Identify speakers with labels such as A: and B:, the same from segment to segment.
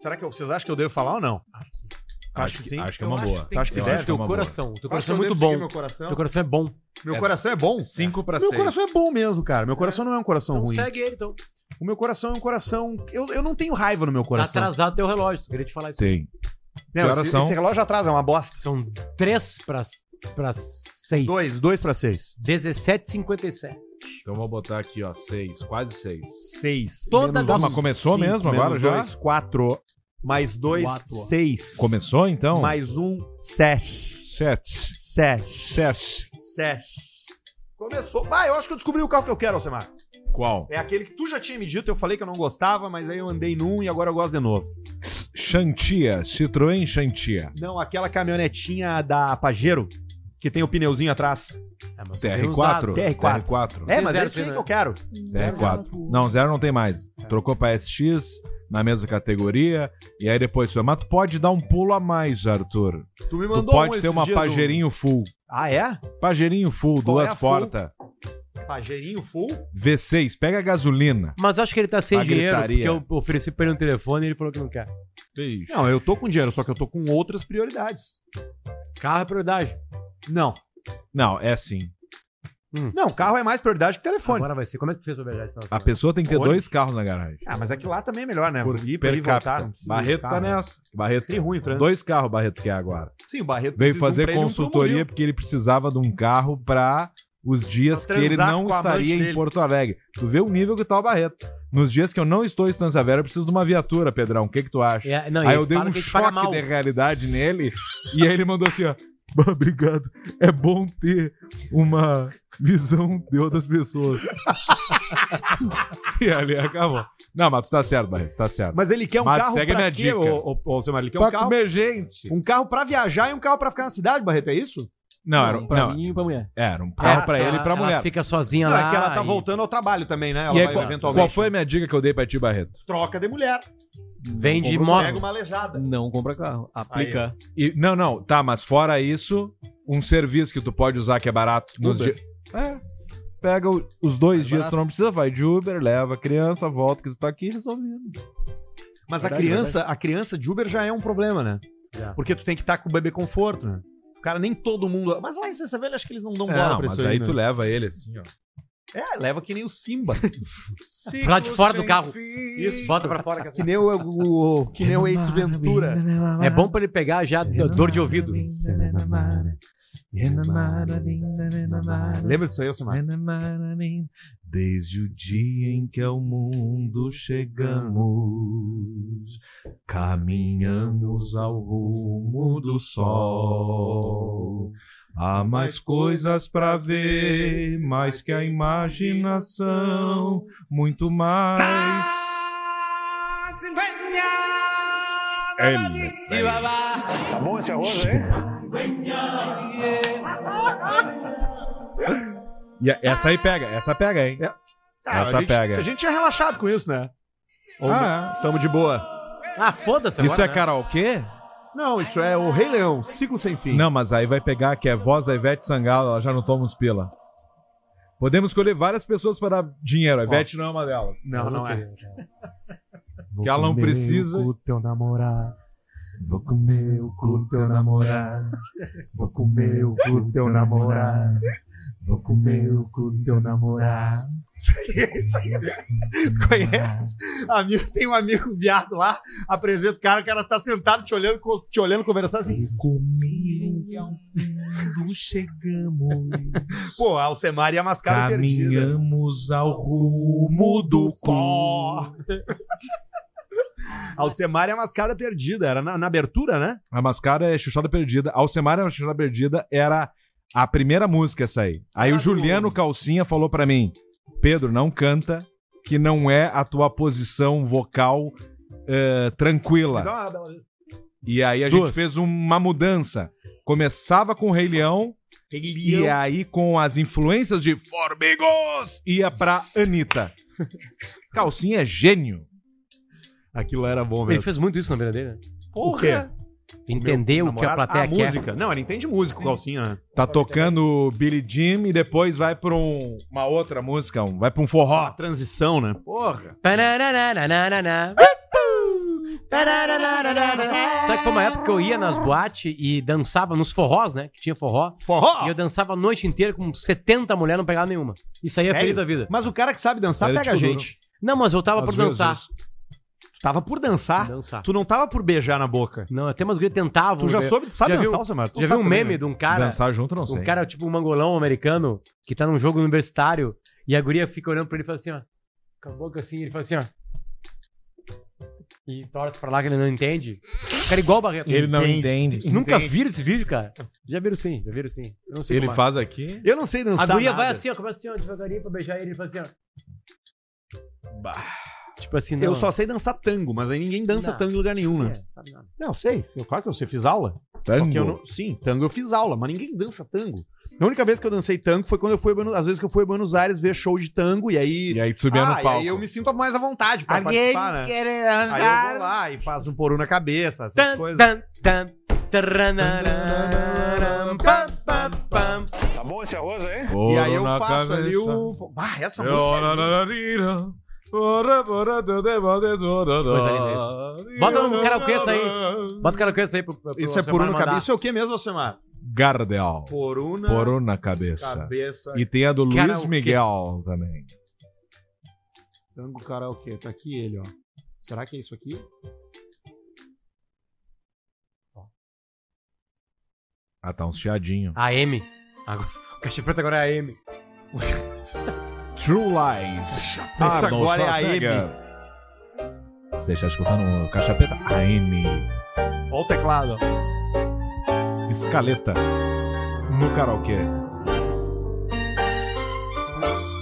A: Será que eu- vocês acham que eu devo falar ou não?
B: Acho que- acho que é uma
C: Eu
B: boa.
C: Acho que,
A: Acho que
B: Eu
A: deve,
B: acho
C: teu
B: é uma boa.
C: coração. Teu
A: Acho
C: coração é
A: que eu
C: muito
A: devo
C: bom.
A: seguir Meu coração,
C: Teu coração é bom.
A: meu
B: É.
A: coração é bom.
B: Cinco pra
A: Meu
B: seis.
A: coração é bom mesmo, cara. Meu coração não é um coração
C: Então
A: ruim.
C: segue ele, então.
A: O meu coração é um coração. Eu, eu não tenho raiva no meu
C: Tá
A: coração.
C: atrasado teu relógio. Queria te falar isso.
B: Tem.
A: Não,
B: Que horas
A: esse,
B: são?
A: esse relógio atrasa, é uma bosta.
C: São 3 para pra 6.
A: Dois, dois pra seis.
C: 17h57.
B: Então vou botar aqui, ó, seis, quase seis.
A: Seis.
C: Todas
A: menos
C: as-
A: uma
B: Mas começou mesmo agora
A: menos
B: já?
A: Dois, quatro. Mais dois,
C: Quatro.
A: seis.
B: Começou então?
A: Mais um, sete.
B: Sete.
A: Sete.
B: Sete.
A: Sete. Começou. Bah, eu acho que eu descobri o carro que eu quero, Alcemar.
B: Qual?
A: É aquele que tu já tinha me dito, eu falei que eu não gostava, mas aí eu andei num e agora eu gosto de novo.
B: Xantia. Citroën Xantia.
A: Não, aquela caminhonetinha da Pajero, que tem o pneuzinho atrás.
C: É, mas bem
B: TR4?
C: usado.
A: TR4.
B: TR4.
A: É, mas é
C: Zero,
A: isso aí
C: né?
A: que eu quero.
B: TR4. É, Não, zero não tem mais. Trocou pra SX, na mesma categoria. E aí depois foi. Mas tu pode dar um pulo a mais, Arthur.
A: Tu me
B: Tu
A: mandou um
B: pode ter
A: esses
B: uma
A: dias do-
B: Pajerinho full.
A: Ah, é?
B: Pajerinho full,
A: Qual é
B: duas
A: a full?
B: portas.
A: Pajerinho full?
B: V6, pega a gasolina.
C: Mas eu acho que ele tá sem
B: A
C: dinheiro,
B: gritaria.
C: porque eu ofereci pra ele um telefone e ele falou que não quer.
B: Ixi.
A: Não, eu tô com dinheiro, só que eu tô com outras prioridades.
C: Carro é prioridade.
A: Não.
B: Não, é assim.
A: Não, carro é mais prioridade que telefone.
C: Agora vai ser. Como é que tu fez pra viajar esse final de
B: A
C: semana?
B: pessoa tem que ter
A: Ônibus.
B: dois carros na garagem.
A: Ah, mas aqui lá também é melhor, né?
B: Por
A: ir,
B: per
A: ir e
B: capita.
A: não precisa
B: Barreto
A: de carro,
B: tá
A: né?
B: nessa. Barreto
A: Tem ruim o trânsito.
B: Dois carros Barreto quer agora.
A: Sim, o Barreto
B: Veio
A: precisa de um
B: fazer
A: pra ele e um pro
B: consultoria
A: Murilo.
B: porque ele precisava de um carro pra os dias
A: Pra
B: que ele
A: transar
B: não
A: com a amante
B: estaria em
A: dele.
B: Porto Alegre. Tu vê o nível que tá o Barreto. Nos dias que eu não estou em Estância Velha, eu preciso de uma viatura, Pedrão. O que que tu acha?
C: É, não,
B: aí
C: ele
B: eu dei
C: fala
B: um
C: que a gente paga
B: choque
C: mal.
B: de realidade nele e aí ele mandou assim, ó. "Bah, Obrigado. É bom ter uma visão de outras pessoas. e ali acabou. Não, mas tu tá certo, Barreto, tu tá certo.
A: Mas ele quer um
B: Mas
A: carro
B: segue a
A: pra
B: minha
A: quê,
B: dica.
A: ô, ô, ô, Alcemar? Ele quer um
B: pra
A: carro,
B: comer gente.
A: um carro pra viajar e um carro pra ficar na cidade, Barreto, é isso?
B: Não, era, um-
C: pra
B: não,
C: mim e pra mulher.
B: era um carro
A: Ah,
B: pra ele e pra
C: tá. ela
B: mulher.
C: fica sozinha
A: Não,
C: lá.
A: é que ela tá
C: e-
A: voltando ao trabalho também, né? Ela
B: E aí,
A: vai
B: qual,
A: eventualmente.
B: qual foi a minha dica que eu dei pra ti, Barreto?
A: Troca de mulher.
C: Vem de
B: Comprou
A: Pega
C: moto.
A: uma aleijada.
D: Não compra carro. Aplica.
B: E- não, não, tá, mas fora isso, um serviço que tu pode usar que é barato nos
D: Uber.
B: dias. É. Pega o- os dois
D: Mais
B: dias,
D: barato.
B: tu não precisa, vai de Uber, leva a criança, volta que tu tá aqui resolvendo.
A: Mas a
D: Verdade,
A: criança, a criança de Uber já é um problema, né?
C: Já.
A: Porque tu tem que estar com o bebê conforto, né? O cara nem todo mundo. Mas lá em Cessa Velha acho que eles não dão bola
B: É, não,
A: pra
B: mas
A: isso
B: aí
A: aí.
B: tu
A: né?
B: leva ele assim, ó.
A: É, leva que nem o Simba.
C: Pra lá de fora do carro.
A: Isso.
C: Volta pra fora.
A: que é assim. nem o, o- o- que nem o Ace Ventura.
C: É bom pra ele pegar já do- dor de ouvido.
A: Lembra disso aí, Alcimar?
B: Desde o dia em que ao mundo chegamos, caminhamos ao rumo do sol. Há mais coisas pra ver, mais que a imaginação, muito mais.
A: É,
B: E a- essa aí pega, essa pega, hein?
A: Ah,
B: Essa
A: a gente,
B: pega.
A: A gente tinha relaxado com isso, né? é. Ou
B: Ah,
A: não? Tamo de boa.
C: Ah, foda-se agora,
B: Isso é
C: né?
B: karaokê?
A: Não, isso é o Rei Leão, ciclo sem fim.
B: Não, mas aí vai pegar que é voz da Ivete Sangalo, ela já não toma uns pila. Podemos escolher várias pessoas para dar dinheiro, a Ivete não é uma delas.
A: não, não é.
B: Que ela não precisa.
A: teu namorado.
D: Vou comer o cu do teu namorado. Vou comer o cu do teu namorado. Vou comer o cu do teu namorado.
A: Isso aí. Tu conhece? Amigo, tem um amigo viado lá, apresenta o cara, o cara tá sentado te olhando, co- te olhando conversando assim.
D: Comiram que ao mundo chegamos.
A: Pô, Alcemar e a mascara perdida.
D: Caminhamos ao rumo do
A: Pó. Alcemar e a mascara perdida. Era na, na abertura, né?
B: A Mascara é Chuchada Perdida. Alcemar é Chuchada Perdida era a primeira música essa aí. Aí
A: Ah,
B: o Juliano
A: do-
B: Calcinha falou pra mim: Pedro, não canta, que não é a tua posição vocal eh,
A: Me
B: tranquila.
A: dá uma- dá uma-
B: E aí a gente
C: Duas.
B: fez uma mudança. Começava com o Rei Leão, e aí com as influências de Formigos ia pra Anitta. Calcinha é gênio.
A: Aquilo era bom
C: Ele
A: mesmo.
C: fez muito isso na vida dele. né?
A: O quê?
C: Entender o que a
A: Namorado?
C: plateia
A: Ah,
C: quer.
A: música. Não, ele entende música, o calcinha, né?
B: Tá tocando Billy Jim e depois vai pra um- uma outra música, um- vai pra um forró.
A: A transição, né? Porra.
C: Tanananananana. Sabe que foi uma época que eu ia nas boates e dançava nos forrós, né? Que tinha forró.
A: Forró!
C: E eu dançava a noite inteira com 70 mulheres, não pegava nenhuma. Isso aí é
A: Sério?
C: feliz da vida.
A: Mas o cara que sabe dançar
B: Era
A: pega a
B: tipo
A: gente.
C: Não, mas eu tava
B: Às
C: por
B: vezes.
C: dançar.
A: é Tava por dançar.
C: Dançar.
A: Tu não tava por beijar na boca.
C: Não, até umas gurias tentavam.
A: Tu já
C: eu-
A: soube, tu sabe
C: já viu-
A: dançar, Alcemar? Tu
C: Já
A: sabe
C: viu um
A: também,
C: meme
A: né?
C: de um cara,
B: Dançar junto, não sei.
C: um cara tipo um mangolão americano, que tá num jogo universitário, e a guria fica olhando pra ele e fala assim, ó, com a boca assim, ele fala assim, ó. E torce pra lá que ele não entende. O cara é igual o Barreto.
B: Ele não
A: Entende.
B: entende.
C: Vocês nunca viram esse vídeo, cara? Já viram sim, já viram sim. Eu não sei
B: Ele
C: como é.
B: faz aqui.
A: Eu não sei dançar.
C: A guria
A: nada.
C: vai assim, ó, começa assim, ó, devagarinho pra beijar ele, ele fala assim, ó. Tipo assim, não.
A: Eu só sei dançar tango, mas aí ninguém dança
C: Não.
A: tango em lugar nenhum, né?
C: É, sabe nada.
A: Não, sei. Eu, claro que eu sei. Fiz aula. Só que eu não... Sim, tango eu fiz aula, mas ninguém dança tango. A única vez que eu dancei tango foi quando eu fui... a Buenos- Às vezes que eu fui a Buenos Aires ver show de tango e aí...
B: E aí tu subia no
A: Ah, e
B: palco.
A: aí eu me sinto mais à vontade pra participar, né?
C: querer
A: Aí eu vou lá e faço um poru na cabeça, essas
C: Tan,
A: coisas.
C: tan, tan, taranararam, pam, pam, pam.
E: Tá bom esse arroz aí?
A: E aí eu faço ali o... Ah, essa música... é linda.
C: Bota um karaokê essa aí. Bota o cara com isso aí pro, pro
A: Isso é
C: Alcemar
A: poru na
C: mandar.
A: cabeça. Isso é o que mesmo, Alcemar?
B: Gardel.
A: Poru na
B: Porou na cabeça.
A: cabeça.
B: E tem a do Luiz
C: Karaokê.
B: Miguel também.
A: Tango karaokê. Tá aqui ele, ó. Será que é isso aqui?
B: Ah, tá uns chiadinho.
C: A M. Agora, o caixa preta agora é a M.
B: True Lies.
A: Preta
B: Ah, Arnold
A: agora é a
B: Schwarzenegger. Você está escutando o Caixa Preta AM.
A: Olha o teclado.
B: Escaleta. No karaokê.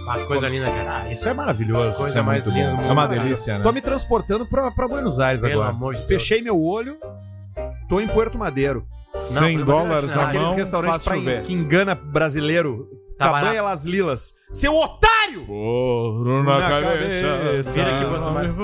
C: Uma coisa linda, cara. Ah, isso
A: Isso é maravilhoso.
C: Coisa
B: Isso é
C: mais
B: muito
C: linda
B: bom.
C: do
B: Isso é uma
C: mundo, cara.
B: delícia, né?
A: Tô me transportando pra, pra Buenos Aires
C: Pelo
A: agora.
C: amor de Deus.
A: Fechei meu olho. Tô em Puerto Madeiro.
B: 100
C: Não,
B: dólares na
C: naqueles
A: Aqueles
B: mão,
A: restaurantes
B: faz
A: pra
B: chover.
A: que engana brasileiro.
C: Tá
A: Tabanha
C: barato.
A: Las Lilas. Seu otário!
B: Ouro na,
A: Na
B: cabeça.
A: cabeça.
C: Vira aqui, Bolsonaro.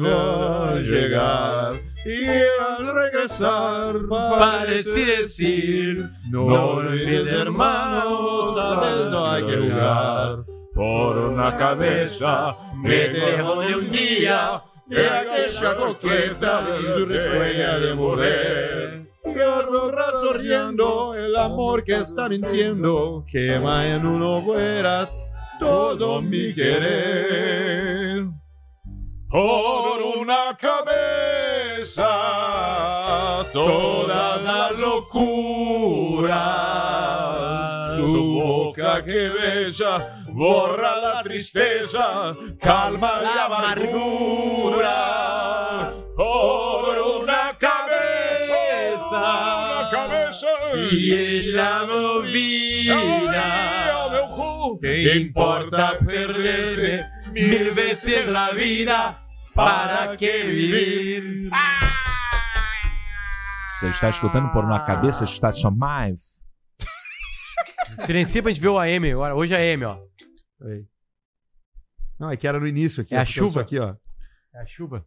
B: Vai Chegar
A: E ao regressar
C: Parece decir,
B: no
C: olvides, hermano,
A: sabes no hay que
B: lugar. Ouro na cabeça, me
C: dejo de um dia,
B: e aquella coqueta dulce sueña de morrer.
A: Corra sonriendo el amor que está mintiendo quema en una hoguera todo mi querer
B: Por una cabeza, todas las locuras. Su boca que besa, borra la tristeza, calma la amargura. Por una cabeza,
E: Na cabeça!
B: si ella movida.
E: Ai, ó, meu cu!
B: ¿Qué importa perderme mil veces la vida? ¿Para qué vivir? Você está escutando por uma cabeça Station mais.
C: Silencia pra gente ver o AM agora. Hoje é AM, ó.
A: Não, é que era no início aqui.
C: É a
A: porque eu sou
C: chuva.
A: aqui, ó.
C: É a chuva.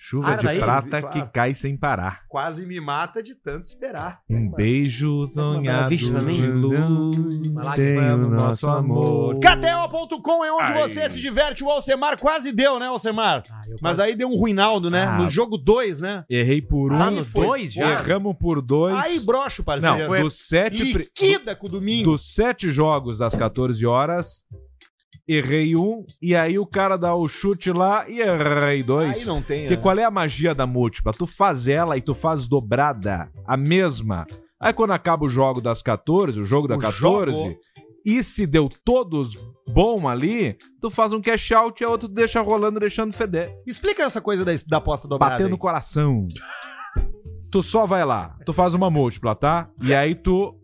B: Chuva
C: Ah,
B: de
C: daí?
B: prata
A: Claro.
B: que cai sem parar.
A: Quase me mata de tanto esperar.
B: Um beijo sonhado
C: Vixe, também.
B: de luz.
C: Vai lá que
B: Tem o
C: vamos,
B: nosso amor.
A: KTO.com é onde
B: Ai.
A: você se diverte. O Alcemar quase deu, né, Alcemar?
C: Ah, eu
A: Mas
C: quase-
A: aí deu um ruinaldo, né?
B: Ah.
A: No jogo 2, né?
B: Errei por um.
C: Tá no
A: foi-
C: 2 já?
B: Erramos por dois.
A: Aí broxo, parceiro.
B: Não,
C: foi-
B: dos sete. pri-
A: Liquida com o domingo.
B: dos sete jogos das 14 horas, errei um, e aí o cara dá o chute lá e errei
A: Aí
B: dois.
A: não tem,
B: Porque
A: né?
B: qual é a magia da múltipla? Tu faz ela e tu faz dobrada, a mesma. Aí quando acaba o jogo das 14, o jogo da
A: O
B: 14,
A: jogo.
B: e se deu todos bom ali, tu faz um cash out e a outra tu deixa rolando, deixando feder.
A: Explica essa coisa da, da aposta dobrada
B: Batendo no
A: aí.
B: coração. tu só vai lá, tu faz uma múltipla, tá? E aí tu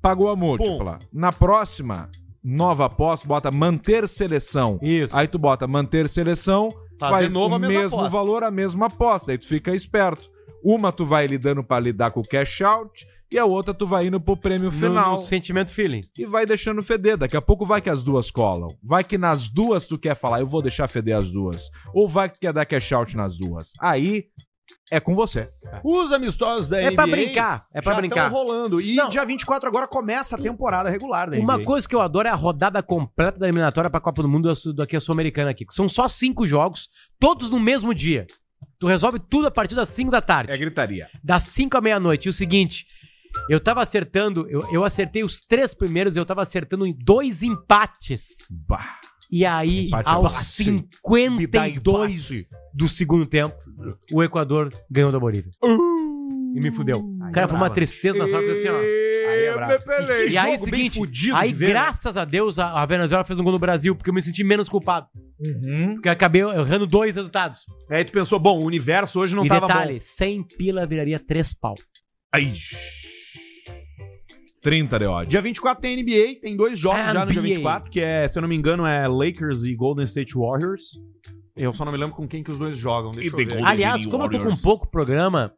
B: pagou a múltipla. Na próxima, nova aposta, bota manter seleção.
C: Isso.
B: Aí tu bota manter seleção,
A: Faz Tá, de novo a
B: o
A: mesma
B: mesmo
A: aposta.
B: valor, a mesma aposta. Aí tu fica esperto. Uma tu vai lidando pra lidar com o cash out e a outra tu vai indo pro prêmio
C: No-
B: final
C: no sentimento feeling.
B: e vai deixando feder. Daqui a pouco vai que as duas colam. Vai que nas duas tu quer falar, eu vou deixar feder as duas. Ou vai que quer dar cash out nas duas. Aí é com você.
A: Os amistosos da
C: É
A: NBA
C: pra brincar, é pra
A: já
C: brincar.
A: estão rolando. E
C: Não.
A: dia 24 agora começa a temporada regular da
C: Uma
A: NBA.
C: coisa que eu adoro é a rodada completa da eliminatória pra Copa do Mundo da Sul- daqui a Sul-Americana aqui. São só cinco jogos, todos no mesmo dia. Tu resolve tudo a partir das 5 da tarde.
B: É gritaria.
C: das 5 à meia-noite. E o seguinte, eu tava acertando, eu, eu acertei os três primeiros, eu tava acertando em dois empates.
B: Bah.
C: E aí,
B: Empate é
C: aos
B: base.
C: 52 do segundo tempo, o Equador ganhou da Bolívia. E me fudeu.
A: Hum.
C: Cara, foi uma tristeza na sala, porque assim, ó.
B: Aí
C: é brabo.
A: Que
C: E aí,
A: jogo
C: seguinte,
A: bem fudido
C: Aí,
A: de ver, né?
C: graças a Deus, a, a Venezuela fez um gol no Brasil, porque eu me senti menos culpado.
B: Uhum.
C: Porque eu acabei errando é dois resultados.
A: Aí tu pensou, bom, o universo hoje não
C: e
A: tava
C: detalhe, 100 pila viraria três pau.
B: Aí. 30 de
A: bom.
B: ódio.
A: Dia 24 tem NBA, tem dois jogos já no dia
C: NBA.
A: 24, que é, se eu não me engano, é Lakers e Golden State Warriors. Eu só não me lembro com quem que os dois jogam, deixa
B: E
A: eu
B: tem
A: ver.
B: Golden
C: Aliás,
A: um
C: como eu tô com
B: Warriors.
C: pouco programa,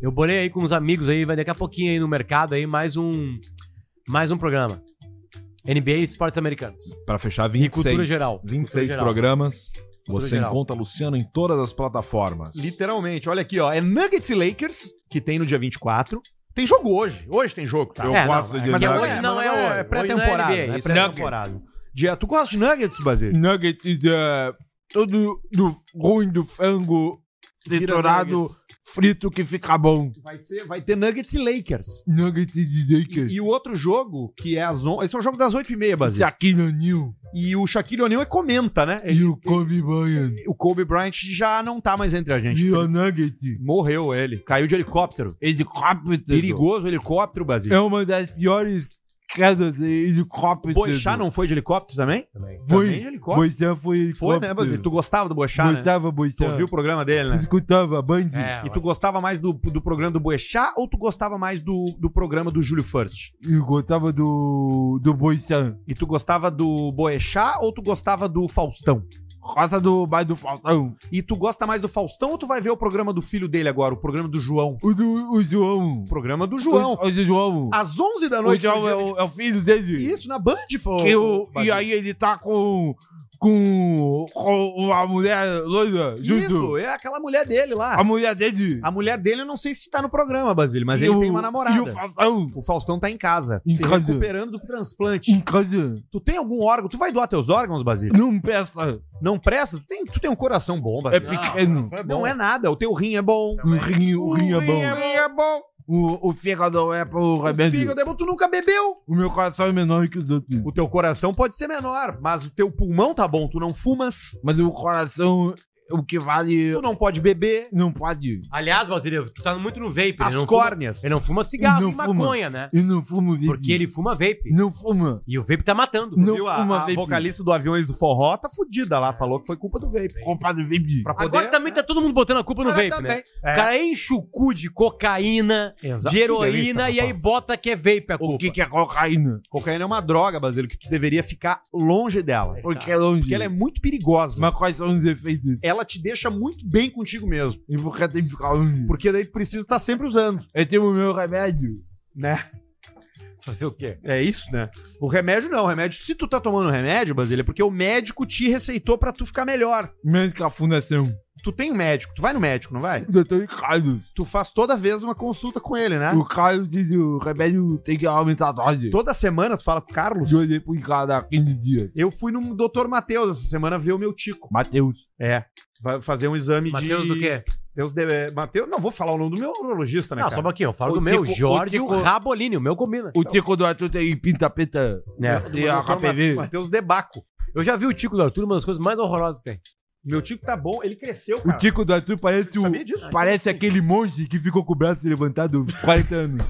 C: eu bolei aí com uns amigos aí, vai daqui a pouquinho aí no mercado aí mais um mais um programa. NBA e esportes americanos.
B: Pra fechar, 26.
C: cultura geral.
B: 26
C: Cultura geral.
B: programas. Você
C: geral.
B: encontra Luciano em todas as plataformas.
A: Literalmente, olha aqui, ó. É Nuggets e Lakers, que tem no dia 24. Tem jogo hoje. Hoje tem jogo, tá?
B: Eu gosto de
A: mas
B: Nuggets.
A: agora, é- mas agora é pré-temporada.
C: Hoje não é NBA,
A: né? É
C: isso.
A: pré-temporada. Dia- Tu gosta de Nuggets, Basílio?
B: Nuggets é, todo do ruim do frango triturado frito que fica bom.
A: Vai, ser- vai ter Nuggets e Lakers.
B: Nuggets de
A: E, e o outro jogo, que é às 11... Esse é o jogo das 8h30, Basílio.
B: Shaquille O'Neal
A: E o Shaquille O'Neal é comenta, né? Ele-
B: e o Kobe Bryant
A: o Kobe Bryant já não tá mais entre a gente.
B: e o Nugget.
A: Morreu ele. Caiu de helicóptero.
B: Helicóptero.
A: Perigoso helicóptero, Basílio.
B: É uma das piores quedas de helicóptero.
A: Boixá não foi de helicóptero também?
B: Foi.
A: Também de helicóptero.
B: Boixá foi
A: Foi,
B: helicóptero.
A: né, Basílio? Tu gostava do Boixá, né?
B: Gostava,
A: Tu
B: Boixá.
A: ouviu o programa dele, né?
B: Escutava, Band.
C: É,
A: E tu gostava mais do, do programa do Boechat ou tu gostava mais do, do programa do Júlio First?
B: E gostava do, do Boixá.
A: E tu gostava do Boechat ou tu gostava do Faustão?
B: Roça do bairro do Faltão.
A: E tu gosta mais do Faustão ou tu vai ver o programa do filho dele agora, o programa do João?
B: O, do, o João.
A: O programa do João.
B: O, o João.
A: Às 11 da
B: O
A: noite.
B: João
A: no
B: é
A: dia
B: o, é o filho dele.
A: 20. Isso, na Band, pô.
B: Que o- e
A: Basílio.
B: aí ele tá com. Com, com a mulher loira, junto.
A: Isso, é aquela mulher dele lá.
B: A mulher dele.
A: A mulher dele, eu não sei se tá no programa, Basílio, mas
B: E
A: ele
B: o-
A: tem uma namorada.
B: E o Faltão.
A: O Faustão tá em casa,
B: Em
A: se
B: casa.
A: recuperando do transplante.
B: Em casa.
A: Tu tem algum órgão? Tu vai doar teus órgãos, Basílio?
B: Não peça.
A: Não presta? Tu tem, tu tem um coração bom,
B: É
A: Basílio.
B: pequeno.
A: Não é nada, o teu rim é bom.
B: O rim, o rim é bom.
A: rim é bom.
B: O, o fígado é pro
A: O
B: remédio.
A: fígado é bom, tu nunca bebeu.
B: O meu coração é menor que os outros.
A: O teu coração pode ser menor, mas o teu pulmão tá bom, tu não fumas,
B: Mas o coração, o que vale,
A: tu não pode beber.
B: não pode.
C: Aliás, Brasileiro, tu tá muito no vape.
A: As
C: ele, não fuma,
A: córneas.
C: ele não fuma cigarro
B: Não
C: e
B: fuma.
C: maconha, né?
B: E não fuma vape.
C: Porque ele fuma vape.
B: Não fuma.
C: E o vape tá matando.
B: Não
A: Viu?
B: fuma
A: A, a
B: vape.
A: vocalista do
C: é
A: Aviões do Forró tá fudida lá, falou que foi É culpa do vape.
B: Compadre vape.
A: Pra poder...
C: Agora também tá todo mundo botando a culpa no
A: Ah,
C: vape,
A: também.
C: né?
A: É.
C: O cara enche o cu de cocaína,
A: Exato.
C: de heroína
A: Que delícia,
C: e aí
A: rapaz.
C: bota que é vape a
B: O
C: culpa.
B: que, que é cocaína?
A: Cocaína é uma droga, Basílio, que tu deveria ficar longe dela.
B: Porque é longe.
A: Porque ela é muito perigosa.
B: Mas quais são os efeitos?
A: Ela te deixa muito bem contigo mesmo.
B: E por que tem que ficar longe?
A: Porque daí tu precisa estar sempre usando,
B: Eu tenho o meu remédio.
A: né?
C: Fazer o quê?
A: É isso, né? O remédio não, o remédio, se tu tá tomando remédio, Basílio, é porque o médico te receitou pra tu ficar melhor.
B: Menos que a fundação.
A: Tu tem um médico, tu vai no médico, não vai?
B: O doutor Carlos.
A: Tu faz toda vez uma consulta com ele, né?
B: O Carlos diz que o remédio tem que aumentar a dose.
A: Toda semana tu fala com o Carlos.
B: De olho por cada 15 dias.
A: Eu fui no Dr. Matheus essa semana ver o meu tico.
B: Matheus.
A: É. Vai fazer um exame
C: Matheus
A: de.
C: do quê?
A: Deus de... é, Matheus. Não, vou falar o nome do meu urologista, né?
C: Não,
A: cara?
C: só um pouquinho. Eu falo
B: O
C: do meu,
B: Tico- o
C: Jorge
B: Tico-
C: Rabolini. O meu combina.
B: O tico do Arthur tem pinta preta.
C: É.
A: Do
B: E a
A: Dr.
B: KPV.
A: Matheus Debaco.
C: Eu já vi o Tico do Arthur, uma das coisas mais horrorosas que tem.
A: Meu tico tá bom, ele cresceu,
B: O
A: cara.
B: tico do Arthur parece o.
A: Sabia disso?
B: Parece aquele monge que ficou com o braço levantado 40 anos.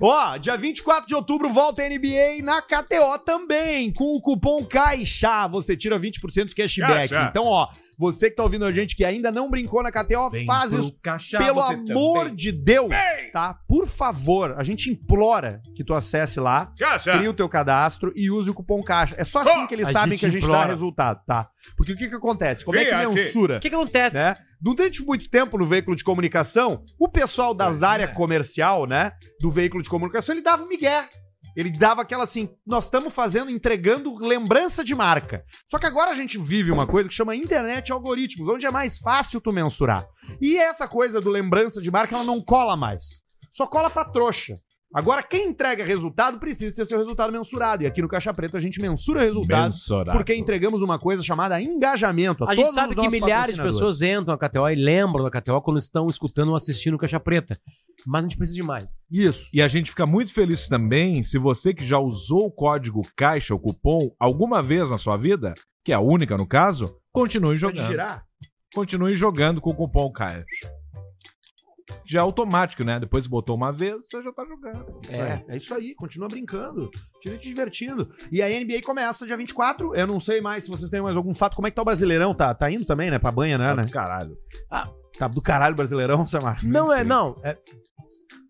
A: Ó, dia 24 de outubro volta a NBA na KTO também. Com o cupom CAIXA, você tira 20% de cashback.
E: Caixa.
A: Então, ó, você que tá ouvindo a gente que ainda não brincou na KTO, faz isso. Pelo amor de Deus, tá? Por favor, a gente implora que tu acesse lá,
E: Caixa!
A: cria o teu cadastro e use o cupom CAIXA. É só assim que eles
C: A
A: sabem
C: gente
A: que a gente dá
C: implora.
A: resultado, tá? Porque o que que acontece? Como é que
E: Viate.
A: mensura?
C: O que, que acontece?
A: né? Durante muito tempo no veículo de comunicação, o pessoal das áreas comercial, né, do veículo de comunicação, ele dava um migué. Ele dava aquela assim, nós estamos fazendo, entregando lembrança de marca. Só que agora a gente vive uma coisa que chama internet e algoritmos, onde é mais fácil tu mensurar. E essa coisa do lembrança de marca, ela não cola mais. Só cola pra trouxa. Agora, quem entrega resultado precisa ter seu resultado mensurado. E aqui no Caixa Preta a gente mensura resultados,
B: Mensurado.
A: porque entregamos uma coisa chamada engajamento.
C: A gente
A: todos
C: sabe
A: os
C: que
A: nossos
C: milhares de
A: patrocinadores.
C: pessoas entram na KTO e lembram da KTO quando estão escutando ou assistindo o Caixa Preta. Mas a gente precisa de mais.
A: Isso.
B: E a gente fica muito feliz também se você que já usou o código caixa, o cupom, alguma vez na sua vida, que é a única no caso, continue
A: Pode
B: jogando.
A: girar?
B: Continue jogando com o cupom caixa. Já é automático, né? Depois botou uma vez, você já tá jogando.
A: É, é isso aí, continua brincando, continua te divertindo. E a NBA começa dia 24. Eu não sei mais se vocês têm mais algum fato. Como é que tá o Brasileirão? Tá, tá indo também, né? Pra banha, né? né?
B: Caralho.
A: Tá do caralho o Brasileirão, Samar.
C: Ah. Não é, não. é-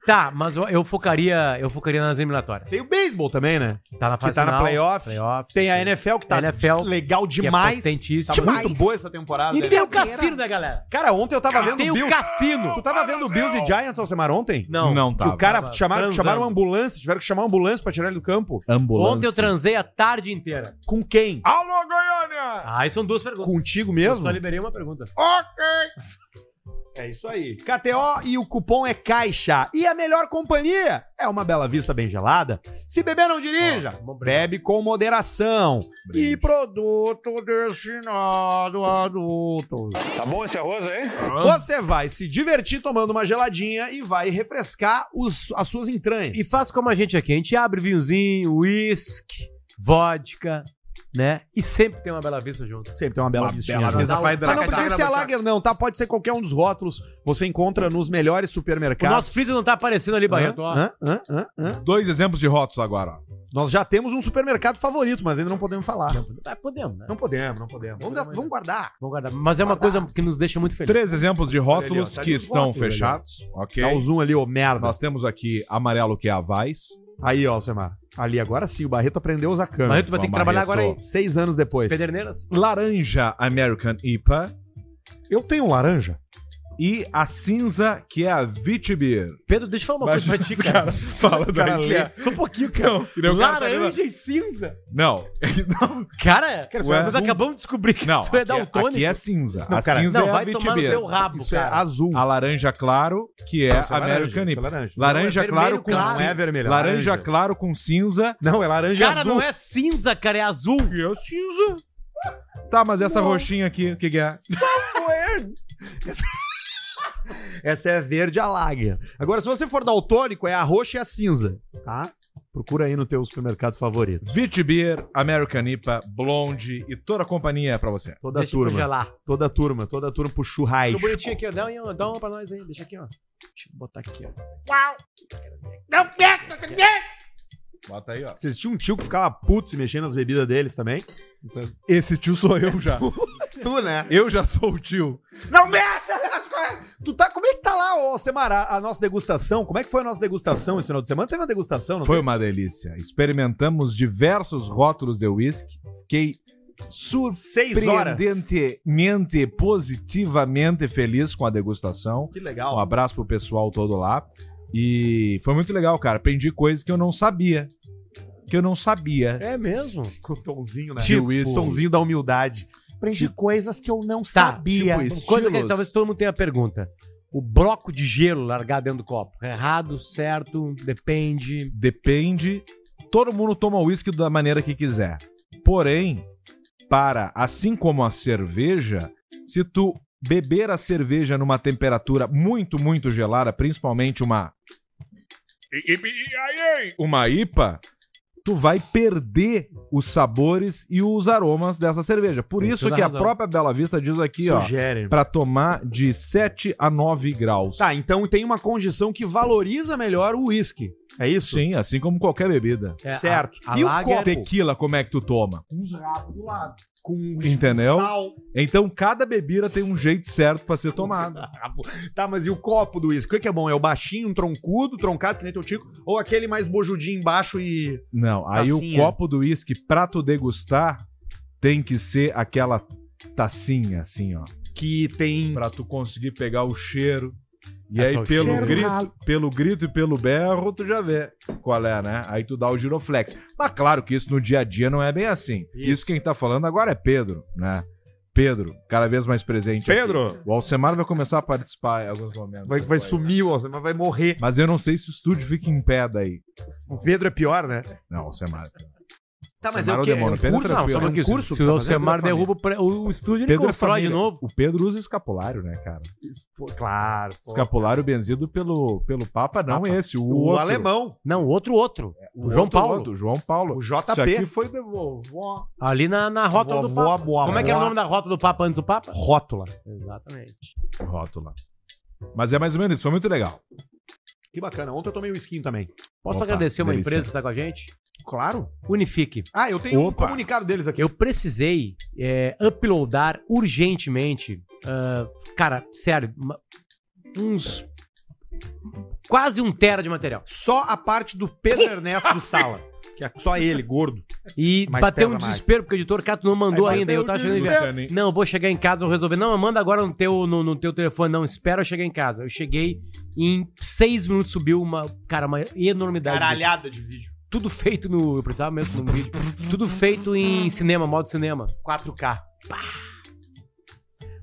C: Tá, mas eu, eu focaria, eu focaria nas eliminatórias.
A: Tem o beisebol também, né?
C: Tá na
A: Que
C: fase
A: tá na
C: final,
A: playoff.
C: playoffs,
A: Tem a
C: sim.
A: NFL que tá
C: NFL,
A: legal
C: é
A: demais.
C: potentíssima.
A: tá muito
C: Demais.
A: boa essa temporada.
C: E
A: né?
C: tem o cassino da galera.
A: Cara, ontem eu tava vendo
C: Tem
A: o
C: o
A: Bills.
C: cassino.
A: Tu tava vendo o Bills e Giants, Alcemar, ontem?
C: Não.
B: Não
A: Que
B: tava.
A: o cara
C: tava
A: chamaram,
C: transando.
A: chamaram uma ambulância, tiveram que chamar uma ambulância pra tirar ele do campo.
B: Ambulância.
C: Ontem eu transei a tarde inteira.
A: Com quem?
B: Alô, Goiânia!
C: Ah, aí são duas perguntas.
A: Contigo
C: Eu
A: mesmo?
C: só liberei uma pergunta.
A: É isso aí. KTO e o cupom é caixa. E a melhor companhia é uma Bela Vista bem gelada. Se beber, não dirija.
C: Bom, obrigado.
A: Bebe com moderação. E produto destinado a adultos.
E: Tá bom esse arroz aí?
A: Você vai se divertir tomando uma geladinha e vai refrescar os- as suas entranhas.
C: E faça como a gente aqui. A gente abre vinhozinho, uísque, vodka, né? E sempre tem uma Bela Vista junto.
A: Sempre tem uma Bela Vista.
B: Bela Vista vai
A: Mas não
B: hidratar.
A: precisa ser a Lager, não, tá? Pode ser qualquer um dos rótulos. Você encontra nos melhores
C: O
A: supermercados.
C: nosso freezer não tá aparecendo ali, Barreto. ó.
A: Hã? Hã? Hã? Hã?
B: Dois exemplos de rótulos agora. ó.
A: Nós já temos um supermercado favorito, mas ainda não podemos falar.
C: Ah, podemos, né?
A: Não podemos, não podemos. Vamos, dar-
F: né?
A: vamos guardar.
C: Vamos guardar. Mas é uma coisa que nos deixa muito felizes.
B: Três exemplos de
A: Olha ali,
B: rótulos
A: ó, tá
B: que
A: ali os
B: estão
A: rótulos,
B: fechados. Ok.
A: Dá o zoom ali, ô merda.
B: Nós temos aqui amarelo que é a Vais.
A: Aí, ó, Alcemar. Ali, agora sim, o Barreto aprendeu a usar câmera.
C: Barreto vai ter que trabalhar agora aí.
A: Seis anos depois.
C: tipo, Pederneiras?
B: Laranja American IPA.
A: Eu tenho um laranja?
B: E a cinza que é a Vitibir.
C: Pedro, deixa eu falar uma
B: Mas
C: coisa pra ti,
B: esse
C: cara.
B: Fala
A: Cara, é,
B: daí.
A: lê.
C: Só um pouquinho, cara.
B: que nem o cara tá
C: Laranja e cinza.
B: Não. Não.
C: Cara,
A: Cara, isso é
C: nós
A: azul.
C: acabamos de descobrir que
B: Não.
C: tu é
B: Aqui,
C: daltônico.
B: aqui é cinza.
A: Não,
B: a
A: cara,
B: cinza
C: Não,
B: é a
C: vai tomar no
B: Vitibir.
C: seu rabo,
A: Isso é
C: cara.
A: azul.
B: A laranja claro que é
A: Isso
B: a American
A: laranja,
B: IPA.
A: laranja.
B: Laranja
C: Não, é
B: claro
C: vermelho
B: com
C: claro.
A: Não
B: cinza.
A: é vermelha.
B: Laranja claro com cinza.
A: Não, é laranja
C: Cara,
A: azul.
C: não é cinza, cara, é azul.
B: é cinza. Tá, mas essa roxinha aqui, o que, que é?
A: Essa é verde a lager. Agora, se você for daltônico, é a roxa e a cinza, tá? Procura aí no teu supermercado favorito.
B: Vitibir, American IPA, Blonde e toda a companhia é pra você.
A: Toda a
C: deixa
A: turma.
C: congelar.
A: Toda a turma. Toda a turma pro churrasco.
C: Tô bonitinho aqui, ó. Dá uma, dá uma pra nós aí. Deixa aqui, ó. Deixa eu botar aqui, ó.
B: Bota aí, ó.
A: Vocês tinham um tio que ficava puto se mexendo nas bebidas deles também?
B: é- Esse tio sou eu já.
A: Tu, né?
B: Eu já sou o tio.
A: Não mexa! nas coisas! Tu tá, como é que tá lá, ô, Semara, a nossa degustação? Como é que foi a nossa degustação esse final de semana? Teve uma degustação, não
B: Foi
A: teve?
B: uma delícia. Experimentamos diversos rótulos de whisky. Fiquei
A: Seis horas.
B: surpreendentemente, positivamente feliz com a degustação.
A: Que
B: Um
A: legal.
B: abraço pro pessoal todo lá. E foi muito legal, cara. Aprendi coisas que eu não sabia. Que eu não sabia.
C: É mesmo?
A: Com o tomzinho, né?
B: Tipo-
A: o tomzinho da humildade. Aprendi coisas que eu não sabia.
B: tipo isso.
C: Tá, Coisa que
B: Estilos.
C: talvez todo mundo tenha pergunta. O bloco de gelo largar dentro do copo. É Errado, certo, depende.
B: depende. Todo mundo toma uísque da maneira que quiser. Porém, para, assim como a cerveja, se tu beber a cerveja numa temperatura muito, muito gelada, principalmente uma uma IPA, tu vai perder os sabores e os aromas dessa cerveja. Por
C: Tem
B: isso
C: toda
B: que a
C: razão.
B: própria Bela Vista diz aqui, ó,
A: Sugere.
B: para tomar de 7 a 9 graus.
A: Tá, então tem uma condição que valoriza melhor o uísque. É isso?
B: Sim, assim como qualquer bebida.
C: É,
A: certo.
C: a- a
A: e o
C: lager-
A: copo?
B: Tequila, como é que tu toma?
A: Com
B: Entendeu?
A: Um sal.
B: Então cada bebida tem um jeito certo pra ser tomada.
A: Tá, mas e o copo do uísque? O que que é bom? É o baixinho, um troncudo, troncado, que nem teu tico? Ou aquele mais bojudinho embaixo e...
B: Não,
C: Tá
B: aí
C: assim, é.
A: Tacinha.
B: o copo do uísque pra tu degustar tem que ser aquela tacinha assim, ó,
A: Que tem...
B: Pra tu conseguir pegar o cheiro. E
C: É
B: aí,
C: só o
B: pelo
A: cheiro do
B: grito,
A: ralo.
B: pelo grito e pelo berro, tu já vê qual é, né? Aí tu dá o giroflex. Mas claro que isso no dia a dia não é bem assim. Isso,
C: Isso.
B: quem tá falando agora é Pedro, né? Pedro, cada vez mais presente. aqui.
A: Pedro,
B: O Alcemar vai começar a participar em alguns momentos. né?
A: vai, vai sumir, ó, mas vai morrer.
B: Mas eu não sei se o estúdio fica em pé daí.
A: O Pedro é pior, né?
B: Não, Alcemar.
A: Tá,
B: mas é o quê? É um curso? tá Não, só
A: é um
C: Porque
A: curso
C: se o Alcemar derruba o, pre- o estúdio, ele
B: Pedro é
C: constrói de
B: família.
C: novo.
B: O Pedro usa escapulário, né, cara?
A: Claro.
B: Escapulário benzido pelo, pelo Papa, não
A: Papa.
B: esse, o,
A: O
B: outro. É,
A: alemão,
C: Não, o outro, outro.
B: O
C: João
B: outro,
C: Paulo.
B: outro, João Paulo.
A: o
B: Isso aqui
A: JP.
B: foi de vovó.
C: Ali na, na rótula do Papa. Como é que era o nome da rótula do Papa antes do Papa?
A: Rótula.
C: Exatamente.
B: Rótula. Mas é mais ou menos isso, foi muito legal.
A: Que bacana. Ontem eu tomei um skin também.
C: Posso
B: Opa,
C: agradecer uma
B: delícia.
C: empresa que tá com a gente?
A: Claro.
C: Unifique.
A: Ah, eu tenho um
B: Opa.
A: comunicado deles aqui.
C: Eu precisei é, uploadar urgentemente. ah, cara, sério, uma- uns. Quase um tera de material.
A: Só a parte do Pedro Ernesto do Sala. Que é só ele, gordo.
C: E
A: Mas pesa
C: bateu um
A: mais.
C: desespero, porque o editor Cato não mandou
A: Aí
C: ainda. e Eu tava
A: bateu um
C: achando.
A: o
C: ele- Não, vou chegar em casa, vou resolver. Não, manda agora no teu, no, no teu telefone. Não, espera eu chegar em casa. Eu cheguei em seis minutos subiu uma, cara, uma enormidade.
A: Caralhada de vídeo.
C: Tudo feito no. Eu precisava mesmo num vídeo. Tudo feito em cinema, modo cinema.
A: 4K.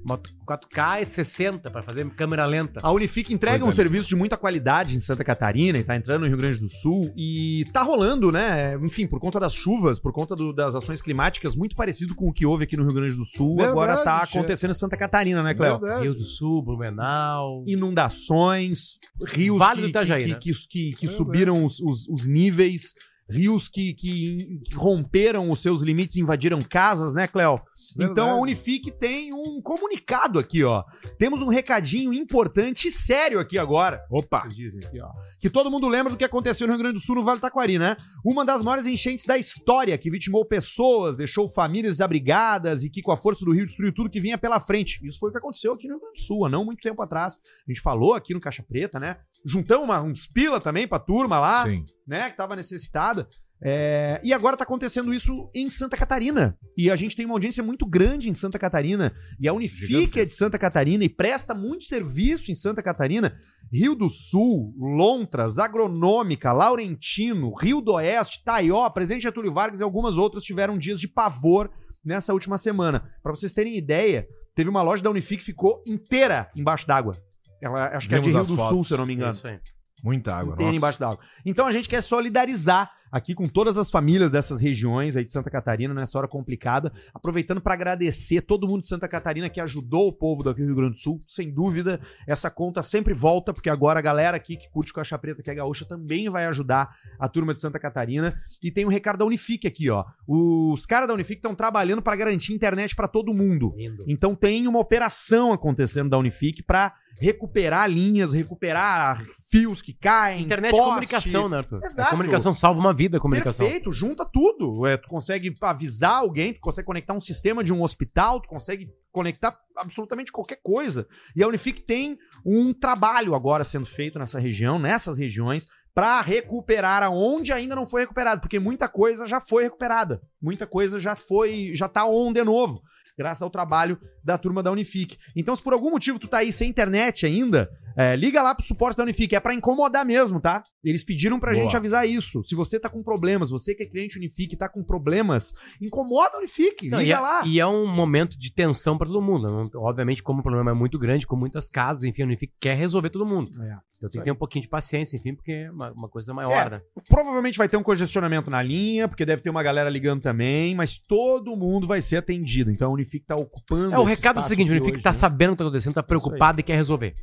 C: Moto 4K e 60 pra fazer câmera lenta.
A: A Unifique entrega
B: Pois
A: um
B: é.
A: serviço de muita qualidade em Santa Catarina e tá entrando no Rio Grande do Sul e tá rolando, né? Enfim, por conta das chuvas, por conta do- das ações climáticas, muito parecido com o que houve aqui no Rio Grande do Sul,
B: Verdade,
A: agora tá
B: che.
A: acontecendo em Santa Catarina, né, Cléo?
C: Rio do Sul, Blumenau.
A: Inundações, rios
C: Vale do
A: que,
C: Itajaí,
A: que,
C: né?
A: que, que- que
B: É,
A: subiram os, os- os níveis, rios que, que- que romperam os seus limites, invadiram casas, né, Cléo? Então a Unifique tem um comunicado aqui, ó. Temos um recadinho importante e sério aqui agora.
B: Opa!
A: Dizem aqui, ó. Que todo mundo lembra do que aconteceu no Rio Grande do Sul, no Vale do Taquari, né? Uma das maiores enchentes da história, que vitimou pessoas, deixou famílias desabrigadas e que, com a força do rio, destruiu tudo que vinha pela frente. Isso foi o que aconteceu aqui no Rio Grande do Sul, há não muito tempo atrás. A gente falou aqui no Caixa Preta, né? Juntamos uma- uns pila também pra turma lá
B: Sim.
A: né, que estava necessitada. É, e agora tá acontecendo isso em Santa Catarina. E a gente tem uma audiência muito grande em Santa Catarina. E a Unifique é de Santa Catarina e presta muito serviço em Santa Catarina. Rio do Sul, Lontras, Agronômica, Laurentino, Rio do Oeste, Taió, Presidente Getúlio Vargas e algumas outras tiveram dias de pavor nessa última semana. Pra vocês terem ideia, teve uma loja da Unifique que ficou inteira embaixo d'água. Ela acho que é de
B: Vimos
A: Rio
B: as
A: do Sul,
B: fotos.
A: se eu não me engano
C: Isso aí.
B: Muita água.
A: inteira
B: nossa.
A: embaixo da água. Então a gente quer solidarizar aqui com todas as famílias dessas regiões aí de Santa Catarina nessa hora complicada, aproveitando para agradecer todo mundo de Santa Catarina que ajudou o povo daqui do Rio Grande do Sul. Sem dúvida, essa conta sempre volta, porque agora a galera aqui que curte Caixa Preta, que é gaúcha, também vai ajudar a turma de Santa Catarina. E tem um recado da Unifique aqui, ó. Os caras da Unifique estão trabalhando para garantir internet para todo mundo.
C: Lindo.
A: Então tem uma operação acontecendo da Unifique para recuperar linhas, recuperar fios que caem,
C: Internet
A: poste.
C: e comunicação, né, Arthur?
A: Exato.
C: A comunicação salva uma vida, a comunicação.
A: Perfeito, junta tudo. É, tu consegue avisar alguém, tu consegue conectar um sistema de um hospital, tu consegue conectar absolutamente qualquer coisa. E a Unifique tem um trabalho agora sendo feito nessa região, nessas regiões, para recuperar aonde ainda não foi recuperado, porque muita coisa já foi recuperada, muita coisa já foi, já tá on de novo, graças ao trabalho da turma da Unifique. Então, se por algum motivo tu tá aí sem internet ainda, é, liga lá pro suporte da Unifique, é pra incomodar mesmo, tá? Eles pediram pra
B: Boa.
A: gente avisar isso. Se você tá com problemas, você que é cliente Unifique tá com problemas, incomoda a Unifique,
C: Não, e,
A: liga
C: é,
A: lá.
C: e é um momento de tensão pra todo mundo. Não- obviamente, como o problema é muito grande, com muitas casas, enfim, a Unifique quer resolver todo mundo.
A: É,
C: então
A: isso
C: tem
A: aí.
C: que ter um pouquinho de paciência, enfim, porque é uma, uma coisa maior,
A: É.
C: né?
A: Provavelmente vai ter um congestionamento na linha, porque deve ter uma galera ligando também, mas todo mundo vai ser atendido. Então a Unifique tá ocupando.
C: É, o
A: esse
C: recado é o
A: espaço
C: seguinte, o
A: aqui
C: Unifique
A: hoje,
C: tá
A: né?
C: sabendo o que tá acontecendo, tá preocupado e quer resolver.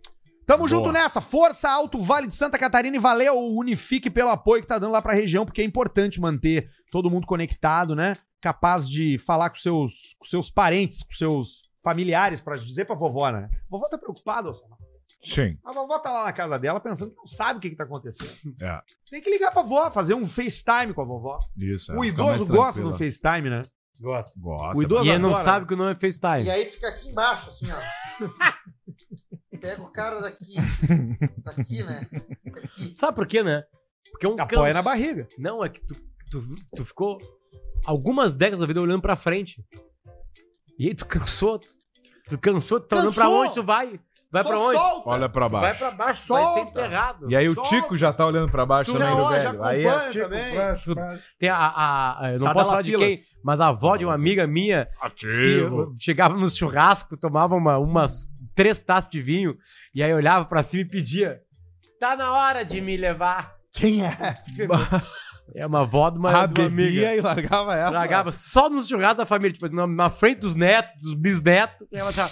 A: Tamo
B: Boa.
A: junto nessa. Força Alto Vale de Santa Catarina e valeu Unifique pelo apoio que tá dando lá pra região, porque é importante manter todo mundo conectado, né? Capaz de falar com seus, com seus parentes, com seus familiares, pra dizer pra vovó, né? Vovó tá preocupada, Alcemar.
B: Sim.
A: A vovó tá lá na casa dela pensando que não sabe o que, que tá acontecendo.
B: É.
A: Tem que ligar pra vovó, fazer um FaceTime com a vovó.
B: Isso.
A: o idoso gosta do FaceTime, né?
C: Gosta.
B: Gosta.
A: O idoso-
C: E ele não
A: Adora.
C: sabe que o nome é FaceTime.
G: E aí fica aqui embaixo, assim, ó. Pega o cara daqui. Daqui, né? Aqui.
C: Sabe por quê, né? Porque é um
A: Apoia
C: câncer.
A: na barriga.
C: Não, é que tu, tu, tu ficou algumas décadas da vida olhando pra frente. E aí tu cansou. Tu cansou, tu tá olhando pra
A: Cansou!
C: onde tu vai. Vai pra onde?
G: Solta.
B: Olha pra
C: Vai
B: baixo.
C: pra baixo, vai ser
G: Solta.
C: enterrado.
B: E aí
G: Solta.
B: o Tico já tá olhando pra baixo
G: Tu
B: também
G: não,
B: do
G: ó, já
B: velho. Aí é
G: acompanha
B: Tico,
G: também.
B: flash, flash.
C: Tem a, a- a- eu não
A: Tá
C: posso
A: dela
C: falar de quem,
A: filas.
C: mas a avó de uma amiga minha disse que eu chegava no churrasco, tomava uma, umas três taças de vinho, e aí olhava pra cima e pedia: Tá na hora de me levar.
A: Quem é?
C: É uma avó de uma,
B: Ah,
C: de uma amiga.
B: bebia e largava essa.
C: Tragava só nos churrascos da família, tipo, na, na frente dos netos, dos bisnetos. E ela tava,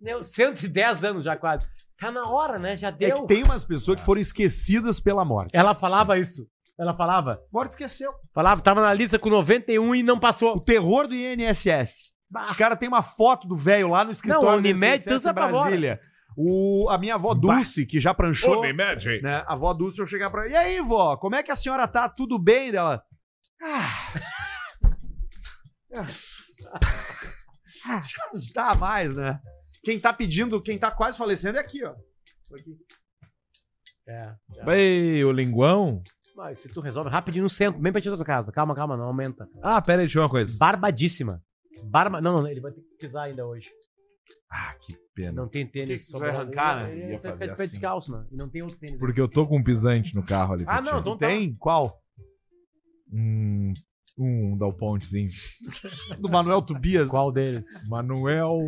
C: "Meu, 110 anos já quase. Tá na hora, né? Já
A: É
C: deu.
A: que tem umas pessoas que foram esquecidas pela morte.
C: Ela falava isso. Ela falava.
A: Morte esqueceu.
C: Falava, tava na lista com 91 e não
A: O
C: passou.
A: terror do INSS. Os caras têm uma foto do velho lá no escritório
C: Não, a
A: do
C: Unimed
A: INSS
C: tanto
A: em
C: apavora.
A: Brasília. O, a minha avó Dulce, que já pranchou,
B: Unimed.
A: né? A avó Dulce, eu chegar pra ela, e aí, vó, como é que a senhora tá? Tudo bem? Dela, ah... Ah, já não dá mais, né? Quem tá pedindo, quem tá quase falecendo é aqui, ó.
C: É.
B: Ei, o linguão.
C: Mas se tu resolve rapidinho no centro, bem pertinho da tua casa. Calma, calma, não aumenta.
B: Ah, pera aí, deixa eu ver uma coisa.
C: Barbadíssima. Barba... Não, não, ele vai ter que pisar ainda hoje.
B: Ah, que pena.
C: Não tem tênis.
A: Que que
C: só
A: vai
C: pra-
A: arrancar, né?
C: Ele
B: Ia
C: vai
B: fazer
C: ficar de pé
B: assim.
C: descalço, né? E não tem outro tênis.
B: Porque eu tô com um pisante no carro ali.
C: Ah,
B: pra ti.
C: não, então tá.
A: Tem? Qual?
B: Hum, um dá o pontezinho.
A: Do Manuel Tobias.
C: Qual deles?
B: Manuel.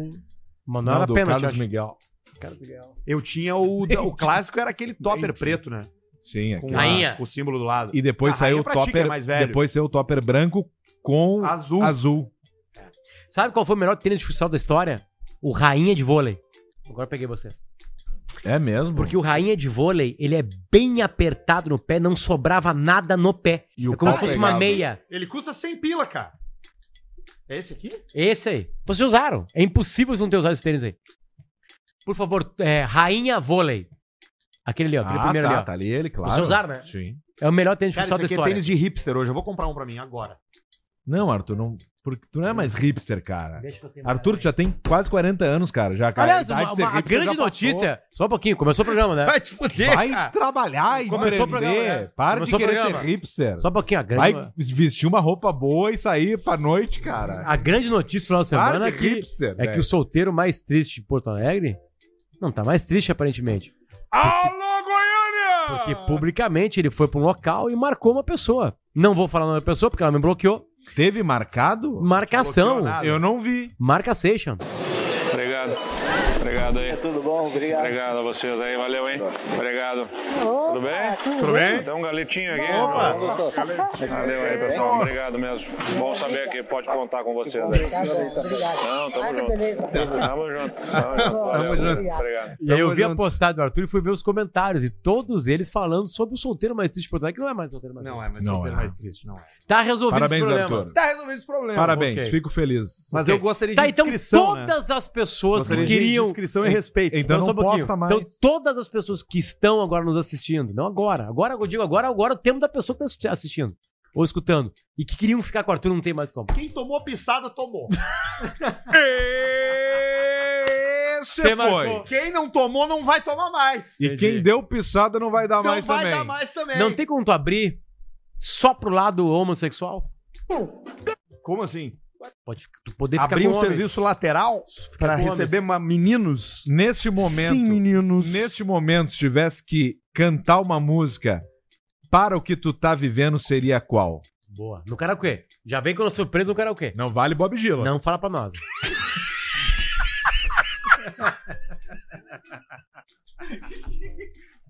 C: Mano, não era
B: do
C: pênalti, eu
B: Carlos
C: acho.
B: Miguel.
C: Carlos Miguel.
A: Eu tinha o. O clássico era aquele topper
B: Gente.
A: preto, né?
B: Sim,
A: Com,
B: aqui.
A: a-
C: Rainha.
A: com o símbolo do lado.
B: E depois
A: A
B: saiu
A: rainha
B: o
A: pra ti, que é
B: topper.
A: mais velho.
B: Depois saiu o topper branco com azul.
A: Azul.
C: É. Sabe qual foi o melhor tênis de futsal da história? O Rainha de Vôlei. Agora eu peguei vocês.
B: É mesmo?
C: Porque o rainha de vôlei, ele é bem apertado no pé, não sobrava nada no pé.
B: E o
C: É como se
B: pau
C: fosse uma
B: pegava.
C: meia.
A: Ele custa 100 pila, cara. É esse aqui?
C: Esse aí. Vocês usaram. É impossível vocês não ter usado esse tênis aí. Por favor, é, rainha vôlei. Aquele ali, ó. Aquele
B: Ah,
C: primeiro
B: tá,
C: ali, ó.
B: tá ali ele, claro.
C: Vocês usaram, né?
B: Sim.
C: É o melhor tênis de
A: Cara,
C: futsal
A: isso
C: da
A: aqui é
C: história.
A: tênis de hipster hoje. Eu vou comprar um pra mim agora.
B: Não, Arthur, não. Porque tu não é mais hipster, cara.
C: Deixa que eu tenho
B: Arthur,
C: mais.
B: tu já tem quase 40 anos, cara. Já, cara.
C: Aliás,
B: A idade
C: uma,
B: de ser
C: uma- a
B: hipster já
C: grande
B: passou.
C: notícia. Só um pouquinho, começou o programa, né?
A: Vai te fuder.
B: Vai trabalhar e
C: Começou o programa, né?
B: empreender. Para
C: Começou o
B: de querer
C: programa.
B: ser hipster.
C: Só um pouquinho, a grande.
B: Vai vestir uma roupa boa e sair pra noite, cara.
C: A grande notícia do final de semana
B: Para
C: é
B: de
C: que,
B: hipster,
C: é que
B: velho.
C: o solteiro mais triste de Porto Alegre. Não, tá mais triste aparentemente.
B: Alô, Goiânia!
C: Porque publicamente ele foi pra um local e marcou uma pessoa. Não vou falar o nome da pessoa porque ela me bloqueou.
B: Teve marcado?
C: Marcação.
A: Bloqueou nada.
B: Eu não vi.
C: Marca session.
E: Obrigado. Obrigado aí. É tudo bom? Obrigado. Obrigado a vocês aí. Valeu, hein? Obrigado. Tudo bem? Tudo bem? Dá um galetinho aqui. Opa! Valeu aí, pessoal. Obrigado mesmo. Bom saber que pode contar com vocês aí. Não, tamo junto. Tamo junto. Tamo junto. Valeu.
B: junto.
E: Obrigado.
C: E aí eu
B: Tamo
C: vi a
B: junto.
C: postagem do Arthur e fui ver os comentários. E todos eles falando sobre o solteiro mais triste de Porto Alegre, que não é mais solteiro mais triste.
A: é, mas
B: Não
A: solteiro
B: é.
A: triste, não é.
C: Tá resolvido
B: Parabéns,
C: esse problema.
B: Arthur.
A: Tá resolvido esse problema.
B: Parabéns,
A: Ok.
B: fico feliz.
A: Mas
C: Ok.
A: eu gostaria de
C: Tá, então
A: descrição, né?
C: todas as pessoas que
A: Gostaria de
C: queriam...
A: descrição e respeito.
B: Então
C: só
B: não
C: um pouquinho.
B: posta mais.
C: Então, todas as pessoas que estão agora nos assistindo, não agora, agora eu digo agora, agora é o tempo da pessoa que está assistindo ou escutando e que queriam ficar com o Arthur não tem mais como.
A: Quem tomou pisada, tomou.
B: Esse foi.
C: Você marcou.
A: Quem não tomou, não vai tomar mais.
B: E quem deu pisada não vai dar
A: Não
B: mais
A: vai
B: também.
A: dar mais também.
C: Não tem como tu abrir só pro lado homossexual?
A: Como assim?
C: Pode tu poder ficar
A: Abrir um
C: homens.
A: serviço lateral pra
C: com homens.
A: receber ma- meninos?
B: Neste momento,
A: Sim, meninos.
B: neste momento, se tivesse que cantar uma música para o que tu tá vivendo, seria qual?
C: Boa. No karaokê. Já vem com a surpresa no karaokê.
B: Não vale Bob Gila.
C: Não fala pra nós.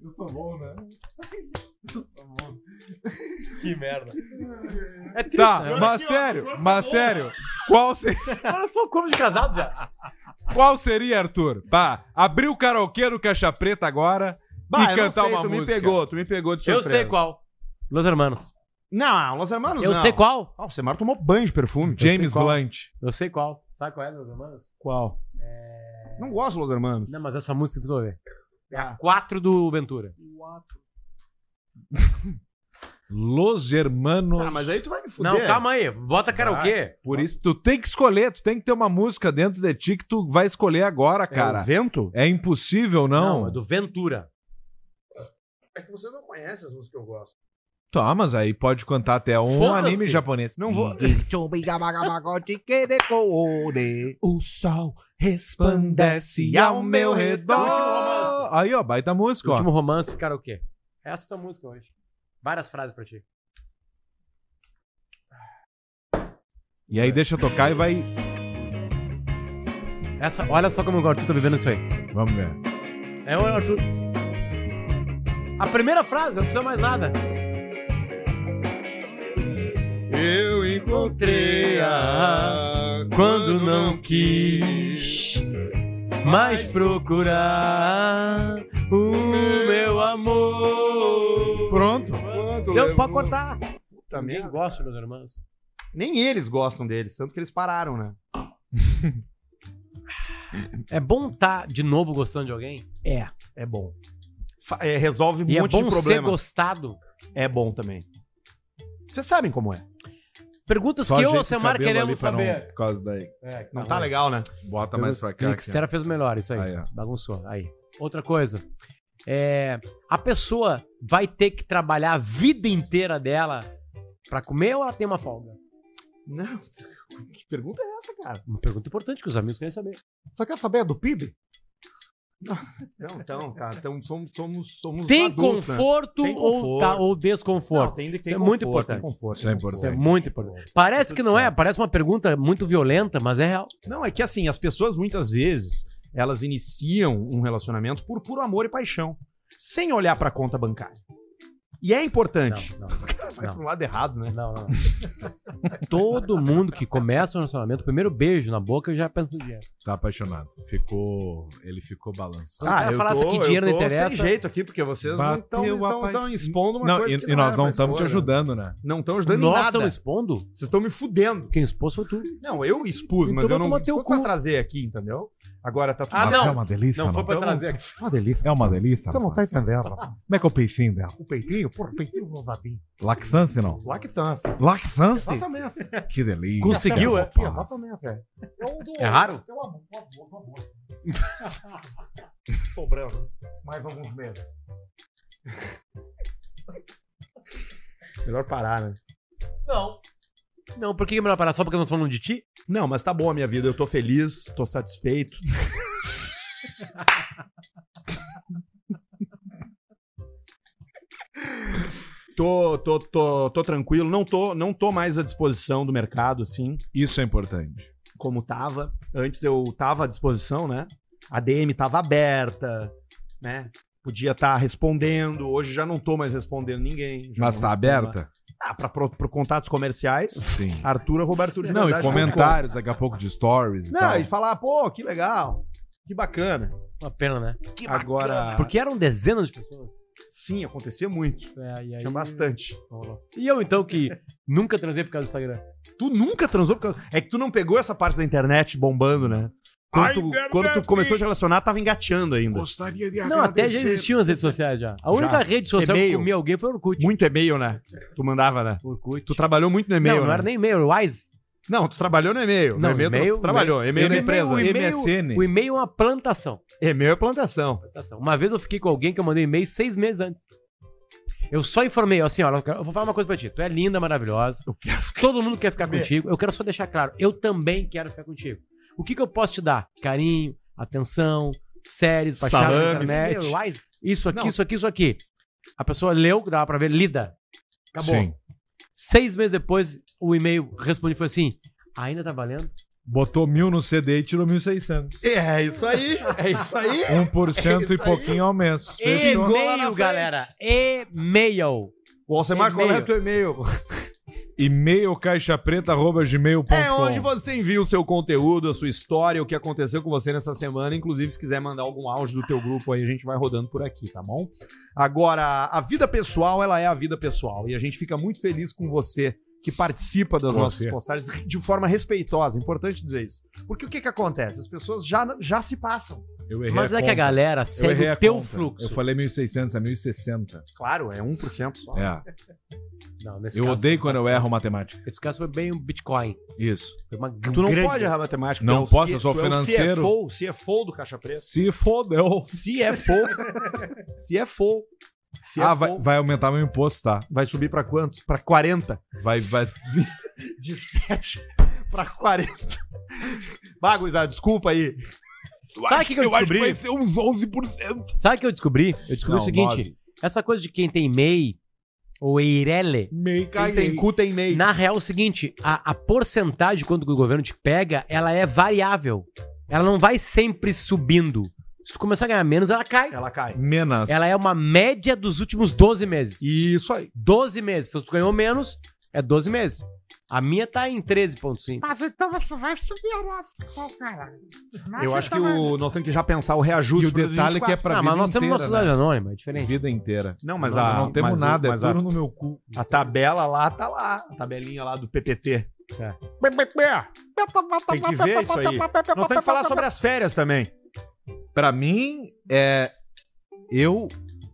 B: Eu sou bom, né?
C: que merda. É triste,
B: Tá,
C: né?
B: mas sério, mas sério, qual, se-
C: Olha só o corpo de casado já.
B: qual seria, Arthur? Pá, abrir o karaokê do Caixa Preta agora
A: Bah,
B: e
A: eu não
B: cantar
A: sei,
B: uma
A: tu
B: música.
A: me pegou, tu me pegou de
C: Eu
A: surpresa.
C: sei qual. Los Hermanos.
A: Não, Los Hermanos
C: Eu
A: não.
C: sei qual.
A: Ah, o Semar tomou banho de perfume.
B: James
C: qual.
B: Blunt.
C: Eu sei qual. Sabe qual é, Los Hermanos?
A: Qual? Não gosto de Los Hermanos.
C: Não, mas essa música tem tudo a ver. É a
A: Ah.
C: 4 do Ventura.
B: Los Hermanos.
A: Ah, mas aí tu vai me fuder.
C: Não, calma aí. Bota karaokê.
B: Por isso, tu tem que escolher, tu tem que ter uma música dentro de ti que tu vai escolher agora,
A: cara.
B: cara.
A: vento?
B: É impossível, não.
C: é do Ventura.
A: É que vocês não conhecem as músicas que eu gosto.
B: Tá, mas aí pode cantar até um
C: Foda-se.
B: anime japonês.
C: Não vou.
A: O sol resplandece
B: ao meu redor. Aí, ó, baita música, ó.
C: Último romance, karaokê. Essa é a tua música hoje. Várias frases pra ti.
B: E aí deixa tocar e vai.
C: Essa, olha só como o Arthur tá vivendo isso aí.
B: Vamos ver.
C: É o Arthur. A primeira frase, não precisa mais nada. Eu encontrei-a quando não quis mais procurar o meu amor.
B: Pronto.
C: Eu posso cortar. Também gosto, meus irmãos.
A: Nem eles gostam deles, tanto que eles pararam, né?
C: É bom estar de novo gostando de alguém.
A: É, é bom. Fa- é, resolve um
C: E é
A: monte de
C: bom ser
A: problema.
C: gostado.
A: É bom também. Vocês sabem como é.
C: Perguntas
B: Só
C: que eu
B: ajeita
C: ou
B: o
C: a Samara
B: cabelo
C: queremos
B: ali pra não-
C: saber.
B: Por causa daí.
C: É,
A: Não tá legal, né?
B: Bota mais pra cá. aqui, ó.
C: Clickstera fez melhor, isso aí.
B: Aí, ó.
C: Bagunçou. Aí. Outra coisa. É, a pessoa vai ter que trabalhar a vida inteira dela pra comer ou ela tem uma folga?
A: Não. Que pergunta é essa, cara?
C: Uma pergunta importante que os amigos querem saber.
A: Só quer saber do PIB? Não, então, tá. Então somos. somos, somos
C: Tem
A: adultos, né?
C: conforto,
A: Tem
C: Ou,
A: conforto.
C: tá- ou desconforto?
A: Não, tem, tem
C: Isso é
A: conforto,
C: muito importante.
A: tem conforto,
B: Isso é
A: tem conforto.
C: Isso é
B: importante.
C: muito importante. Parece que não é, parece uma pergunta muito violenta, mas é real.
A: Não, é que assim, as pessoas muitas vezes elas iniciam um relacionamento por puro amor e paixão, sem olhar pra conta bancária. E é importante.
C: não,
A: Vai
C: não.
A: pro lado errado, né?
C: não, não. Todo mundo que começa um relacionamento, o primeiro beijo na boca já pensa em dinheiro.
B: Tá apaixonado. Ficou. Ele ficou balançado.
C: Quando o cara falasse que dinheiro
A: Ah, eu
C: não
A: tô
C: interessa-
A: É sem jeito aqui, porque vocês não
B: Bateu a pai-
A: estão expondo uma
B: Não,
A: coisa
B: e,
A: que
B: e nós
A: é
B: não
A: pra
B: estamos te
A: expor, né?
B: ajudando, né?
A: Não estão ajudando em
C: Nós
A: nada.
C: estamos expondo?
A: Vocês estão me fudendo.
C: Quem expôs foi tu.
A: Não, eu expus,
C: Então
A: mas eu
C: vai
A: não
C: tomar teu
A: expus pra
C: cu.
A: trazer aqui, entendeu? Agora tá tudo
C: Ah,
B: Mas
C: não.
B: É uma delícia.
C: Não, foi pra
A: Então,
C: trazer aqui.
A: É uma delícia.
B: É uma delícia.
A: Você não
B: rapaz.
A: tá entendendo, rapaz.
B: Como é que é o peitinho dela?
A: O peitinho, porra, peitinho rosadinho.
B: Laxante, não?
A: Lactância.
B: Laxante?
A: Exatamente.
B: Que delícia.
C: Conseguiu, é?
B: rapaz.
A: Exatamente, é.
C: É raro?
A: Seu amor, por favor, por favor. Sobrando. Mais alguns meses. Melhor parar, né?
C: Não. Não, por que é melhor parar? Só porque nós falamos de ti?
A: Não, mas tá bom a minha vida. Eu tô feliz, tô satisfeito. tô, tô, tô, tô tranquilo. Não tô, não tô mais à disposição do mercado, assim,
B: Isso é importante.
A: como tava. Antes eu tava à disposição, né? A DM tava aberta, né? Podia estar respondendo. Hoje já não tô mais respondendo ninguém. já
B: Mas
A: não
B: tá
A: respondo mais.
B: aberta?
A: Ah, pra, pro, pro contatos comerciais.
B: Sim.
A: Arthur, arroba Arthur de
B: Não, e
A: Verdade ponto com.
B: comentários então. daqui a pouco de stories. e
A: Não,
B: tal.
A: e falar, pô, que legal, que bacana.
C: Uma pena, né?
A: Agora,
C: Porque eram dezenas de pessoas.
A: sim, acontecia muito,
C: É, e
A: tinha bastante.
C: E eu, então, que nunca transei por causa do Instagram.
A: Tu nunca transou, porque... é que tu não pegou essa parte da internet bombando, né? Quando, tu, quando tu começou a te relacionar, tava engateando ainda.
B: Gostaria de
C: Não, até já existiam as redes sociais já. A
A: Já.
C: única rede social que
A: E-mail.
C: eu comi alguém foi o Orkut.
A: Muito e-mail, né? Tu mandava, né?
C: Orkut.
A: Tu trabalhou muito no e-mail,
C: não, não era
A: né?
C: nem e-mail, era Wise.
A: Não, tu trabalhou no e-mail.
C: Não,
A: no e-mail,
C: e-mail- né?
A: tu trabalhou. E-mail na
B: e-mail-
A: empresa.
C: O e-mail,
B: MSN.
C: o e-mail é uma plantação.
A: E-mail é plantação.
C: Plantação. Uma vez eu fiquei com alguém que eu mandei e-mail seis meses antes. Eu só informei, assim, olha, eu vou falar uma coisa pra ti. Tu é linda, maravilhosa. Todo mundo quer ficar contigo. Eu quero só deixar claro, eu também quero ficar contigo. O que, que eu posso te dar? Carinho, atenção, séries, baixadas na
A: Salames.
C: internet, uai, Isso aqui,
A: Não.
C: isso aqui, isso aqui. A pessoa leu, dava pra ver, lida. Acabou.
B: Sim.
C: Seis meses depois, o e-mail respondi foi assim: ainda tá valendo?
B: Botou mil no CD e tirou 1.600.
A: É isso aí, é isso
B: 1%
A: aí. É
B: e
A: isso aí.
B: pouquinho ao mês. Fechou.
A: lá na
C: E-mail,
A: frente.
C: galera. E-mail.
A: Ô, Alcemar, qual é o teu e-mail?
B: E-mail caixapreta.gmail.com.
A: É onde você envia o seu conteúdo, a sua história, o que aconteceu com você nessa semana. Inclusive, se quiser mandar algum áudio do teu grupo aí, a gente vai rodando por aqui, tá bom? Agora, a vida pessoal, ela é a vida pessoal. E a gente fica muito feliz com você que participa das
B: Com
A: nossas
B: você.
A: postagens de forma respeitosa. Importante dizer isso. Porque o que que acontece? As pessoas já, já se passam.
B: Eu errei
C: Mas é que a
B: conta.
C: galera
B: Eu errei
C: segue
B: a
C: o teu
B: conta.
C: fluxo.
B: Eu falei 1.600 a 1.060.
A: Claro, é 1% só.
B: É.
C: Não, nesse
B: Eu
C: caso,
B: odeio quando eu
C: bastante.
B: erro matemática.
C: Esse caso foi bem um Bitcoin.
B: Isso.
C: Foi uma
A: Tu não pode errar matemática.
B: Não
A: tu é o
B: posso,
A: C-
B: eu sou
A: tu é o
B: financeiro.
A: é
C: é
A: CFO, CFO do Caixa Preta.
B: Se fodeu.
A: CFO. CFO. Se é
B: Ah,
A: for-
B: vai, vai aumentar meu imposto, tá?
A: vai subir pra quanto? Pra 40.
B: Vai, vai.
A: De 7 pra 40. Bagulho, desculpa aí.
C: Sabe o que, que eu descobri?
A: É
B: ser uns 11%.
C: Sabe o que eu descobri? Eu descobri
B: Não,
C: o seguinte:
B: nove.
C: essa coisa de quem tem MEI ou Eirele,
B: Meio
A: Quem tem cu tem meio.
C: na real é o seguinte: a, a porcentagem quando o governo te pega, ela é variável. Ela não vai sempre subindo. Se tu começar a ganhar menos, ela cai.
A: Ela cai.
B: Menos.
C: Ela é uma média dos últimos 12 meses.
A: Isso aí.
C: 12 meses. Então, se tu ganhou menos, é 12 meses. A minha tá em 13,5.
F: Mas então você vai subir a nossa pau, cara. Mas
A: Eu acho que
F: então vai-
A: o- nós temos que já pensar tá o
B: E
A: reajuste
B: o detalhe é que é
A: 2024.
B: pra
C: ah,
B: vida
C: mas nós temos
B: inteira,
C: uma sociedade
B: né?
C: anônima, é diferente.
B: Vida inteira.
A: Não, mas
B: Nós
A: a.
B: não temos
A: mas o-
B: nada, é
A: mas a-
B: tudo no meu cu.
A: A tabela lá tá lá. A tabelinha lá do PPT.
C: É.
A: Bé, bé, bé. Tem que ver isso aí. Nós temos que falar sobre as férias também.
B: Pra mim, é. Eu,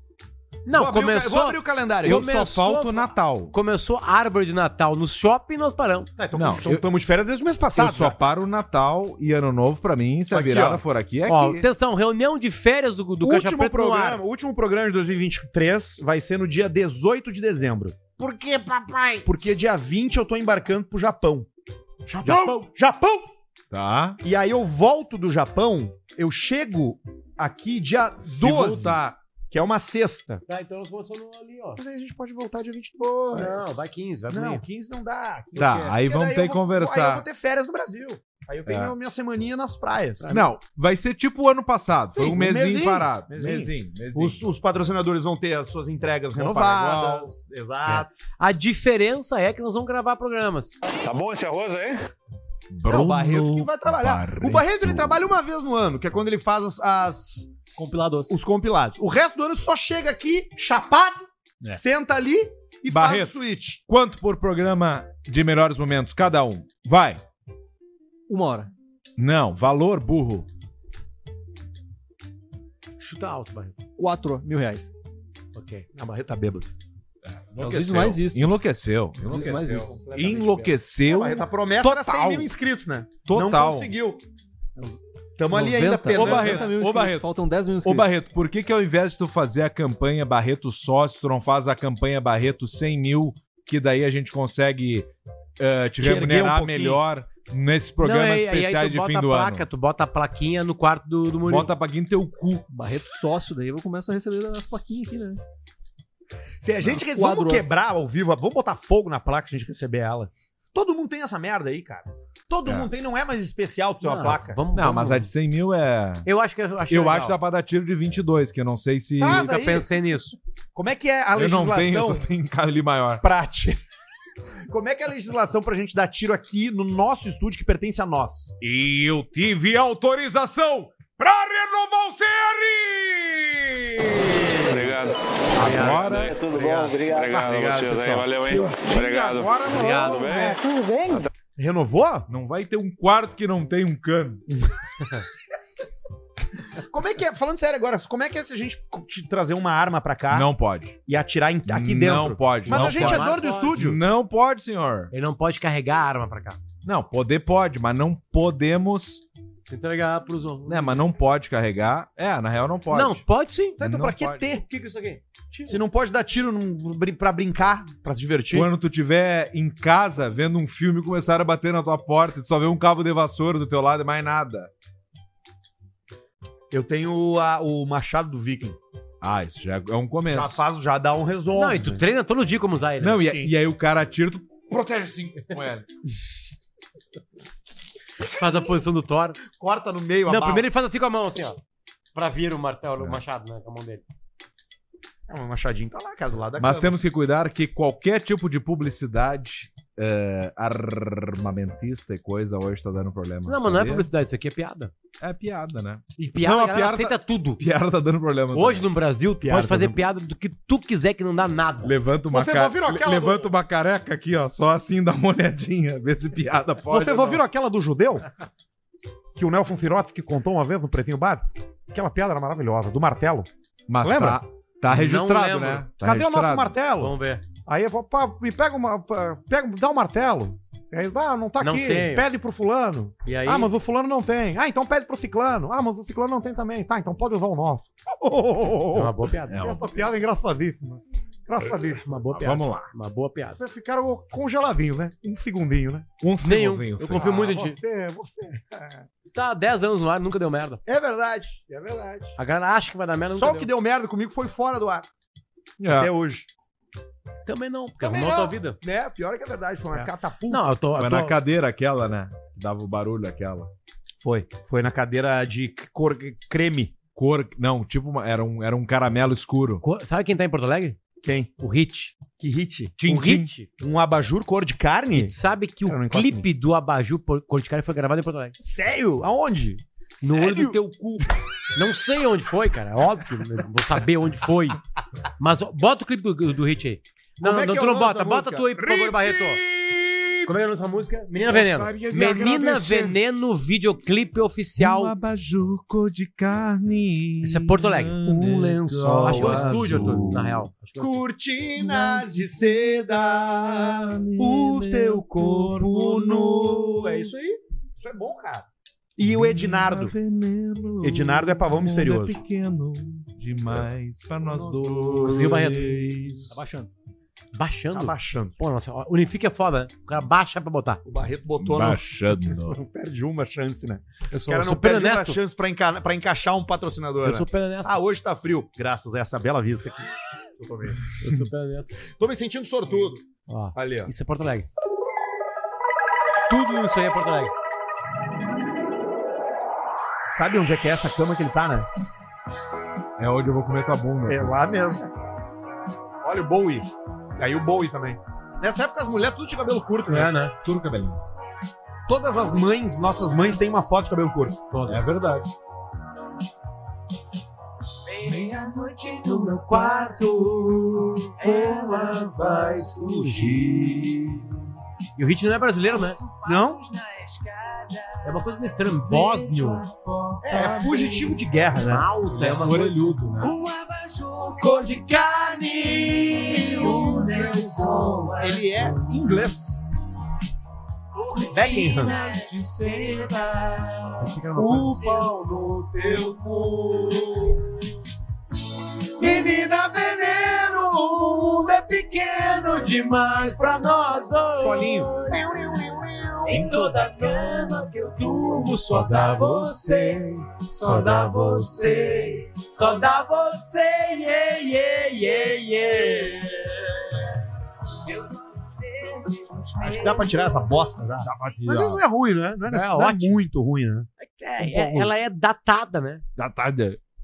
A: Vou
C: Não,
A: abrir o ca-
C: começou,
A: vou abrir o calendário.
B: eu
C: começou
B: só falto
C: a-
B: Natal.
C: começou a árvore de Natal no shopping e nós paramos.
A: Tá, então,
B: Não,
A: então
B: eu-
A: estamos de férias desde o mês
B: Eu
A: passado. né?
B: só
A: já.
B: paro Natal e Ano Novo pra mim. Se a
A: Aqui,
B: virada
A: ó.
B: for aqui, é
C: Ó,
B: aqui.
C: atenção, reunião de férias do, do
A: o
C: Caixa
A: último
C: Preto no
A: programa,
C: ar.
A: o último programa de 2023 vai ser no dia 18 de dezembro.
F: Por que, papai?
A: Porque dia 20 eu tô embarcando pro Japão.
B: Japão!
A: Japão!
B: Tá.
A: E aí eu volto do Japão, eu chego aqui dia
B: Se
A: 12,
B: voltar-
A: que é uma sexta.
C: Tá, então nós começamos ali, ó.
A: Mas aí a gente pode voltar dia 22.
C: Não, vai 15, vai
A: Não,
C: não.
A: 15 não dá. 15
B: Tá,
A: eu quero.
B: aí
A: Porque
B: vamos
A: daí
B: ter
A: eu
B: que
A: vou- Aí eu
B: conversar.
A: vou ter férias no Brasil. Aí eu tenho
B: É.
A: minha semaninha nas praias.
B: Não, vai ser tipo o ano passado. Foi
A: Sim,
B: um
A: um
B: mesinho,
A: mesinho.
B: parado.
A: Mesinho.
B: mesinho.
A: Os, os patrocinadores vão ter as suas entregas
B: Vão
A: renovadas. Exato.
C: A diferença é que nós vamos gravar programas.
E: Tá bom esse arroz aí?
A: É o Barreto que vai trabalhar. O Barreto ele trabalha uma vez no ano, que é quando ele faz as- as,
C: Compilador.
A: os compilados. O resto do ano só chega aqui, chapado,
B: É.
A: senta ali e
B: Barreto.
A: faz o switch.
B: Quanto por programa de melhores momentos cada um? Vai.
C: Uma hora.
B: Não, valor burro.
C: Chuta alto, Barreto.
H: 4 mil reais.
C: Ok.
A: A Barreto tá bêbado.
H: vídeos mais vistos.
B: É, Enlouqueceu.
A: É
H: vídeos mais
B: Enlouqueceu.
H: vistos.
A: A
B: Enlouqueceu.
A: Barreto, a promessa era
B: Total.
A: 100 mil inscritos, né? Não
B: Total.
A: conseguiu. Tamo ali ainda
H: 90.
A: penando.
B: Ô, Barreto,
H: 90 mil
B: ô,
H: inscritos,
B: Barreto.
H: Faltam 10 mil
B: Ô
H: inscritos.
B: Barreto, por que que ao invés de tu fazer a campanha Barreto sócio, tu não faz a campanha Barreto 100 mil, que daí a gente consegue eh, te
A: Te erguer um
B: remunerar
A: pouquinho.
B: melhor nesses programas
C: Não, é, e- e aí tu
B: especiais de
C: bota
B: fim
C: a
B: do
C: placa,
B: ano?
C: Tu bota a plaquinha no quarto do, do Murilo.
B: Bota pra quem teu cu.
H: Barreto sócio, daí eu começo a receber as plaquinhas aqui, né?
A: Se a gente receber,
H: Quadros.
A: vamos quebrar ao vivo, vamos botar fogo na placa se a gente receber ela. Todo mundo tem essa merda aí, cara. Todo
B: É.
A: mundo tem, não é mais especial tu ter uma
C: Não,
A: placa.
C: Vamos,
B: Não, mas a de 100 mil é...
C: Eu acho que eu acho
B: Eu
C: legal.
B: acho que dá pra dar tiro de 22, que eu não sei se...
A: Traz
C: Nunca
A: aí.
C: pensei nisso.
A: Como é que é a
B: eu não tenho, eu
A: legislação
B: só tenho Cali maior.
A: prática? Como é que é a legislação pra gente dar tiro aqui no nosso estúdio que pertence a nós?
B: E eu tive autorização pra renovar o CR!
E: Obrigado.
B: Agora...
E: Tudo bom? Obrigado. Obrigado a vocês aí. Valeu, hein? Obrigado.
B: Agora não, é
E: Obrigado,
C: É.
E: bem?
A: Renovou?
B: Ah, Não vai ter um quarto que não tem um cano.
A: Como é que é? Falando sério agora, como é que é se a gente te trazer uma arma pra cá
B: Não pode.
A: e atirar em- aqui
B: Não
A: dentro?
B: pode.
A: Mas
B: não
A: a gente
B: pode.
A: é dono do
C: Não
A: estúdio.
B: Não pode, senhor.
C: Ele não pode carregar a arma pra cá.
B: Não, poder pode, mas não podemos.
C: Se entregar pros outros.
B: Né, mas não pode carregar. É, na real não pode.
C: Não, pode sim.
A: Então, então
B: Não
A: pra que
B: pode.
A: ter?
C: O que que é isso aqui?
A: Se não pode dar tiro num, brin- pra brincar, pra se divertir.
B: Quando tu tiver em casa vendo um filme e começar a bater na tua porta, tu só vê um cabo de vassoura do teu lado e mais nada.
A: Eu tenho a- o machado do viking.
B: Ah, isso já é um começo.
A: Já faz, já dá um resolve.
C: Não, e tu treina todo dia como usar ele.
B: Não, e, é-
A: Sim.
B: e aí o cara atira, tu protege assim com ele.
C: Faz a posição do Thor.
A: corta no meio a
C: Não,
A: bala.
C: primeiro ele faz assim com a mão, assim, ó. Pra vir o martelo, o machado, né? Com a mão dele.
A: É um machadinho tá lá, cara, do lado da
B: Mas
A: cama.
B: temos que cuidar que qualquer tipo de publicidade eh, armamentista e coisa hoje tá dando problema.
C: Não, mas não é
B: sabia?
C: publicidade, isso aqui é piada.
B: É piada, né?
C: E piada,
B: Não, a
C: a galera
B: piada
C: aceita tudo.
B: Piada tá dando problema.
C: Hoje no Brasil, tu
B: Piada
C: pode fazer
B: também.
C: piada do que tu quiser que não dá nada.
B: Levanta uma,
A: Você
B: ca-
A: ouviram
B: le-
A: aquela
B: levanta uma careca aqui, ó, só assim, dá uma olhadinha, vê se piada pode.
A: Vocês
B: ou não.
A: ouviram aquela do judeu? Que o Nelson Firotsky contou uma vez no Pretinho Básico? Aquela piada era maravilhosa, do martelo.
B: Mas
A: Lembra?
B: Tá, tá registrado,
C: lembro.
B: né? Tá
A: Cadê o nosso
B: registrado.
A: martelo?
C: Vamos ver.
A: Aí eu falo, pá, me pega uma. pá, Pega, dá um martelo. Aí, ah, não tá
C: Não
A: aqui.
C: tenho.
A: Pede pro fulano.
C: E aí,
A: Ah, mas o fulano não tem. Ah, então pede pro ciclano. Ah, mas o ciclano não tem também. Tá, então pode usar o nosso.
C: é uma boa piada.
I: É
A: Essa piada é engraçadíssima. Engraçadíssima.
C: Uma boa piada.
I: Vamos lá.
C: Uma boa piada.
A: Vocês ficaram congeladinhos, né? Um segundinho, né? Ah,
I: Um
C: Nenhum.
I: filmezinho,
C: Eu
I: filme.
C: confio muito em ti.
A: você, você.
C: Tá há 10 anos no ar, nunca deu merda.
A: É verdade. É verdade.
C: A galera acha que vai dar merda, nunca
A: Só o que deu merda comigo foi fora do ar.
I: É.
A: Até hoje.
C: Também não, porque
A: Também
C: arrumou a tua
A: não.
C: vida.
A: Né? Pior é que é verdade. Foi uma
C: É.
A: catapulta.
C: Não, eu tô...
I: Foi
C: Eu
I: na
C: tô...
I: cadeira aquela, né? Que Dava o barulho aquela.
A: Foi. Foi na cadeira de cor creme.
I: Cor. Não, tipo, uma- era, um, era um caramelo escuro.
C: Co- Sabe quem tá em Porto Alegre?
A: Quem?
C: O Hit.
A: Que hit?
C: o
A: um hit?
C: Hit.
A: Um abajur cor de carne?
C: Sabe que
A: Cara, não
C: o
A: encosta em
C: clipe do Abajur por- Cor de Carne foi gravado em Porto Alegre.
A: Sério? Aonde?
C: No olho
A: Sério?
C: do teu cu. Não sei onde foi, cara. Óbvio, que eu não vou saber onde foi. Mas ó, bota o clipe do, do Hit aí. Não,
A: Como é
C: não,
A: que é
C: tu
A: o
C: não
A: nome
C: bota.
A: dessa
C: Bota
A: música?
C: tu aí, por favor, Barreto. Como é que é a nossa música? Menina Veneno.
I: Gostaria de
C: Menina
I: agradecer.
C: Veneno, videoclipe oficial.
I: Um abajur cor de carne.
C: Isso é Porto Alegre.
A: Um lençol
C: Acho que é o
A: azul.
C: estúdio, Arthur, na real. Acho que é o estúdio.
A: Cortinas assim. de seda, o teu corpo nu. É isso aí. Isso é bom, cara. E o Edinardo. Edinardo é pavão misterioso.
I: pequeno demais pra nós dois.
C: Conseguiu, Barreto? Tá baixando.
A: Tá
C: Baixando?
A: baixando.
C: Pô, nossa, ó, unifique é foda, né? O cara baixa pra botar.
A: O Barreto botou na.
I: Baixando.
A: Não perde uma chance, né?
C: Eu
A: O cara não
C: super
A: perde uma
C: honesto.
A: chance pra, enca- pra encaixar um patrocinador.
C: Eu
A: né?
C: sou super honesto.
A: Ah, hoje tá frio. Graças a essa bela vista aqui. que eu tomei.
C: Eu sou super honesto.
A: Tô me sentindo sortudo.
C: Ó,
A: Ali, ó.
C: isso é Porto Alegre. Tudo isso aí é Porto Alegre.
A: Sabe onde é que é essa cama que ele tá, né?
I: É onde eu vou comer tua bunda.
A: É lá mesmo. Olha o Bowie. Aí o Bowie também. Nessa época as mulheres tudo tinha cabelo curto, né?
C: né?
I: É, Tudo cabelinho.
A: Todas as mães, nossas mães, têm uma foto de cabelo curto.
I: É verdade.
D: No meu quarto, ela vai surgir.
C: E o hit não é brasileiro, né?
A: Não?
C: É uma coisa meio estranha. Bósnio.
A: É, é fugitivo de guerra, né?
C: Malta. É uma coisa...
I: Orelhudo, né?
D: Cor de carne, o meu sol
A: Ele é inglês. Beckham.
D: Cortinas de seda,
A: É O
D: pau no teu cu.
I: assim.
D: Menina veneno, o mundo é pequeno demais pra nós dois.
A: Solinho.
D: Em toda cama que eu durmo, só dá você, só dá você, só dá você, yeah, yeah, yeah, yeah.
A: Acho que dá pra tirar essa bosta, né? Mas isso não é ruim, né? Não é, nesse- não é muito ruim, né?
C: É, é- ela é datada, né?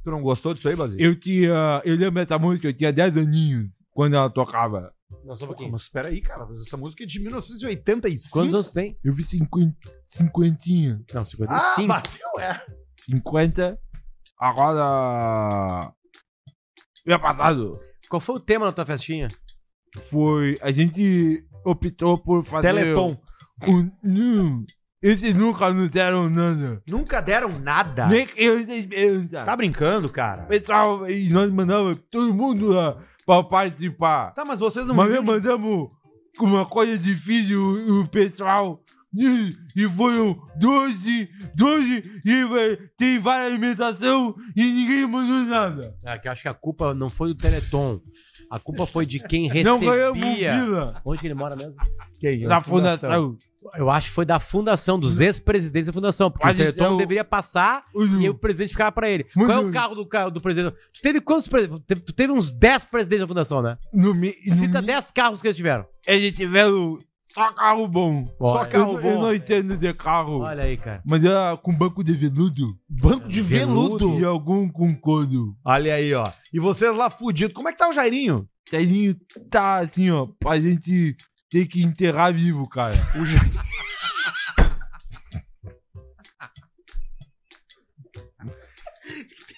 A: Tu não gostou disso aí, Basílio?
I: Eu tinha. Eu lembro dessa música, eu tinha 10 aninhos quando ela tocava.
C: Não, só
A: Porra,
C: um pouquinho.
A: mas peraí, cara. mas Essa música é de 1985.
C: Quantos anos tu tem?
I: Eu vi 50. 50.
C: Não, 55.
A: Ah, bateu, é.
I: 50. Agora. Meu passado.
C: Qual foi o tema na tua festinha?
I: Foi. A gente optou por fazer.
A: Teleton.
I: Um, não. Esses nunca nos deram nada.
A: Nunca deram nada.
I: Nem que eu tenha esperança.
A: Tá brincando, cara?
I: Pessoal, e nós mandamos todo mundo lá pra participar.
A: Tá, mas vocês não
I: Mas
A: viram
I: nós mandamos uma coisa difícil e o pessoal. E, e foram 12, 12, e vai- tem várias alimentação e ninguém mandou nada.
C: Ah, que eu acho que a culpa não foi do Teleton. A culpa foi de quem
I: Não ganhamos
C: recebia.
I: pila
C: Onde que ele mora mesmo?
A: Que isso?
I: na fundação.
C: Eu acho que foi da fundação, dos ex-presidentes da fundação. Porque
I: Mas
C: o Teleton
I: isso é o-
C: deveria passar
I: Uhum.
C: e aí o presidente ficava pra ele.
I: Muito
C: Qual é o
I: bem.
C: carro do, carro do presidente? Tu teve quantos presidentes? Teve- Tu teve uns 10 presidentes da fundação, né?
I: No, mi- no
C: Cita
I: mi-
C: 10 carros que eles tiveram. é.
I: eles tiveram só carro bom.
A: Só
C: Olha-
A: carro
I: eu, eu
A: bom.
I: não entendo de carro.
C: Olha aí, cara.
I: Mas era com banco de veludo.
A: Banco de veludo.
I: E algum com couro.
A: Olha aí, ó. E vocês lá fudido. Como é que tá o Jairinho?
I: Serginho tá assim, ó, pra gente ter que enterrar vivo, cara.
A: O Ja-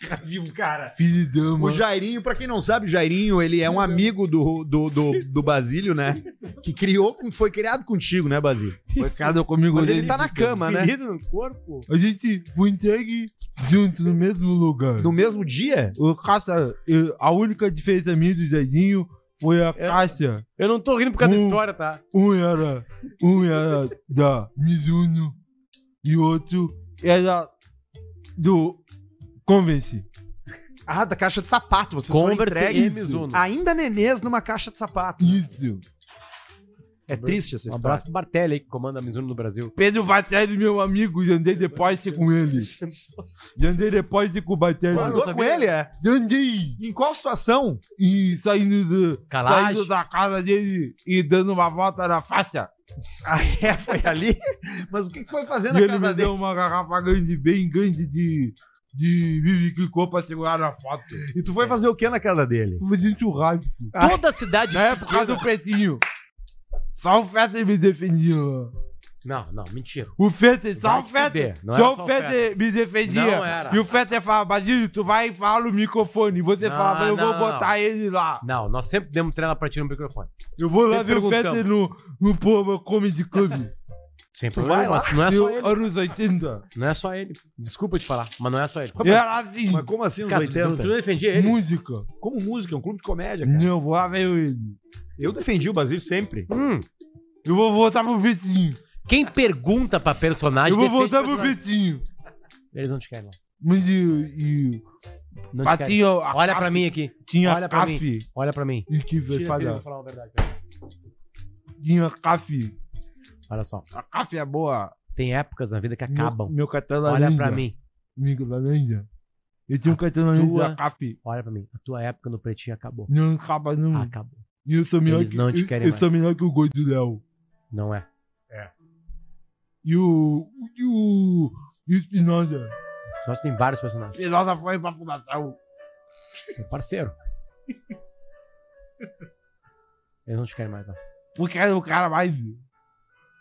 A: Tá vivo, cara.
I: Filho de dama.
A: O Jairinho, pra quem não sabe, o Jairinho, ele é um amigo do, do, do, do Basílio, né? Que criou, com- foi criado contigo, né, Basílio?
I: Foi casado comigo.
A: Mas ele
I: desde
A: tá na
I: pequeno.
A: cama, né?
C: Ferido no corpo?
I: A gente foi entregue junto no mesmo lugar.
A: No mesmo dia?
I: O Casta, eu- a única diferença minha do Serginho Foi a Cássia.
C: Eu não tô rindo por causa da
I: Hum.
C: história, tá?
I: Um era, um era da Mizuno e outro era do Convence.
A: Ah, da caixa de sapato. Vocês foram
C: Converse
A: entregues.
C: e Mizuno.
A: Ainda nenês numa caixa de sapato.
I: Isso.
A: É triste essa
C: Um
A: história.
C: abraço pro Bartelli aí, que comanda a Mizuno no Brasil.
I: Pedro Batelli, meu amigo, já andei de Porsche com ele. Já andei de Porsche com o Batelli.
A: Andou com ele, é?
I: Já andei
A: Em qual situação?
I: e saindo, do,
C: Calagem.
I: saindo da casa dele e dando uma volta na faixa.
A: Ah, é, foi ali? Mas o que que foi fazer
I: e
A: na
I: ele me
A: casa dele?
I: deu uma garrafa grande, bem grande de... De Vivi Clicô pra segurar na foto.
A: E tu foi fazer o que na casa dele? Ah.
I: Fui fazer um churrasco.
C: É. Toda a cidade.
I: Na época do Pretinho. Só o Feta me defendia. lá.
C: Não, não, mentira.
I: O Feta, só
C: Vai
I: o
C: te
I: Feta.
C: fuder, não era
I: Só
C: só
I: o
C: o
I: Feta me defendia.
C: Não era.
I: E o Feta falava, Basílio, tu vai e fala o microfone. E Você
C: Não,
I: falava, eu vou
C: não,
I: botar ele lá.
C: Não, nós sempre demos trela pra tirar o microfone.
I: Eu vou lá
C: Sempre
I: ver o Feta no, no Poma Comedy Club.
C: Sempre.
A: vai lá?
C: mas não é só
I: Eu,
C: ele.
I: anos 80.
C: Não é só ele. Desculpa te falar, mas não é só ele.
I: E Era assim,
A: Mas como assim, nos
C: Cara, tu, tu,
A: 80?
C: tu defendia ele?
I: música.
A: Como música, é um clube de comédia, cara.
I: Não, vou lá ver ele.
A: Eu defendi o Basílio sempre.
C: Hum,
I: Eu vou voltar pro Vitinho.
C: quem pergunta pra personagem.
I: Eu vou
C: defende
I: voltar
C: o
I: pro
C: personagem.
I: Vitinho.
C: Eles não te querem, não.
I: Mas e... e-
C: não te
I: Mas
C: querem.
I: tinha a
C: Olha
I: Caf-
C: pra mim aqui.
I: Tinha
C: olha
I: Olha
C: pra mim. Olha pra mim.
I: E que vai
C: Tira, filho, eu
I: falar.
C: vou falar uma verdade.
I: Tinha café.
C: Olha só.
I: A
D: Ah,
I: café é boa.
C: Tem épocas na vida que acabam.
I: Meu, meu cartão laranja.
C: Olha pra mim.
I: tá Amigo tá laranja. Eu tinha um cartão laranja
C: tua-
I: da café.
C: é. Olha pra mim. A tua época no pretinho acabou. Ah,
I: Não acaba não. é
C: Acabou.
I: E é eu sou melhor
C: eles
I: que,
C: não te
I: eu-
C: querem
I: Eu sou melhor que o Goi do Léo.
C: Não é.
I: E o... E o... E é. o Spinoza.
C: Só tem vários personagens.
I: Spinoza foi pra fundação.
C: É parceiro. Eles não te querem mais, não.
I: Porque era o cara mais...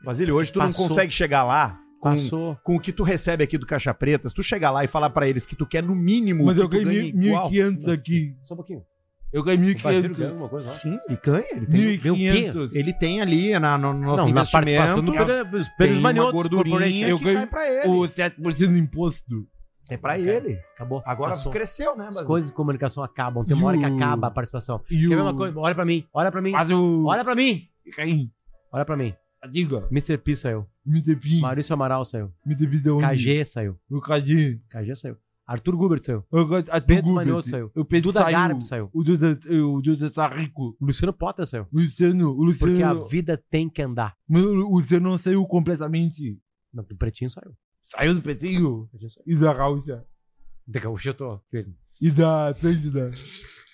A: Basílio, hoje tu
C: Passou.
A: não consegue chegar lá com,
C: Passou.
A: com o que tu recebe aqui do Caixa Preta. Se tu chegar lá e falar pra eles que tu quer no mínimo
I: Mas
A: que
I: eu
A: tu
I: ganhei
A: tipo ganha igual-
I: 1.500 aqui.
C: Só um pouquinho.
I: Eu ganhei
C: O Basílio ganhou
I: 1.500.
C: alguma coisa, não?
A: Sim, ele ganha. Ele tem,
I: 1.500.
A: ele tem ali na, no nosso
C: Não, na participação
A: investimento
C: do Pedro, os
A: tem
C: Pedro
A: uma
C: Maniotos
A: gordurinha
I: Eu
A: que
I: ganho
A: cai pra ele.
I: O 7% de imposto.
A: É pra
C: Ok.
A: ele.
C: Acabou.
A: Agora
C: Passou.
A: cresceu, né,
C: As
A: Basílio?
C: coisas de comunicação acabam. Tem uma hora que acaba a participação.
I: E
C: Quer ver
I: o-
C: uma coisa? Olha pra mim. Olha pra mim.
I: Mas o...
C: Olha pra mim.
I: Fica aí.
C: Olha pra mim.
I: Diga.
C: Mr. P saiu.
I: Mr. P.
C: Maurício Amaral saiu.
I: Mr. P da onde?
C: KG saiu.
I: O KG.
C: KG saiu. Arthur Gubert saiu.
I: Eu gosto- a
C: Pedro
I: Gubert.
C: Manioto saiu.
I: O Pedro
C: Duda
I: saiu.
C: Garbi saiu.
I: O Duda, o Duda tá rico.
C: Luciano Potter saiu.
I: O Luciano, o
C: Porque a
I: Luciano...
C: vida tem que andar.
I: Mas o Luciano não saiu completamente.
C: Não, o Pretinho saiu.
I: Saiu do Petinho.
C: O Pretinho saiu.
I: E da Raúcha.
C: Daqui a pouco eu tô firme.
I: E da Atlântida.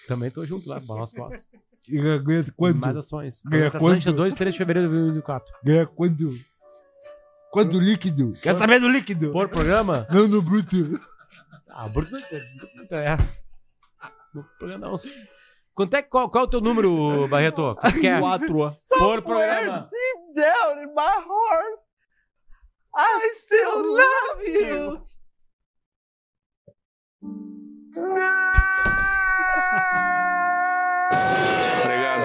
C: Também tô junto lá, balanço costas.
I: E ganha quanto?
C: Mais ações.
I: Ganha
C: Atlântica
I: quanto?
C: 2 e 3 de fevereiro de 2004.
I: Ganha quanto? Quanto líquido? Quer saber do líquido?
C: Por programa?
I: Não, no bruto.
C: Ah, Bruto não inter- não interessa. No programa não. Quanto é, qual, qual é o teu número, Barreto? Quanto que é?
I: Quatro.
C: Por programa.
D: Down in my heart, I still love you.
E: Obrigado.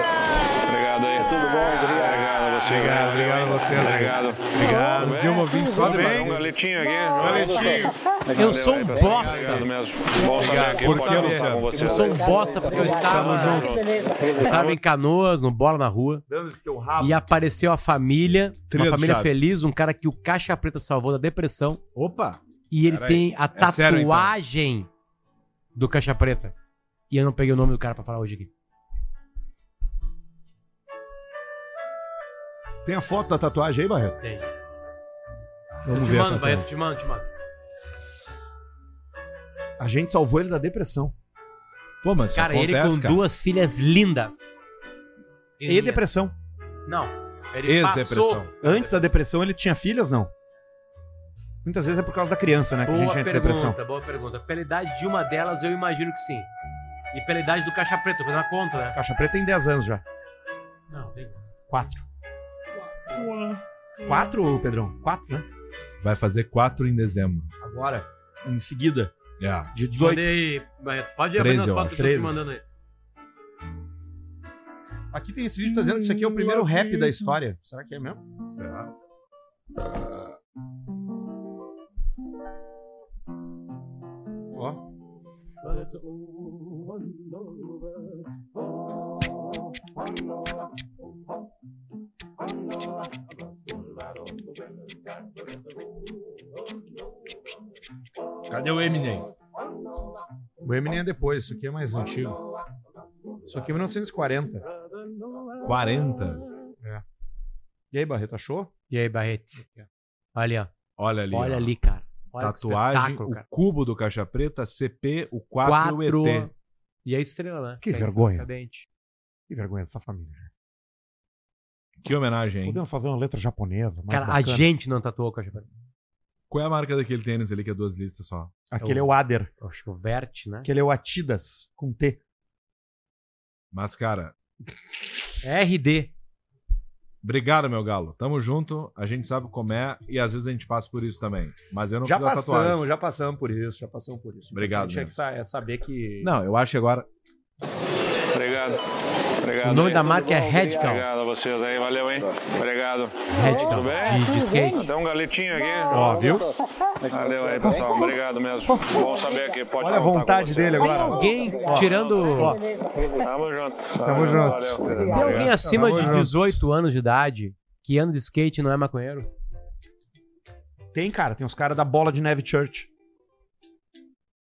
E: Obrigado aí. É Tudo bom? Obrigado a você.
A: Obrigado,
E: valeu,
A: obrigado a
E: hein?
A: vocês,
E: Obrigado.
A: Obrigado.
E: Tudo
I: De uma
E: bem?
I: vez só de
E: Tudo bem? Um
I: barriga.
E: galetinho aqui.
A: Valentinho.
E: Valeu
C: sou
E: aí,
C: um
E: pessoal.
C: bosta.
E: Obrigado mesmo. Bom saber que eu
I: Porque
E: posso
I: eu-
E: conversar com você.
C: Eu sou um bosta porque eu estava,
E: Tamo junto.
C: eu estava em Canoas, no Bola na Rua,
A: Dando esse teu rabo.
C: e apareceu a família,
I: Trilha
C: uma
I: do
C: família
I: Chaves.
C: feliz, um cara que o Caixa Preta salvou da depressão.
I: Opa.
C: E ele
I: Peraí.
C: tem a
I: É sério, então?
C: tatuagem do Caixa Preta. E eu não peguei o nome do cara pra falar hoje aqui.
A: Tem a foto da tatuagem aí, Barreto?
C: Tem.
A: Vamos
C: te
A: ver. a
C: mando,
A: tatuagem.
C: Barreto, te mando, te mando.
A: A gente salvou ele da depressão.
I: Pô, mas
C: Cara, ele com duas filhas lindas.
A: E depressão.
C: Não. Ele passou.
I: Ex-depressão.
A: Antes da depressão, ele tinha filhas, não? Muitas vezes é por causa da criança, né? Que a
C: Boa
A: gente entra em depressão.
C: pergunta, boa pergunta. Pela idade de uma delas, eu imagino que sim. E pela idade do Caixa Preta, tô fazendo a conta, né?
A: Caixa Preta tem 10 anos já.
C: Não, tem.
A: Quatro. Quatro, Pedrão? Quatro, né?
I: Vai fazer quatro em dezembro.
A: Agora. Em seguida.
I: É.
A: De 18.
C: Mandei, Barreto. Pode
I: 13,
C: abrir as
I: eu
C: fotos
I: acho.
C: que eu tô te
A: 13.
C: mandando aí.
A: Aqui tem esse vídeo tá dizendo que isso aqui é o primeiro rap da história. Será que é mesmo? Ó.
D: Cadê o Eminem?
A: O Eminem é depois, isso aqui é mais antigo. Isso aqui é 1940.
B: 40.
A: E aí, Barreto, achou?
C: E aí, Barrete? Olha, ali,
B: Olha ali.
C: ó. olha
B: ó.
C: ali, cara. Olha que
B: Tatuagem,
C: espetáculo,
B: o cubo do Caixa Preta, CP, o 4 e
C: Quatro. é
B: o ET.
C: E a estrela, né?
A: Que
C: É a estrela
A: vergonha.
C: cadente.
A: Que vergonha dessa família. gente.
B: Que homenagem, hein?
A: Podemos fazer uma letra japonesa, mais
C: Cara,
A: bacana.
C: a gente não tatuou o Caixa Preta.
B: Qual é a marca daquele tênis ali que é duas listas só?
A: Aquele é o Ader.
C: Eu Acho que o Vert, né?
A: Aquele é o Atidas, com T.
B: Mas, cara,
C: RD.
B: obrigado, meu galo. Tamo junto, a gente sabe como é e às vezes a gente passa por isso também. Mas eu não
A: Já
B: fiz a tatuagem.
A: passamos, já passamos por isso, já passamos por isso.
B: Obrigado,
A: A gente tinha
B: né?
A: que sa- é saber que...
B: Não, eu acho que agora.
E: Obrigado. Obrigado.
C: O nome
E: aí.
C: da marca é Radical.
E: Obrigado a vocês aí, valeu, hein? Obrigado.
C: Radical.
E: Tudo bem?
C: De, de skate.
E: Até um galetinho aqui.
A: Ó, viu?
E: Valeu aí, pessoal. Obrigado mesmo. Bom saber que pode
A: Olha a
E: contar com
A: vontade
E: vocês.
A: dele agora.
C: Alguém tirando.
A: Ó,
E: Tamo junto.
A: Tamo junto.
E: Valeu,
C: Tem alguém acima
A: Tamo
C: de
A: junto.
C: 18 anos de idade que anda de skate e não é maconheiro?
A: Tem, cara, tem os caras da Bola de Neve Church.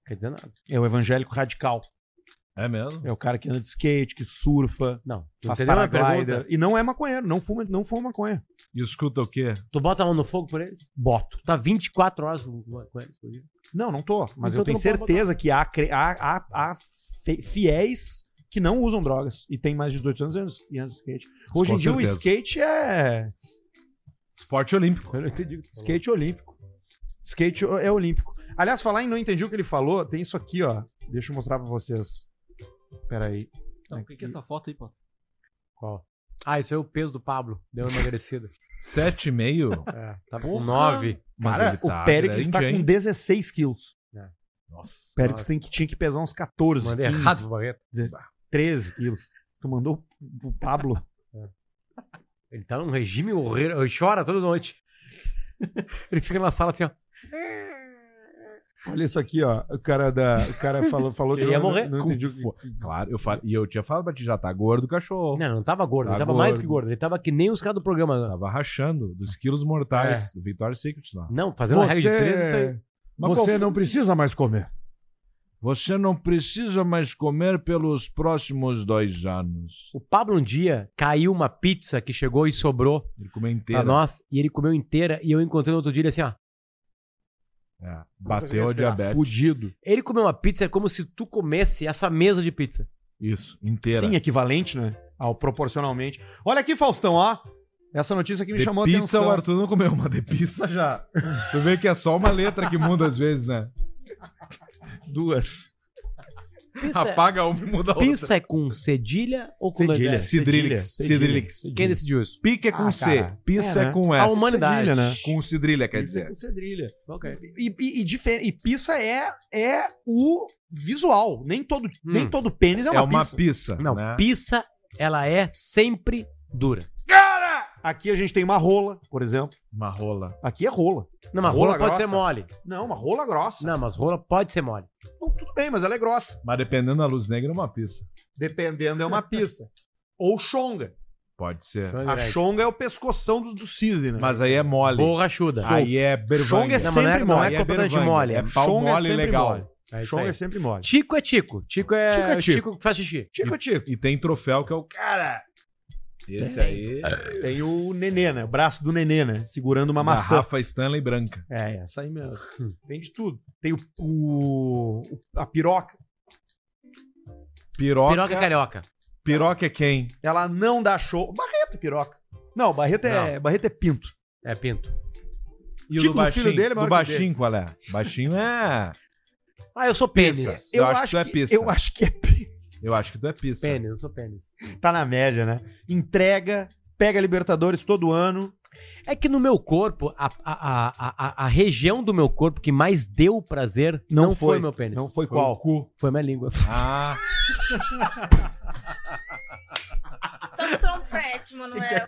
C: Quer dizer nada.
A: É o evangélico radical.
B: É mesmo?
A: É o cara que anda de skate, que surfa,
C: Não. Tu
A: faz
C: entendeu a minha
A: paraglider.
C: pergunta?
A: E não é maconheiro, não fuma, não fuma maconha.
B: E escuta o quê?
C: Tu bota a mão no fogo por eles?
A: Boto.
C: Tu tá 24 horas com com eles por dia.
A: Não, não tô. Mas
C: Então
A: eu tenho
C: tu não pode
A: certeza que há, cre- há, há, há fe- fiéis que não usam drogas e tem mais de 18 anos e andam- e andam de skate. Hoje
B: Com
A: em dia o
B: certeza.
A: skate é
B: Esporte olímpico.
C: Eu não entendi o que tu falou.
A: skate olímpico. Skate o- é olímpico. Aliás, falar em não entendi o que ele falou, tem isso aqui, ó. Deixa eu mostrar pra vocês. Peraí.
H: Então, o que que é essa foto aí, pô?
C: Qual? Ah, esse é o peso do Pablo. Deu uma emagrecida.
B: 7,5?
C: É, tava com 9.
B: Mas
A: tá Cara,
B: ele tá
A: o Péricles
B: grande,
A: está com
B: hein?
A: 16 quilos.
B: Nossa.
A: O Péricles tem que, tinha que pesar uns 14,
C: Mandei
A: 15,
C: errado pro Barreto.
A: 13 quilos. Tu mandou o Pablo.
C: É. Ele tá num regime horrível. Ele chora toda noite. Ele fica na sala assim, ó.
A: Olha isso aqui, ó. O cara, da, o cara falou, falou
C: Ele ia
A: eu não-
C: morrer.
A: Não entendi o que
B: Claro, eu falo, e eu tinha falado pra ti, já tá gordo o cachorro.
C: Não, não tava gordo.
B: Tá
C: ele tava mais
B: gordo.
C: que gordo. Ele tava que nem os caras do programa. É.
B: Tava rachando dos quilos mortais do Victoria's Secret lá.
C: Não, fazendo uma regra de 3, isso aí.
B: Mas qual foi-
A: não precisa mais comer.
B: Você não precisa mais comer pelos próximos dois anos.
C: O Pablo um dia caiu uma pizza Ah, que chegou e sobrou
B: Ele comeu
C: pra
B: inteira.
C: nós. E ele comeu inteira. E eu encontrei no outro dia ele assim, ó.
B: É,
A: consegue
B: bateu a
A: respirar.
B: diabetes.
A: Fudido.
C: Ele comeu uma pizza é como se tu comesse essa mesa de pizza.
B: Isso, inteira.
A: Sim, equivalente, né? Ao proporcionalmente. Olha aqui, Faustão, ó. Essa notícia aqui me
B: De
A: chamou a
B: pizza é um
A: atenção.
B: o Arthur não comeu, mas de pizza já. Tu vê que é só uma letra que muda às vezes, né?
A: Duas.
C: Pizza,
B: Apaga uma e muda a outra.
C: pizza é com cedilha ou com
A: Cedilha.
C: dois L's?
B: Cidrilix.
A: Cedilha.
B: Cidrilix.
C: Quem decidiu isso?
B: Pique é com
A: Ah,
B: C,
A: cara.
B: pizza
A: É,
B: é,
A: né?
B: com S.
C: A humanidade.
A: Cedilha, né?
B: Com cidrilha, quer dizer.
A: Com cedrilha.
C: Ok.
A: E, e, e, difer- e pizza é, é o visual. Nem todo, nem todo pênis é uma, pizza.
B: pizza.
C: Hum. Não,
B: né?
C: pizza, ela é sempre dura.
A: Aqui a gente tem uma rola, por exemplo.
B: Uma rola.
A: Aqui é rola.
C: Não, mas
A: Rola
C: rola, pode
A: grossa.
C: ser mole.
A: Não, uma rola grossa.
C: Não, mas rola pode ser mole.
A: Não, tudo bem, mas ela é grossa.
B: Mas dependendo da luz negra, é uma pizza.
A: Dependendo, é uma pizza. Ou chonga.
B: Pode ser. Ah,
A: A chonga é o pescoção do, do cisne, né?
B: Mas aí é mole.
C: Borrachuda.
B: Aí é
A: Chonga
B: bervanga.
A: é
C: Não, mas não é,
A: sempre
C: não
A: mole.
B: Aí
C: é completamente
B: bervanga.
C: mole.
B: É pau
A: Chonga é
B: mole
A: sempre
B: legal.
A: mole.
C: É isso
A: chonga
C: aí.
A: é sempre mole.
C: Tico é tico. Tico é
A: Tico é tico.
C: tico que faz xixi.
A: Tico, é tico.
B: E tem troféu que é o cara.
C: É.
B: Esse aí.
A: Tem o nenê, né? O braço do nenê, né? Segurando uma maçã.
B: Rafa Stanley branca.
A: É, essa aí mesmo. Tem de tudo. Tem o, o- o- a piroca.
B: Piroca.
C: Piroca é carioca.
B: piroca é quem?
A: Ela não dá show. Barreto é piroca. Não, Barreto é, Barreto é pinto.
C: É pinto.
B: E
A: Tipo do filho dele é maior
B: do
A: que
B: baixinho, qual é? Baixinho é.
C: Ah, eu sou
B: Pizza.
C: pênis.
B: Eu acho que tu é pizza.
A: Eu acho que é pinto.
B: Eu acho que tu é pizza.
C: Pênis, eu sou pênis.
A: Tá na média, né? Entrega, pega Libertadores todo ano.
C: É que no meu corpo, a, a, a, a, a região do meu corpo que mais deu prazer
A: Não
C: não, foi.
A: foi.
C: meu pênis.
A: Não foi qual?
B: cu.
C: Foi minha língua.
B: Ah,
F: Tô Tá um trompete, Manuel.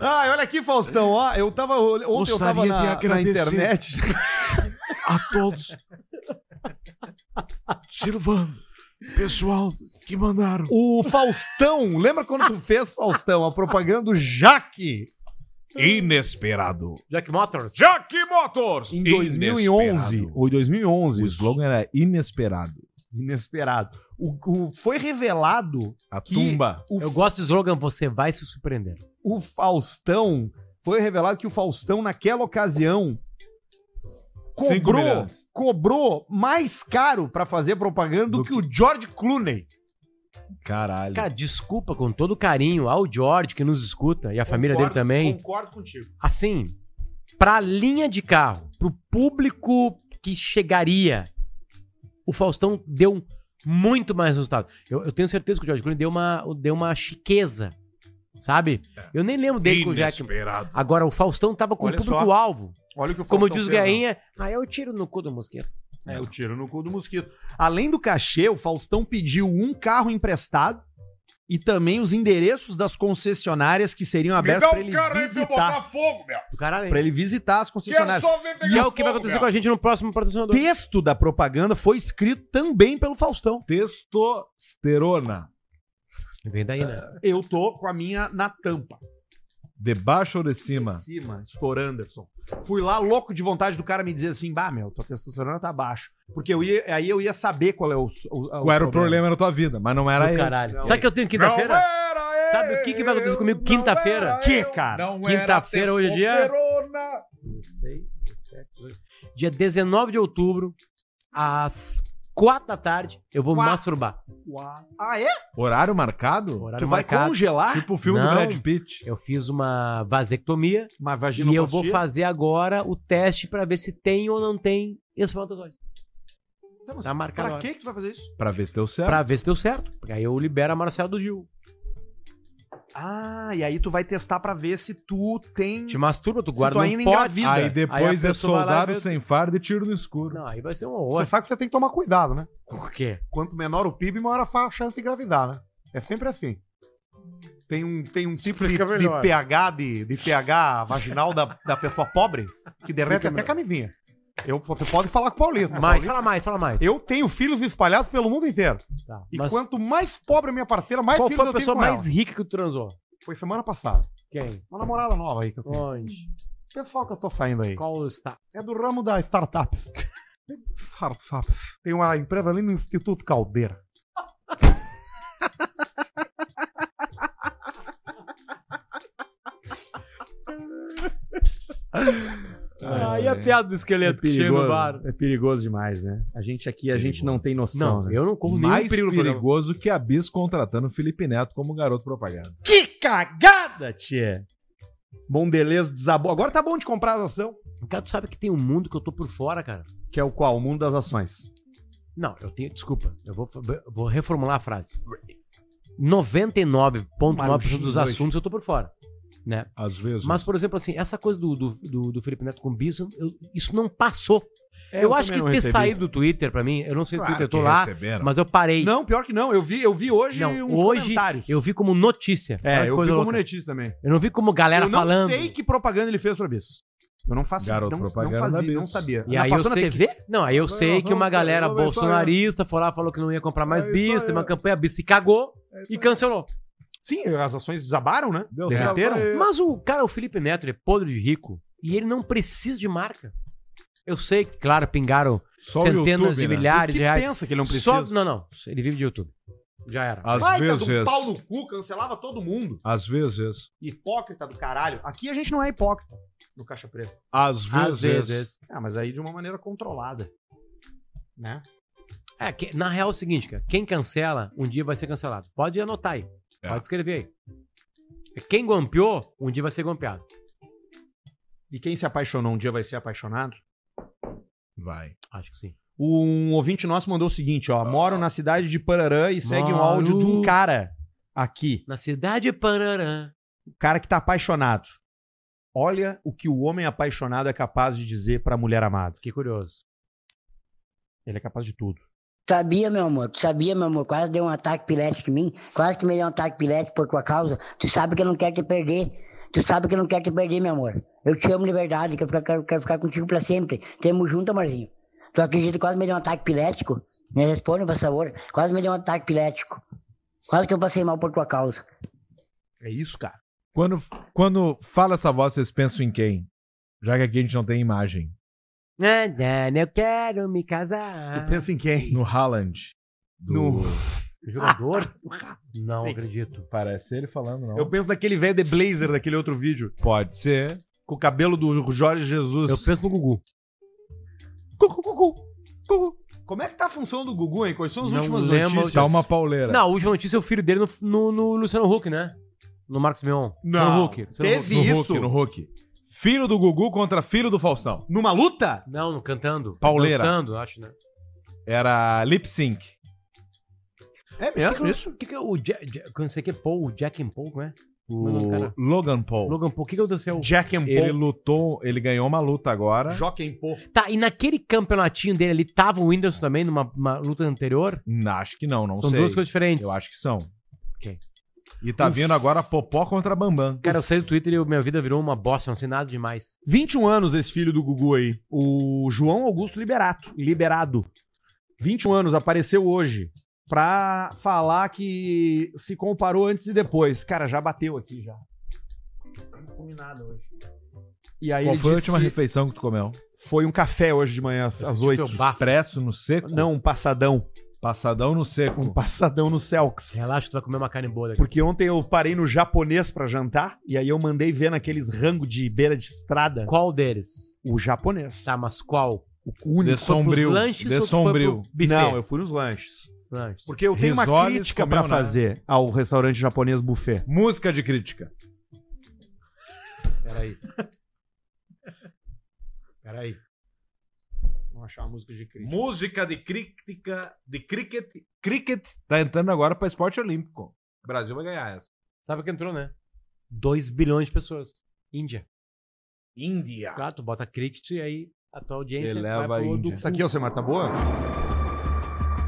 A: Ah, olha aqui, Faustão. Ó, eu tava. Ontem eu tava
B: Gostaria de
A: na, na
B: agradecer.
A: internet.
B: a todos Silvano, pessoal que mandaram.
A: O Faustão, lembra quando tu fez, Faustão, a propaganda do Jaque?
B: Inesperado.
C: Jack Motors.
B: Jack Motors!
A: Em 2011. Ou em 2011.
B: O slogan era inesperado.
A: Inesperado. O, o- foi revelado
B: A
A: Que-
B: tumba.
A: o,
C: Eu gosto do slogan, você vai se surpreender.
A: o Faustão. Foi revelado que o Faustão, naquela ocasião,
B: Cinco
A: cobrou,
B: milhões.
A: cobrou mais caro pra fazer propaganda do,
B: Do
A: que, o George Clooney.
B: Caralho.
C: Cara, desculpa com todo carinho ao George que nos escuta e a família dele também.
A: Concordo contigo.
C: Assim, pra linha de carro, pro público que chegaria, o Faustão deu muito mais resultado. Eu, eu tenho certeza que o George Clooney deu uma, deu uma chiqueza, sabe? Eu nem lembro dele com o Jack.
B: Inesperado.
C: Agora, o Faustão tava com o
A: É. Olha só.
C: público-alvo.
A: Olha o que o
C: Como
A: Faustão
C: diz o
A: fez, né?
C: Guerrinha, aí eu tiro no cu do mosquito.
A: É, o tiro no cu do mosquito. Além do cachê, o Faustão pediu um carro emprestado e também os endereços das concessionárias que seriam abertas
E: um
A: para ele visitar.
E: fogo, meu.
C: Do caralho. hein?
A: Para ele visitar as concessionárias.
E: só ver
C: E é o que vai acontecer com a gente no próximo
A: O
C: patrocinador.
A: texto da propaganda foi escrito também pelo Faustão.
B: Testosterona.
C: Vem daí, né?
A: Eu tô com a minha na tampa.
B: Debaixo ou de cima?
A: Em cima, estourando, Anderson. Fui lá louco de vontade do cara me dizer assim: bah, meu, tua testosterona tá baixa. Porque eu ia, aí eu ia saber qual é o. s- o-
B: Qual era o problema na tua vida? Mas não era
C: Do
B: isso.
C: caralho.
A: não.
C: Sabe o que eu tenho quinta-feira? Sabe o que que vai acontecer comigo quinta-feira?
A: Que, cara?
C: Quinta-feira, hoje é dia. 16, 17, 18. Dia 19 de outubro, às 4 da tarde, eu vou me
A: Quatro.
C: masturbar.
A: Uau. Ah, é?
B: Horário marcado?
A: Tu
C: Horário
A: vai
C: marcado.
A: congelar?
B: Tipo o filme
C: Não.
B: do Brad Pitt.
C: Eu fiz uma vasectomia
A: Uma
C: e eu vou fazer agora o teste pra ver se tem ou não tem espermatozoides.
A: Tá, mas
C: Tá marcado
A: Pra
C: agora.
A: que que tu vai fazer isso?
B: Pra ver se deu certo.
C: Pra ver se deu certo. Porque aí eu libero a Marcela do Gil.
A: Ah, e aí tu vai testar pra ver se tu tem.
C: Te masturba, tu
A: Hum. Se
C: guarda
A: tu
C: um
A: ainda
C: pote.
A: engravida.
B: Aí
C: Aí a
B: depois é
C: pessoa vai lá
B: soldado
C: e vê-
B: sem fardo e tiro no escuro.
C: Não, aí vai ser um
A: Você
C: horror.
A: sabe que você tem que tomar cuidado, né?
C: Por quê?
A: Quanto menor o PIB, maior a fa- chance de engravidar, né? É sempre assim. Tem um, tem um tipo de,
C: Explica
A: de
C: melhor.
A: pH de, de pH vaginal da, da pessoa pobre que derrete até a camisinha. Eu, você pode falar com o Paulista.
C: Mais,
A: Paulista-
C: fala mais, fala mais.
A: eu tenho filhos espalhados pelo mundo inteiro.
C: Tá,
A: E
C: mas
A: quanto mais pobre a minha parceira, mais
C: qual
A: filhos
C: foi
A: eu
C: a
A: tenho
C: pessoa
A: com
C: mais
A: ela.
C: rica que tu transou?
A: Foi semana passada.
C: Quem?
A: Uma namorada nova aí que eu tenho.
C: Onde?
A: O pessoal que eu tô saindo aí.
C: Qual está?
A: É do ramo da startups. startups. Tem uma empresa ali no Instituto Caldeira.
C: Ah, e a piada do esqueleto que chega no bar?
A: é perigoso demais, né? A gente aqui, a gente não tem noção.
C: Não,
A: né?
C: eu não corro nenhum
B: Mais
C: perigo no programa.
B: perigoso que a Bis contratando o Felipe Neto como garoto propaganda.
A: Que cagada, tia! Bom, beleza, desabou. Agora tá bom de comprar as ação.
C: Cara, tu sabe que tem um mundo que eu tô por fora, cara.
A: Que é o qual? O mundo das ações.
C: Não, eu tenho. Desculpa, eu vou, eu vou reformular a frase. 99,9% dos
A: Maluquinho
C: assuntos eu tô por fora. Né?
B: Às vezes.
C: Mas, por exemplo, assim, essa coisa do, do, do, do Felipe Neto com o Bis, eu- isso não passou.
A: É,
C: eu, acho que ter saído do Twitter pra mim, eu não sei do
A: Claro
C: Twitter, eu
B: tô
C: tô lá,
B: Receberam.
C: mas eu parei.
A: Não, pior que não. Eu vi, eu vi hoje
C: Não,
A: uns
C: hoje
A: comentários.
C: Eu vi como notícia. Olha
A: É,
C: que
A: eu vi
C: coisa
A: como
C: louca.
A: notícia também.
C: eu não vi como galera
A: eu não
C: falando.
A: sei que propaganda ele fez pra Bis. Eu não faço
B: Garoto
A: não,
B: propaganda
A: não
B: da
A: fazia,
B: Bis.
A: não sabia.
C: E
A: Ela
C: aí eu
A: passou na
C: sei
A: TV?
C: Não, aí eu sei que uma galera bolsonarista foi lá, falou que não ia comprar mais bis, teve uma campanha bis, se cagou e cancelou.
A: É Sim, as ações desabaram, né?
B: Deu
A: Derreteram.
B: certo.
C: Mas o cara, o Felipe Neto, ele é podre de rico e ele não precisa de marca. Eu sei que, claro, pingaram
B: Só o
C: centenas
B: YouTube,
C: de
B: né?
C: milhares
A: que
C: de reais.
A: pensa que ele não
C: Só,
A: precisa?
C: não, não, ele vive de YouTube. Já era.
B: Às
A: Baita do
B: vezes.
A: pau no cu, cancelava todo mundo.
B: Às vezes.
A: Hipócrita do caralho. Aqui a gente não é hipócrita no Caixa Preta.
B: Às vezes.
C: Às vezes.
A: Ah, mas aí de uma maneira controlada. Né?
C: É, que- na real é o seguinte, cara, quem cancela, um dia vai ser cancelado. Pode anotar aí.
B: É.
C: Pode escrever aí. Quem guampeou, um dia vai ser guampeado.
A: E quem se apaixonou um dia vai ser apaixonado?
B: Vai.
C: Acho que sim.
A: Um ouvinte nosso mandou o seguinte, ó. Moro na cidade de Pararã e segue um
C: Moro.
A: áudio de um cara aqui.
C: Na cidade Pararã.
A: Um cara que tá apaixonado. Olha o que o homem apaixonado é capaz de dizer pra mulher amada.
C: Fiquei curioso.
A: Ele é capaz de tudo.
J: Sabia, meu amor, tu sabia, meu amor, quase deu um ataque pilético em mim, quase que me deu um ataque pilético por tua causa. Tu sabe que eu não quero te perder, tu sabe que eu não quero te perder, meu amor. Eu te amo de verdade, que eu quero, quero- quero ficar contigo pra sempre. Tamo junto, amorzinho. Tu acredita que quase me deu um ataque pilético? Me responde, por favor. Quase me deu um ataque epilético. Quase que eu passei mal por tua causa.
A: É isso, cara.
B: Quando, quando fala essa voz, vocês pensam em quem? Já que aqui a gente não tem imagem.
C: Nana, eu quero me casar.
A: Tu pensa em quem?
B: No Haaland.
A: No-
C: Jogador? Não
A: Sim.
C: acredito.
B: Parece ele falando,
C: Então
B: não.
A: Eu penso naquele velho The Blazer daquele outro vídeo.
B: Pode ser.
A: Com o cabelo do Jorge Jesus.
C: Eu penso no Gugu.
A: Cucu, cucu, cucu. Como é que tá a função do Gugu, hein? Quais são as
C: Não
A: últimas
C: lembro.
A: notícias?
B: Tá uma pauleira.
C: Não, a última notícia é o filho dele no, no- no Luciano Huck, né? No Marcos Mion.
A: Não.
C: No Huck. Luciano
A: Teve
B: no
A: isso.
B: Hulk, no Hulk. Filho do Gugu contra filho do Faustão.
A: Numa luta?
C: Huck. Não, no cantando.
B: Pauleira.
C: Dançando, acho, né?
B: Era lip sync.
A: É
C: que que- O que que é o Jack... Jack- eu não sei o que é Paul, o Jack and Paul, né? O nome do
B: O
C: cara.
B: Logan Paul.
C: Logan Paul. O que que aconteceu?
A: Jack and
B: Ele
A: Paul.
B: lutou, ele ganhou uma luta agora.
A: Jock and Paul.
C: Tá, e naquele campeonatinho dele ali, tava o Whindersson também, numa uma luta anterior?
B: Não, Acho que não, não
C: São
B: sei.
C: duas coisas diferentes.
B: Eu acho que são.
C: Ok.
B: E tá
C: Uf.
B: vindo agora Popó contra Bambam.
C: Cara, eu saí do Twitter e eu- minha vida virou uma bosta, não sei nada demais.
A: 21 anos esse filho do Gugu aí. O João Augusto Liberato. Liberado. 21 anos, apareceu hoje. Pra falar que se comparou antes e depois. Cara, já bateu aqui já. Não comi nada hoje. E aí
B: Qual
A: ele
B: foi a
A: disse
B: última
A: que
B: refeição que tu comeu?
A: foi um café hoje de manhã, às- às
C: Esse tipo
A: 8.
C: é o bafo.
B: Presso no seco?
A: Não, um passadão.
B: Passadão no seco.
A: Um passadão no Celcs.
C: Relaxa, tu vai comer uma carne boa daqui.
A: Porque ontem eu parei no japonês pra jantar e aí eu mandei ver naqueles rangos de beira de estrada
C: Qual deles?
A: o japonês.
C: Tá, mas qual?
A: O único.
B: De sombrio.
C: lanches
B: De
C: ou tu foi
B: sombrio.
C: pro buffet?
A: Não, eu fui nos lanches.
C: Lanches.
A: Porque eu tenho uma
B: Risoles
A: crítica
B: comeu,
A: pra
B: né?
A: fazer ao restaurante japonês buffet.
B: Música de crítica.
C: Peraí. Peraí.
A: Vamos achar uma música de crítica.
B: Música de crítica de cricket. Cricket tá entrando agora pra esporte olímpico. O Brasil vai ganhar essa.
C: Sabe o que entrou, né? 2 bilhões de pessoas. Índia.
B: Índia.
C: Claro, tu bota cricket e aí a tua audiência
B: Eleva a
C: outro
B: Índia.
C: cu.
A: Isso aqui, ô Semar, tá boa?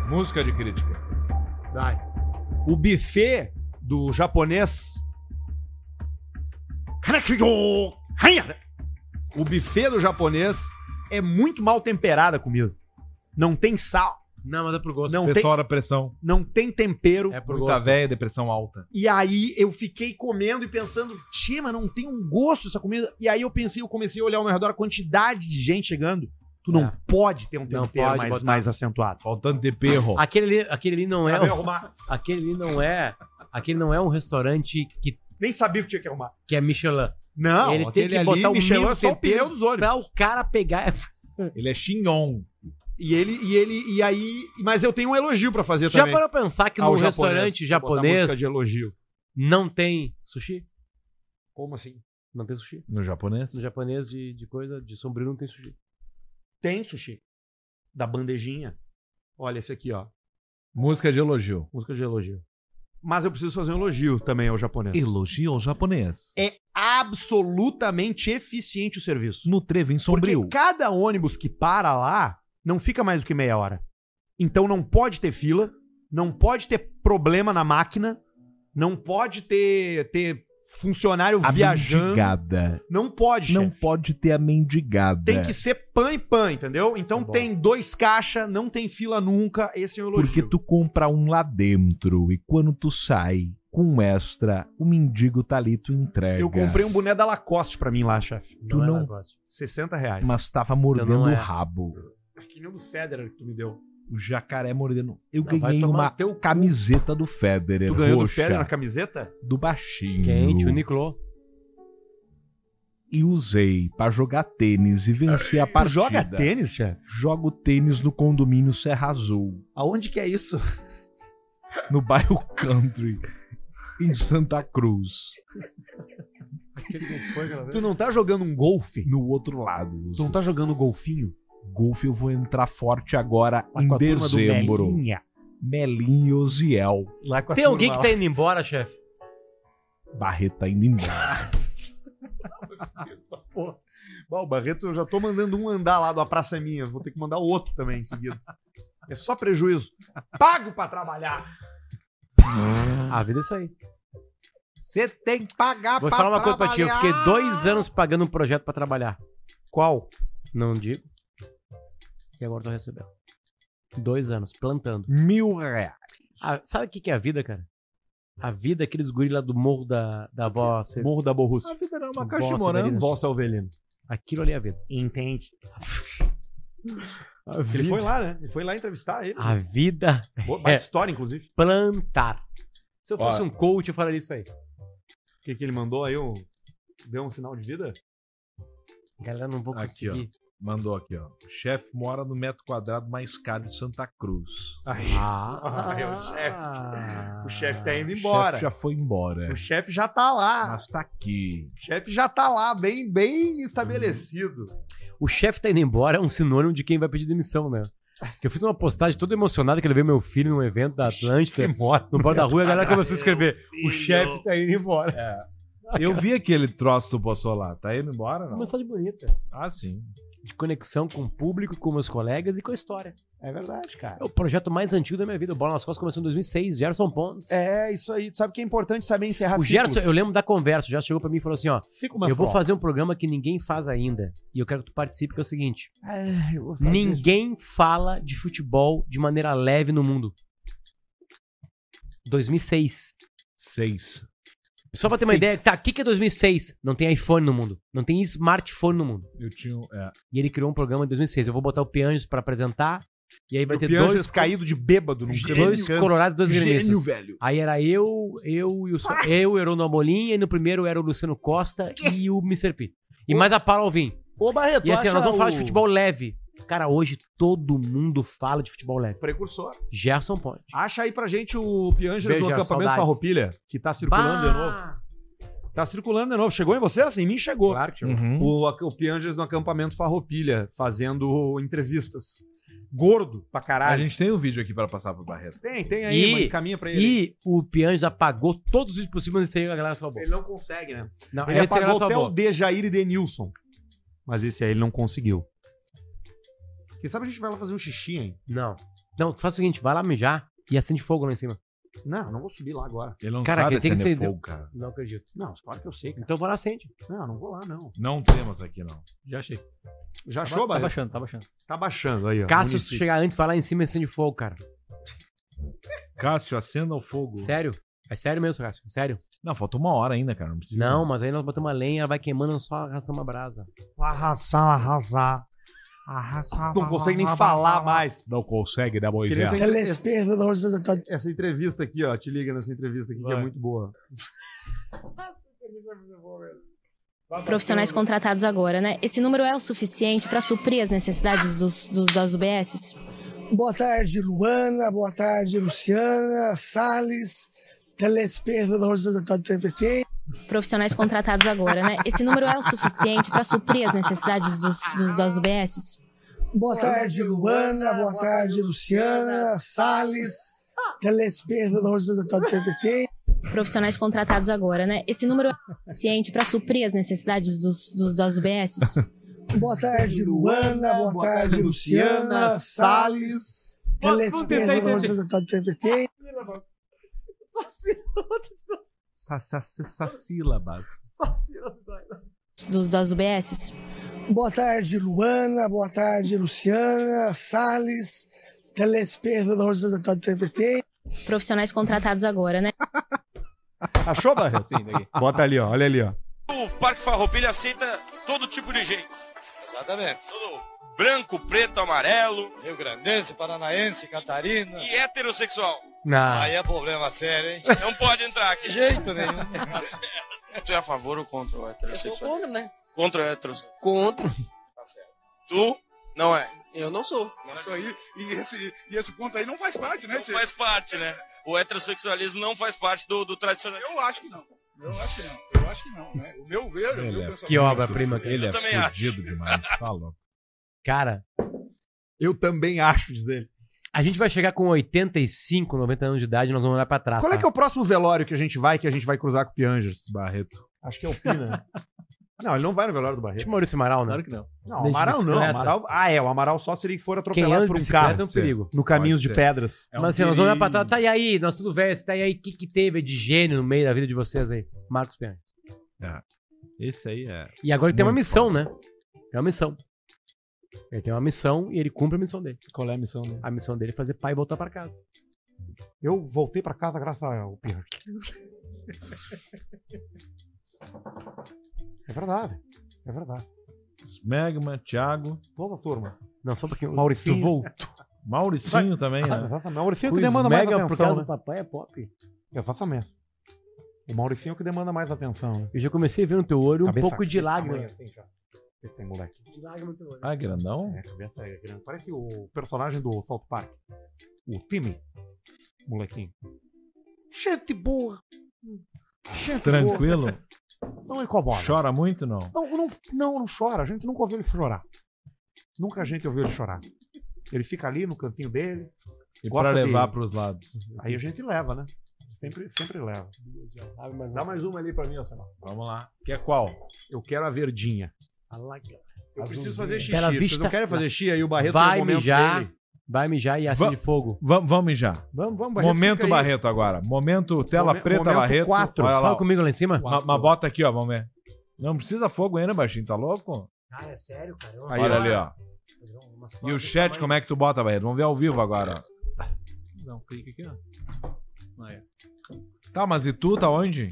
B: Música de crítica.
C: Vai.
A: O buffet do japonês. Kanakiyo! Hanya! O buffet do japonês é muito mal temperada a comida. Não tem sal,
C: Não, mas é pro gosto.
A: Não tem-
B: Pessoal da pressão.
A: não tem tempero.
C: É pro
B: Muita
C: gosto.
B: velha, depressão alta.
A: E aí eu fiquei comendo e pensando, tia, mas não tem um gosto essa comida. E aí eu pensei, eu comecei a olhar ao meu redor a quantidade de gente chegando. Tu não
C: É.
A: pode ter um
C: Não
A: tempero
C: pode
A: mais,
C: botar.
A: mais acentuado.
B: Faltando de perro.
C: Aquele ali, aquele ali não é.
A: Ah, vem arrumar.
C: Aquele ali não é. Aquele não é um restaurante que,
A: Nem sabia que tinha que arrumar.
C: que é Michelin.
A: Não,
C: Ele tem
A: aquele
C: que botar o
A: Michelin
C: mínimo
A: é só o
C: tempero
A: pneu dos olhos.
C: Pra o cara pegar.
B: Ele é xinhon.
A: E ele, e ele, e aí. Mas eu tenho um elogio pra fazer
C: Já
A: também. Ah,
C: parou pra pensar que
A: ao
C: no restaurante
A: Vou botar
C: japonês
A: música de elogio.
C: não tem sushi?
A: Como assim?
C: Não tem sushi.
B: No japonês.
C: No japonês de, de coisa, de sombrio não tem sushi.
A: Tem sushi. Da bandejinha. Olha esse aqui, ó.
B: Música de elogio.
A: Música de elogio. Mas eu preciso fazer um elogio também ao japonês.
B: Elogio ao japonês.
A: é absolutamente eficiente o serviço.
B: No trevo em
A: Porque
B: sombrio.
A: cada ônibus que para lá não fica mais do que meia hora. Então não pode ter fila, não pode ter problema na máquina, não pode ter, ter funcionário
B: A
A: viajando.
B: mendigada.
A: Não pode,
B: Não
A: chefe.
B: pode ter a mendigada.
A: Tem que ser pan e pan, entendeu?
B: é
A: Então
C: Tá bom.
A: tem dois caixa, não tem fila nunca. Esse é o elogio.
B: Porque tu compra um lá dentro e quando tu sai com um extra, o mendigo tá ali, tu entrega.
A: Eu comprei um boné da Lacoste pra mim lá, chefe.
B: Tu
C: é
B: não-
C: negócio.
A: 60 reais.
B: Mas tá- tava mordendo
C: Então não é.
B: o rabo.
A: Que nem o do Federer que tu me deu.
B: O jacaré mordendo. Eu
C: Não, vai
B: ganhei
C: tomar
B: uma
C: no teu cu.
B: camiseta do Federer.
A: Tu ganhou do
B: roxa,
A: Federer na camiseta?
B: do baixinho.
C: Quente, o Niclô.
B: E usei pra jogar tênis e vencer a
A: Tu
B: partida.
A: joga tênis, chefe?
B: Jogo tênis no condomínio Serra Azul,
A: Aonde que é isso?
B: no bairro Country, em Santa Cruz,
A: Tu não tá jogando um golfe?
B: no outro lado.
A: Tu não tá jogando golfinho?
B: Golfe eu vou entrar forte agora
A: Lá
B: em
A: com a turma do
B: dezembro.
A: Melinha.
B: Melinho e Oziel.
A: Lá é com a
C: Tem alguém
A: turma
C: que
A: lá.
C: tá indo embora, chefe?
B: Barreto tá indo embora.
A: Bah, o Barreto, eu já tô mandando um andar lá da Praça é Minha. Vou ter que mandar outro também em seguida. É só prejuízo. Pago pra trabalhar. Ah,
C: A vida é isso aí.
A: Você tem que pagar
C: Vou falar uma coisa pra ti. Eu fiquei dois anos pagando um projeto pra trabalhar.
A: Qual?
C: Não digo. E agora eu tô recebendo. Dois anos, plantando.
B: Mil reais.
C: Ah, sabe o que, que é a vida, cara? A vida, é aqueles gorila do morro da, da avó. Você-
A: Morro da Borrússia.
B: vida era
C: uma caixa de morango.
A: Vó Salvelino.
C: Aquilo ali é a vida.
A: Entende.
C: A
A: Ele
C: vida,
A: foi lá, né? Ele foi lá entrevistar ele.
C: a vida
A: Boa,
C: é.
A: baita história, inclusive.
C: plantar. Se eu fosse
B: Ó.
C: um coach, eu falaria isso aí.
A: O que, que ele mandou aí? Um... Deu um sinal de vida?
C: Galera, não vou
B: Aqui, ó.
C: conseguir.
B: Mandou aqui, ó. O chefe mora no metro quadrado mais caro de Santa Cruz.
A: Aí,
C: Ah,
A: Ai, o
C: chefe.
A: o chefe tá indo
B: O chefe
A: embora.
B: já foi embora.
A: O chefe já tá lá.
B: Mas tá aqui.
A: O chefe já tá lá, bem, bem estabelecido.
C: O chefe tá indo embora é um sinônimo de quem vai pedir demissão, né? Que eu fiz uma postagem toda emocionada que ele veio meu filho num evento da Atlântida, no bar da rua, e a galera começou a escrever: O chefe tá indo embora.
B: Eu vi aquele troço do Bossolá. Tá indo embora,
C: Uma
B: não?
C: mensagem bonita.
B: Ah, sim.
C: De conexão com o público, com meus colegas e com a história.
A: É verdade, cara.
C: É o projeto mais antigo da minha vida. O Bola nas Costas começou em 2006, Gerson Pontes.
A: É, isso aí. Tu sabe que é importante saber encerrar
C: o Gerson, eu lembro da conversa, o Gerson chegou pra mim e falou assim, ó,
A: Fica uma
C: eu vou
A: foto.
C: fazer um programa que ninguém faz ainda, e eu quero que tu participe, que é o seguinte,
A: É, eu vou fazer.
C: Ninguém fala de futebol de maneira leve no mundo. 2006.
B: Seis.
C: Só pra ter uma ideia, tá, o que, que é 2006? Não tem iPhone no mundo. Não tem smartphone no mundo.
B: Eu tinha. um- É.
C: E ele criou um programa em 2006. Eu vou botar o Pianges pra apresentar. E aí vai
A: E
C: ter
A: o Pianges
B: é
C: dois,
A: caído de bêbado num
C: dois
A: canto.
C: colorados e dois gremistas.
B: velho.
C: Aí era eu, eu e o
A: Ah!
C: so eu, Heron Amolim, e no primeiro era o Luciano Costa e o Mr. P. E mais a Paula Alvim.
A: Ô, Barreto,
C: E assim,
A: acha
C: nós vamos falar de
A: o
C: futebol leve. Cara, hoje todo mundo fala de futebol leve.
A: Precursor.
C: Gerson Ponte.
A: Acha aí pra gente o Pianges
C: Veja,
A: do acampamento
C: saudades.
A: Farroupilha, que tá circulando de novo. Tá circulando de novo. Chegou em você? Assim, em mim chegou.
C: Claro, tio.
B: Uhum.
A: O, ac- o Pianges no acampamento Farroupilha, fazendo entrevistas. Gordo pra
B: A
A: caralho.
B: gente tem um vídeo aqui pra passar pro Barreto.
A: Tem, tem aí,
C: E-
A: mãe, caminha pra ele.
C: E o Pianges apagou todos os vídeos possíveis e saiu a galera salvou.
A: Ele não consegue, né?
C: Não,
A: Ele
C: esse é a galera
A: apagou até o
C: salvou.
A: Dejair e Denilson. Mas esse aí ele não conseguiu. Quem sabe a gente vai lá fazer um xixi, hein?
C: Não. Não, faz o seguinte, vai lá mijar e acende fogo lá em cima.
A: Não, não vou subir lá agora.
B: Ele não
C: Cara,
B: sabe
C: que tem que
B: acender
C: ser-
B: fogo, cara.
C: Não acredito.
A: Não, claro que eu sei, cara.
C: Então vai lá, acende.
A: Não, não vou lá, não.
B: Não temos aqui, não.
H: Já achei. Tá
A: Já
H: ba-
A: achou,
H: tá
A: Barreto?
H: baixando, tá baixando.
A: Tá baixando aí, ó.
C: Cássio, se tu
A: Município.
C: chegar antes, vai lá em cima e acende fogo, cara.
B: Cássio, acenda o fogo.
C: Sério? É sério mesmo, Cássio? Sério?
B: Não, falta uma hora ainda, cara. Não precisa.
C: Não, mas aí nós botamos uma lenha, ela vai queimando, nós só arrasamos uma brasa.
G: Arrasar, arrasar.
B: Ah,
G: Arrasar.
A: Não consegue nem falar mais.
B: Não consegue, né,
A: Queria
B: Moisés?
A: essa,
F: Ela é
A: essa-
F: esperta, não resulta
A: essa entrevista aqui, ó. Te liga nessa entrevista aqui, que é
B: Vai.
A: muito boa.
K: profissionais contratados agora, né? Esse número é o suficiente para suprir as necessidades dos, dos, das UBSs?
F: Boa tarde, Luana. Boa tarde, Luciana, Salles, telesperta da Horizontal TVT.
K: Profissionais contratados agora, né? Esse número é o suficiente para suprir as necessidades dos, dos, das UBSs?
F: Boa tarde, Luana. Boa tarde, Luciana, Salles, telesperta da Horizontal TVT.
K: Profissionais contratados agora, né? Esse número é o suficiente para suprir as necessidades dos, dos, das UBSs?
F: Boa tarde, Luana. Boa tarde, Luciana, Salles, telesperta da Horizontal TVT.
B: Sassílabas.
K: Dos, das UBSs?
F: Boa tarde, Luana. Boa tarde, Luciana, Salles, telesperta da Horizontal TVT.
K: Profissionais contratados agora, né?
A: Achou, Barreto?
H: Sim, peguei.
A: Bota ali, ó. Olha ali, ó.
E: O Parque Farroupilha aceita todo tipo de gente. Exatamente. branco, preto, amarelo
D: Rio Grandense, Paranaense, Catarina.
E: e heterossexual.
D: Aí é problema sério, hein?
E: Não pode entrar aqui.
D: De jeito nenhum.
E: Tu é a favor ou contra o heterossexual? contra, né? Contra o heterossexual. Contra. Tá certo. Tu não é.
L: E esse, e esse ponto aí não faz parte, né,
E: Não
L: Tio?
E: faz parte, né? O heterossexualismo não faz parte do, do tradicional.
L: Eu acho que não. Eu acho que não. Eu acho que não, né? O meu ver, o meu pensamento.
C: é. Que obra-prima, cara.
B: Ele é
E: Eu também acho.
B: fudido demais. Tá louco.
C: Cara,
A: Eu também acho, diz ele.
C: a gente vai chegar com 85, 90 anos de idade e nós vamos olhar pra trás.
A: Qual é
C: tá?
A: que é o próximo velório que a gente vai, que a gente vai cruzar com o Piangers?
B: Barreto.
A: Acho que é o Pina. não, ele não vai no velório do
C: Acho
A: Barreto.
C: que Maurício Amaral, né?
H: Claro que não.
A: Não, o
C: nem de
A: Amaral não. o
C: bicicleta.
A: Amaral... Ah, é. O Amaral só seria que for
C: Quem
A: atropelado
C: anda de
A: por um
C: bicicleta
A: carro
C: é um perigo.
A: no Caminhos
B: Pode
A: de
B: ser.
A: Pedras.
B: É um
C: Mas assim, nós vamos olhar pra
B: perigo.
C: trás. Tá e aí, nós tudo velho, tá e aí, o que, que teve de gênio no meio da vida de vocês aí? Marcos Pianges.
B: Esse aí é.
A: é.
C: E agora ele tem uma
B: Muito
C: missão, né? Tem uma missão. Ele tem uma missão e ele cumpre a missão dele.
M: Qual é a missão dele?
C: A missão dele é fazer pai voltar pra casa.
A: Eu voltei pra casa graças ao Pierre. É verdade. É verdade.
B: Megman, Thiago.
A: Toda a turma.
C: Não, só um porque
A: Mauricinho.
B: Tu voltou. Mauricinho também,
A: Ah,
B: né?
A: exatamente. Mauricinho que
B: Pois
A: demanda mais
B: mega por
A: atenção.
B: causa
A: Né?
B: do
C: papai é pop.
A: Exatamente. O Mauricinho é o que demanda mais atenção. né?
C: Eu já comecei a ver no teu olho um
A: Cabeça
C: pouco de
A: desse
C: lágrima.
A: tamanho assim, já. Esse tem moleque.
C: De lágrima no teu olho.
B: Ah, grandão?
A: É, cabeça é grande. Parece o personagem do South Park. O Timmy. Molequinho. Gente boa. Gente
B: Tranquilo?
A: boa. Não incomoda.
B: Chora muito, não?
A: Não, não, não, não chora. A gente nunca ouviu ele chorar. Nunca a gente ouviu ele chorar. Ele fica ali no cantinho dele.
B: E
A: gosta
B: pra levar
A: de-
B: pros lados.
A: Aí a gente leva, né? Sempre, sempre leva. Dá mais uma ali pra mim, ó, Samuel.
B: Vamos lá. Quer qual?
A: Eu quero a verdinha. Eu preciso fazer xixi.
C: Bela
A: Vocês
C: Vista-
A: não querem fazer xixi aí? O Barreto tem
C: vai
A: um momento
C: mijar,
A: dele.
C: vai mijar e
B: Va-
C: acende fogo.
B: Vam- vamos já.
A: Vamos, vamos,
B: momento
C: fica aí.
B: Barreto agora. Momento tela
C: Momen-
B: preta
C: momento
B: Barreto.
C: quatro.
B: Olha
C: Fala
B: lá. ó.
C: comigo lá em cima.
B: Ma- Mas bota aqui, ó. Vamos ver. Não precisa fogo ainda, baixinho. Tá louco?
C: Ah, é sério, cara? Eu-
B: Olha ali, ó. E o chat, como é que tu bota, Barreto? Vamos ver ao vivo agora, ó.
M: Dá um clique aqui, ó. Aí.
B: Tá, mas e tu tá onde?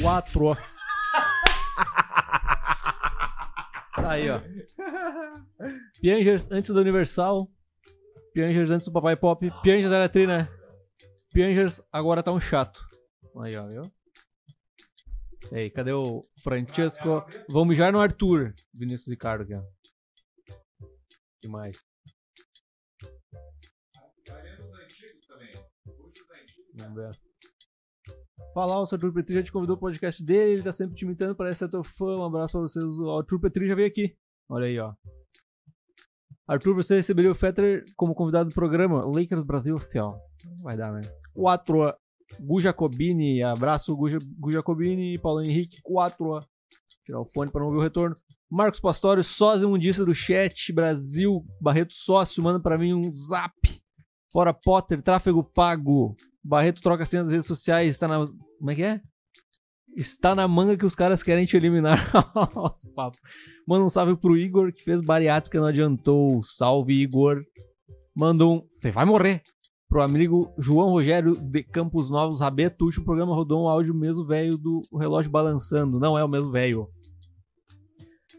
H: Quatro. Aí, ó. Piangers antes da Universal. Piangers antes do Papai Pop. Piangers era tri, né? Piangers agora tá um chato. Aí, ó, viu? E aí, cadê o Francesco? Vamos mijar no Arthur. Vinícius Ricardo aqui, ó. que mais? Vamos ver. Falar, o seu Arthur Petri já te convidou pro podcast dele, ele tá sempre te imitando, parece ser teu fã. Um abraço pra vocês. O Arthur Petri já veio aqui. Olha aí, ó. Arthur, você receberia o Fetter como convidado do programa Lakers Brasil Oficial. Não Vai dar, né? 4 Gu Jacobini, abraço Gu, Ja- Gu Jacobini, Paulo Henrique, 4 Tirar o fone pra não ouvir o retorno. Marcos Pastório, sósia imundista do chat Brasil, Barreto sócio, manda pra mim um zap. Fora Potter, tráfego pago. Barreto troca senha das redes sociais, está na... Como é que é? Está na manga que os caras querem te eliminar. Nossa, papo. Manda um salve pro Igor, que fez bariátrica e não adiantou. Salve, Igor. Manda um. Você vai morrer. Pro amigo João Rogério de Campos Novos Rabetucho. O programa rodou um áudio mesmo velho do relógio balançando. Não é o mesmo velho.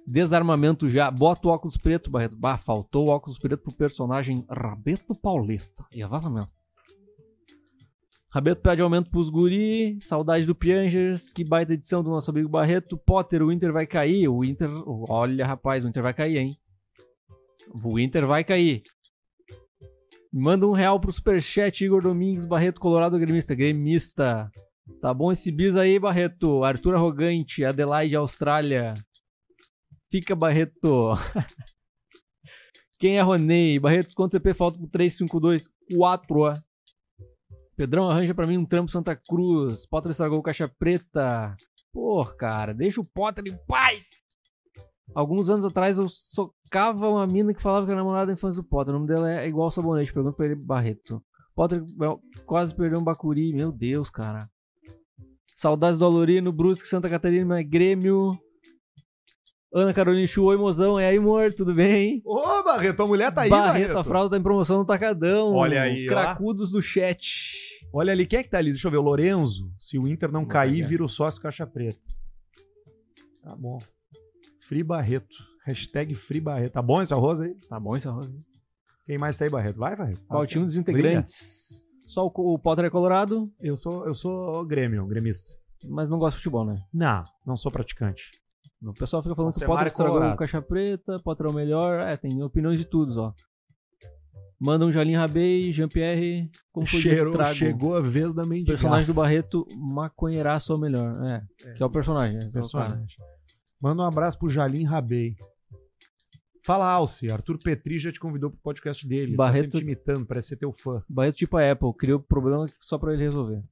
H: Desarmamento já. Bota o óculos preto, Barreto. Bah, faltou o óculos preto pro personagem Rabeto Paulista. Exatamente. Rabeto pede aumento pros guri, saudade do Piangers, que baita edição do nosso amigo Barreto. Potter, o Inter vai cair, o Inter... Olha, rapaz, o Inter vai cair, hein? O Inter vai cair. Manda um real pro superchat, Igor Domingues, Barreto, Colorado, gremista. Gremista. Tá bom esse bis aí, Barreto. Arthur Arrogante, Adelaide, Austrália. Fica, Barreto. Quem é Ronei? Barreto, quanto CP falta pro 352? 4. Pedrão, arranja pra mim um trampo Santa Cruz. Potter estragou caixa preta. Pô, cara, deixa o Potter em paz. Alguns anos atrás eu socava uma mina que falava que era namorada da infância do Potter. O nome dela é igual sabonete. Pergunta pra ele, Barreto. Potter meu, quase perdeu um Bacuri. Meu Deus, cara. Saudades do Alorino, Brusque, Santa Catarina, Grêmio. Ana Carolina Chu, oi mozão, é aí, amor, tudo bem?
A: Ô, Barreto, a mulher tá aí,
H: Barreto,
A: Barreto.
H: a fralda tá em promoção no Tacadão.
A: Olha aí, ó.
H: Cracudos do chat.
A: Olha ali, quem é que tá ali? Deixa eu ver, o Lorenzo. Se o Inter não né? cair, vira o sócio caixa preta. Tá bom. Free Barreto. Hashtag Free Barreto. Tá bom esse arroz aí?
H: Tá bom esse arroz aí.
A: Quem mais tá aí, Barreto? Vai, Barreto. assim.
H: Qual o time dos integrantes? Só o, co- o Potter é colorado,
A: Brilha. Eu sou, eu sou Grêmio, um gremista.
H: mas não gosta de futebol, né?
A: Não, não sou praticante.
H: O pessoal fica falando
A: Você
H: que o Potter
A: marca
H: estragou
A: colorado.
H: o caixa preta, Potter é o melhor. É, tem opiniões de todos, ó. Manda um Jalim Rabei, Jean-Pierre, como foi
A: Cheirou-
H: de trago.
A: chegou a vez da
H: O
A: mendiga.
H: personagem do Barreto, maconheiraço é o melhor. É, que é o personagem. né?
A: Personagem. Manda um abraço pro Jalim Rabei. Fala, Alce. Arthur Petri já te convidou pro podcast dele. Ele
H: Barreto-
A: Tá sempre te imitando, parece ser teu fã.
H: Barreto tipo a Apple, criou problema só pra ele resolver.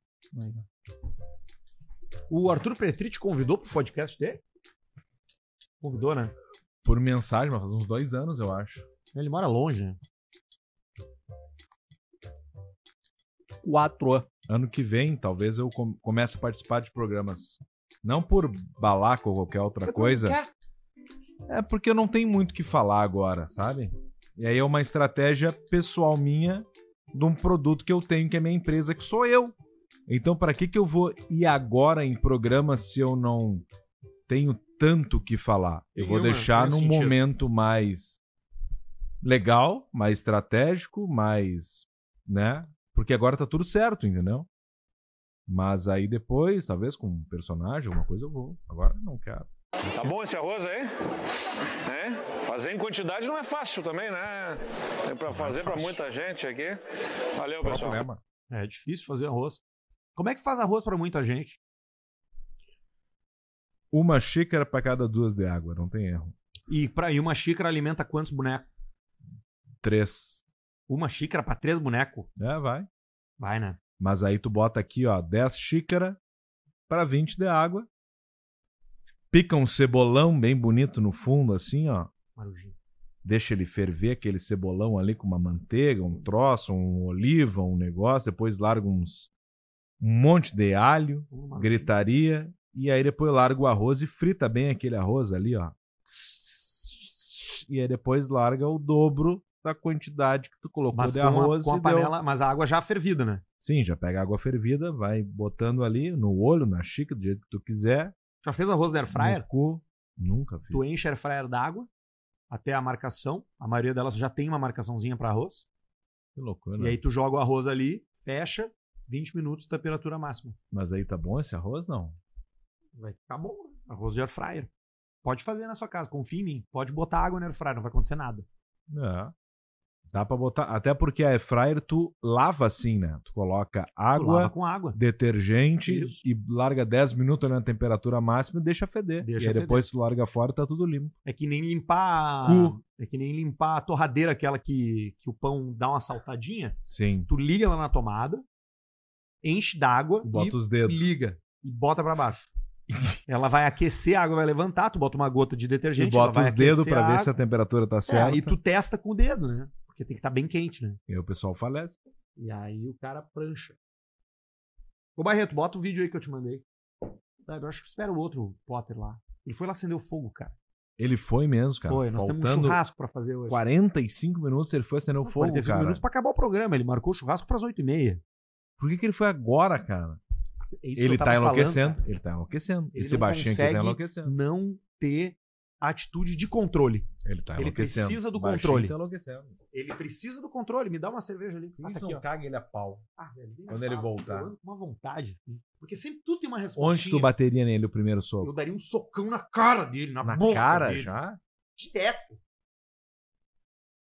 A: O Arthur Petri te convidou pro podcast dele? Convidou, né?
B: Por mensagem, mas faz uns dois anos, eu acho.
A: Ele mora longe, né?
H: 4
B: Ano que vem, talvez eu com- comece a participar de programas. Não por balaco ou qualquer outra coisa. É porque eu não tenho muito o que falar agora, sabe? E aí é uma estratégia pessoal minha de um produto que eu tenho, que é minha empresa, que sou eu. Então, para que, que eu vou ir agora em programa se eu não tenho tanto o que falar? Eu vou
A: Nenhuma,
B: deixar
A: faz
B: num
A: sentido.
B: momento mais legal, mais estratégico, mais. né? Porque agora tá tudo certo, entendeu? Mas aí depois, talvez com um personagem, alguma coisa, eu vou. Agora não quero.
E: Tá bom esse arroz aí? É? Fazer em quantidade não é fácil também, né? É pra fazer pra muita gente aqui. Valeu, pessoal.
A: É difícil fazer arroz. Como é que faz arroz pra muita gente?
B: Uma xícara pra cada duas de água, não tem erro.
A: E, pra, e uma xícara alimenta quantos bonecos?
B: Três.
A: Uma xícara pra três bonecos?
B: É, vai.
A: Vai, né?
B: Mas aí tu bota aqui, ó, 10 xícaras pra 20 de água. Pica um cebolão bem bonito no fundo, assim, ó.
A: Marujinho.
B: Deixa ele ferver aquele cebolão ali com uma manteiga, um troço, um oliva, um negócio. Depois larga uns, um monte de alho, gritaria. E aí depois larga o arroz e frita bem aquele arroz ali, ó. E aí depois larga o dobro da quantidade que tu colocou
A: Mas
B: de
A: com,
B: arroz
A: a, com a
B: e deu-
A: panela, mas a água já fervida, né?
B: Sim, já pega água fervida, vai botando ali no olho, na xícara, do jeito que tu quiser.
A: Já fez arroz na air fryer?
B: No cu. Nunca fiz.
A: Tu enche a air fryer d'água até a marcação. A maioria delas já tem uma marcaçãozinha pra arroz.
B: Que loucura.
A: é- E aí tu joga o arroz ali, fecha, 20 minutos, temperatura máxima.
B: Mas aí tá bom esse arroz, não?
A: Vai ficar bom, né? Arroz de air fryer. Pode fazer na sua casa, confia em mim. Pode botar água na air fryer, não vai acontecer nada.
B: É. Dá pra botar. Até porque a air fryer tu lava assim, né? Tu coloca água,
A: lava com água.
B: detergente
A: Isso.
B: e larga 10 minutos na temperatura máxima e deixa feder.
A: Deixa
B: e aí
A: feder.
B: depois tu larga fora e tá tudo limpo.
A: É que nem limpar.
B: Cu.
A: É que nem limpar a torradeira, aquela que, que o pão dá uma saltadinha.
B: Sim.
A: Tu liga ela na tomada, enche d'água
B: Bota
A: e
B: os dedos.
A: liga. E bota pra baixo. ela vai aquecer, a água vai levantar, tu bota uma gota de detergente.
B: e
A: ela
B: bota
A: vai
B: os dedos
A: aquecer
B: pra ver
A: água.
B: se a temperatura tá certa.
A: É, e tu testa com o dedo, né? Porque tem que estar bem quente, né?
B: E aí o pessoal falece.
A: E aí o cara prancha. Ô Barreto, bota o vídeo aí que eu te mandei. Tá, Eu acho que espera o outro Potter lá. Ele foi lá acender o fogo, cara.
B: Ele foi mesmo, cara.
A: foi, nós temos um
B: Faltando
A: churrasco pra fazer hoje.
B: 45 minutos ele foi acender o fogo,
A: 45
B: cara.
A: minutos pra acabar o programa. Ele marcou o churrasco pras 8h30.
B: Por que, que ele foi agora, cara?
A: É isso que
B: Ele
A: eu tava
B: tá
A: falando,
B: enlouquecendo.
A: cara.
B: ele tá enlouquecendo.
A: Ele
B: Esse
A: não
B: baixinho aqui
A: consegue
B: tá enlouquecendo.
A: não ter atitude de controle.
B: Ele tá
A: ele
B: enlouquecendo.
A: precisa do
B: Baixinho
A: controle.
B: tá enlouquecendo.
A: Ele precisa do controle. Me dá uma cerveja ali. Ah, tá aqui, ó.
B: caga ele a pau.
A: Ah, velho, nem me
B: Quando ele
A: fala,
B: voltar.
A: eu ando com Uma vontade. assim. Porque sempre tudo tem uma resposta.
B: Onde tu bateria nele o primeiro soco?
A: Eu daria um socão na cara dele, na,
B: Na
A: boca
B: cara
A: dele.
B: já?
A: Direto.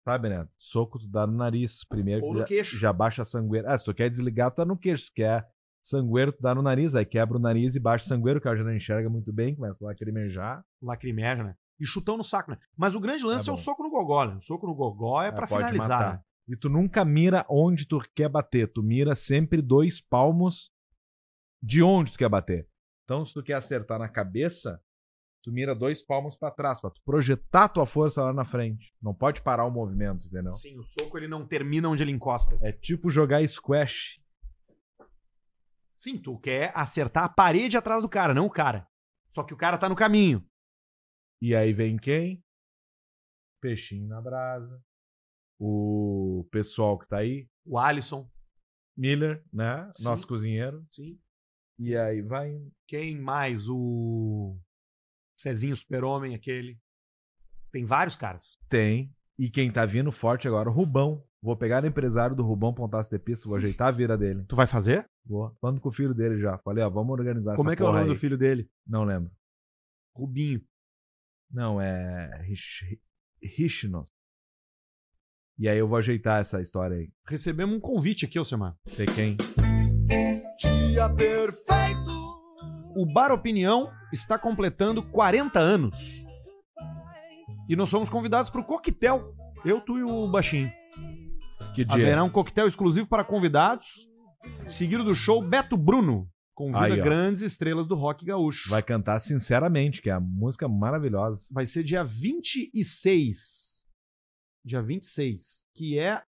B: Sabe, né? Soco tu dá no nariz. Primeiro
A: Ou
B: que
A: no
B: já,
A: queixo.
B: já baixa a sangueira. Ah, se tu quer desligar, tu tá no queixo. Se tu quer sangueiro, tu dá no nariz. Aí quebra o nariz e baixa o sangueiro. O cara já não enxerga muito bem, começa a lacrimejar.
A: Lacrimeja, né? E chutão no saco, né? Mas o grande lance
B: Tá
A: é o
B: bom.
A: soco no gogó, né? O soco no gogó é
B: Ah,
A: pra
B: pode
A: finalizar,
B: matar.
A: né?
B: E tu nunca mira onde tu quer bater. Tu mira sempre dois palmos de onde tu quer bater. Então, se tu quer acertar na cabeça, tu mira dois palmos pra trás, pra tu projetar tua força lá na frente. Não pode parar o movimento, entendeu?
A: Sim, o soco ele não termina onde ele encosta.
B: É tipo jogar squash.
A: Sim, tu quer acertar a parede atrás do cara, não o cara. Só que o cara tá no caminho.
B: E aí vem quem? Peixinho na brasa. O pessoal que tá aí.
A: O Alisson.
B: Miller, né?
A: Sim.
B: Nosso cozinheiro.
A: Sim.
B: E aí vai indo.
A: Quem mais? O Cezinho Super-Homem, aquele. Tem vários caras.
B: Tem. E quem tá vindo forte agora, o Rubão. Vou pegar o empresário do Rubão Pontaço de Pista, vou ajeitar a vira dele.
A: Tu vai fazer?
B: Vou. Falando com o filho dele já. Falei, ó, vamos organizar
A: Como
B: essa
A: é que é o
B: porra
A: nome do
B: aí.
A: filho dele?
B: Não lembro.
A: Rubinho.
B: Não, é. Rich- Richnos. E aí eu vou ajeitar essa história aí.
A: Recebemos um convite aqui, Alcemar.
B: Sei quem.
A: Dia perfeito! O Bar Opinião está completando 40 anos. E nós somos convidados para o coquetel. Eu, tu e o Baixinho.
B: Que dia? é?
A: Haverá um coquetel exclusivo para convidados, seguido do show Beto Bruno. Convida
B: Aí, ó.
A: grandes estrelas do rock gaúcho.
B: Vai cantar sinceramente, que é a música maravilhosa.
A: Vai ser dia 26. Dia 26. Que é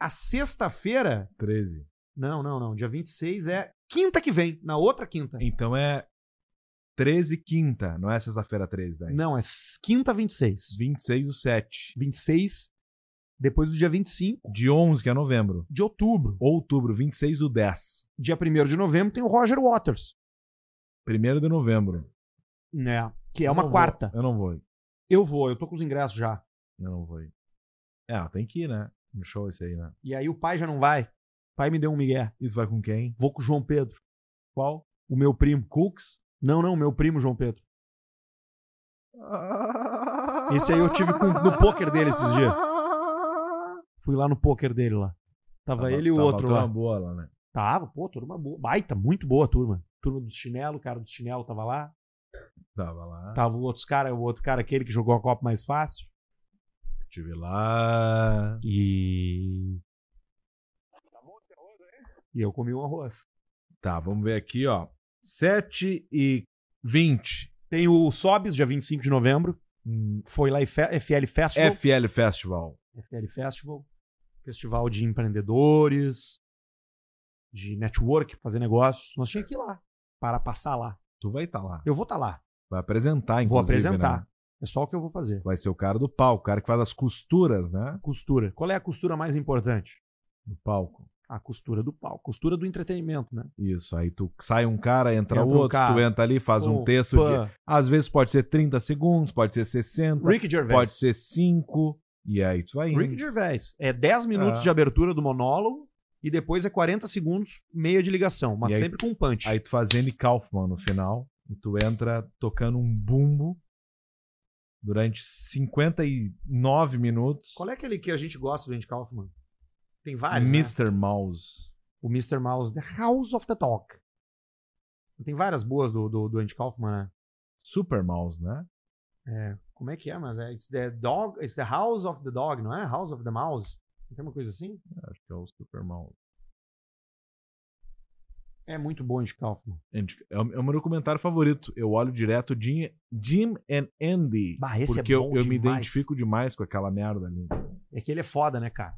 A: a sexta-feira.
B: 13.
A: Não, não, não. Dia 26 é quinta que vem, na outra quinta.
B: Então é 13 quinta, não é sexta-feira 13 daí.
A: Não, é quinta 26.
B: 26 do 7.
A: 26, depois do dia 25.
B: De 11, que é novembro.
A: De outubro.
B: Outubro, 26 do 10.
A: Dia 1 de novembro tem o Roger Waters.
B: 1 de novembro.
A: Né? Que é
B: Eu
A: uma
B: não vou,
A: quarta.
B: Eu não vou. ir,
A: Eu vou, eu tô com os ingressos já.
B: Eu não vou. ir. É, tem que ir, né? No show esse aí, né?
A: E aí o pai já não vai. O pai me deu um migué.
B: E tu vai com quem?
A: Vou com o João Pedro.
B: Qual?
A: O meu primo. Cooks? Não, não, meu primo João Pedro. Esse aí eu tive com- no poker dele esses dias. Fui lá no poker dele lá. Tava, ele e o
B: Tava
A: outro
B: turma
A: lá.
B: boa lá, né?
A: Tava, pô, turma boa. Baita, muito boa a turma. Turma dos chinelo, o cara dos chinelo tava lá.
B: Tava Tá, lá.
A: Tava o outro cara, o outro cara aquele que jogou a Copa mais fácil.
B: Tive lá.
A: E. E eu comi um arroz.
B: Tá, vamos ver aqui, ó. 7 e 20.
A: Tem o Sobis, dia 25 de novembro. Hum, Foi lá e Fe- FL Festival.
B: FL Festival.
A: FL Festival. Festival de empreendedores, de network, fazer negócios. Nós tínhamos que ir lá. Para passar lá.
B: Tu vai estar lá.
A: Eu vou estar lá.
B: Vai apresentar, inclusive.
A: vou apresentar.
B: né?
A: É só o que eu vou fazer.
B: Vai ser o cara do palco, o cara que faz as costuras, né?
A: Costura. Qual é a costura mais importante?
B: Do palco.
A: A costura do pau. Costura do entretenimento, né?
B: Isso, aí tu sai um cara, entra,
A: Entra um
B: outro, tu
A: cara.
B: entra ali, faz um
A: Pô,
B: texto.
A: pã.
B: De, às vezes pode ser 30 segundos, pode ser 60,
A: Rick Gervais.
B: pode ser 5, e aí tu vai indo.
A: Rick Gervais. É 10 minutos
B: É.
A: de abertura do monólogo e depois é 40 segundos, meia de ligação, mas
B: E aí-
A: sempre com um punch.
B: Aí tu faz Andy Kaufman no final, e tu entra tocando um bumbo durante 59 minutos.
A: Qual é aquele que a gente gosta do Andy Kaufman? Tem vários, né?
B: Mr. Mouse.
A: O Mr. Mouse, The House of the Talk. Tem várias boas do, do, do Andy Kaufman,
B: Super Mouse, né?
A: né? É, como é que é, mas é It's the Dog, It's the House of the Dog, não é? House of the Mouse. Não Tem uma coisa assim?
B: Acho que é o Super Mouse.
A: É muito bom Andy Kaufman.
B: Andy- É o é o meu documentário favorito. Eu olho direto Jim, Jim and Andy.
A: Bah, esse é
B: porque
A: bom
B: eu, eu me
A: demais.
B: identifico demais com aquela merda ali.
A: É que ele é foda, né, cara?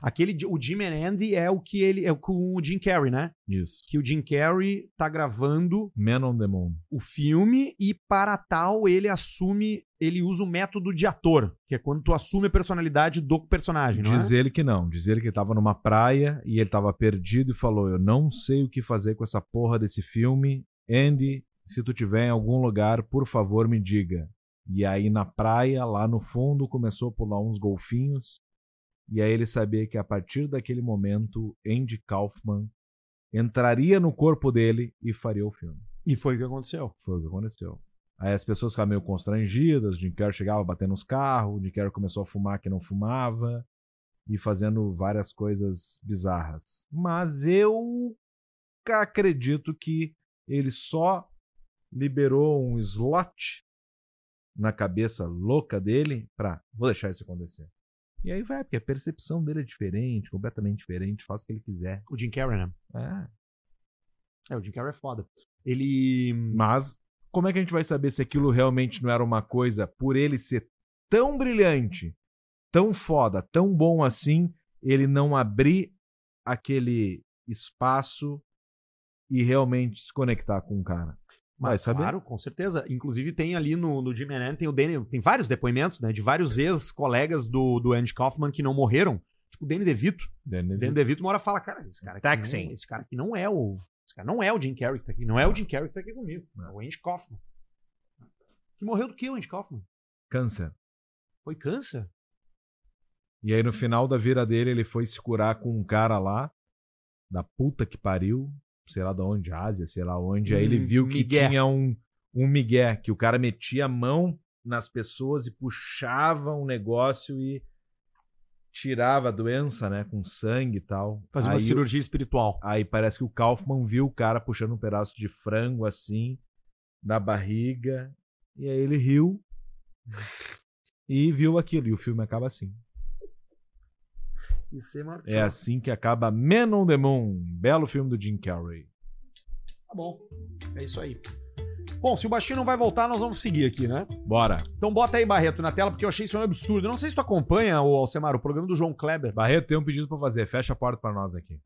A: Aquele de- o Jim and Andy é o que ele é com o Jim Carrey, né?
B: Isso.
A: Que o Jim Carrey tá gravando
B: Man on the Moon.
A: o filme e para tal ele assume, ele usa o método de ator, que é quando tu assume a personalidade do personagem, não é?
B: Diz ele que não. Diz ele que tava numa praia e ele tava perdido e falou: Eu não sei o que fazer com essa porra desse filme. Andy, se tu tiver em algum lugar, por favor me diga. E aí na praia, lá no fundo, começou a pular uns golfinhos. E aí ele sabia que a partir daquele momento, Andy Kaufman entraria no corpo dele e faria o filme.
A: E foi o que aconteceu.
B: Foi o que aconteceu. Aí as pessoas ficavam meio constrangidas, o Jim Carrey chegava batendo nos carros, o Jim Carrey começou a fumar que não fumava, e fazendo várias coisas bizarras. Mas eu acredito que ele só liberou um slot na cabeça louca dele pra vou deixar isso acontecer. E aí vai, porque a percepção dele é diferente, completamente diferente, faz o que ele quiser.
A: O Jim Carrey, né?
B: É.
A: É, o Jim Carrey é foda. Ele.
B: Mas como é que a gente vai saber se aquilo realmente não era uma coisa por ele ser tão brilhante, tão foda, tão bom assim, ele não abrir aquele espaço e realmente se conectar com o cara? Vai
A: Mas,
B: saber.
A: Claro, com certeza. Inclusive tem ali no, no Jimmy and Andy, tem o Danny, tem vários depoimentos, né? De vários ex-colegas do, do Andy Kaufman que não morreram. Tipo, o Danny DeVito.
B: Danny
A: O Danny DeVito uma hora fala, cara, esse cara aqui
B: Taxi.
A: não, esse cara aqui não é o. Esse cara não é o Jim Carrey que tá aqui. Não é o Jim Carrey que tá aqui comigo. É o Andy Kaufman. Que morreu do que o Andy Kaufman?
B: Câncer.
A: Foi câncer?
B: E aí no final da vida dele, ele foi se curar com um cara lá, da puta que pariu, sei lá da onde, Ásia, sei lá onde. Aí ele
A: Hum,
B: viu que
A: migué.
B: tinha um, um migué, que o cara metia a mão nas pessoas e puxava um negócio e tirava a doença, né, com sangue e tal.
A: Fazer
B: aí,
A: uma cirurgia espiritual.
B: Aí parece que o Kaufman viu o cara puxando um pedaço de frango assim, da barriga, e aí ele riu e viu aquilo. E o filme acaba assim.
A: Isso é marcou.
B: É assim que acaba Men on the Moon, belo filme do Jim Carrey.
A: Tá bom. É isso aí. Bom, se o Baixinho não vai voltar, nós vamos seguir aqui, né?
B: Bora.
A: Então bota aí, Barreto, na tela, porque eu achei isso um absurdo. Eu não sei se tu acompanha, ô Alcemar, o programa do João Kleber.
B: Barreto, tem um pedido pra fazer. Fecha a porta pra nós aqui.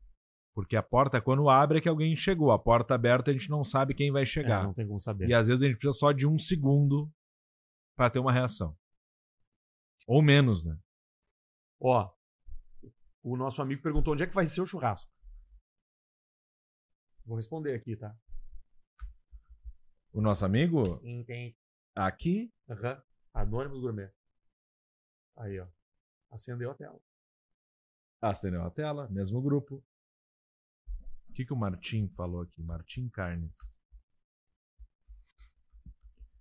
B: Porque a porta, quando abre, é que alguém chegou. A porta aberta, a gente não sabe quem vai chegar.
C: É, não tem como saber.
B: E às vezes a gente precisa só de um segundo pra ter uma reação. Ou menos, né?
A: Ó, o nosso amigo perguntou onde é que vai ser o churrasco. Vou responder aqui, tá?
B: O nosso amigo
C: Hum.
A: Entendi.
B: aqui
A: Aham. Anônimos Gourmet. Aí, ó. Acendeu a tela.
B: acendeu a tela, mesmo grupo. O que, que o Martim falou aqui? Martim Carnes.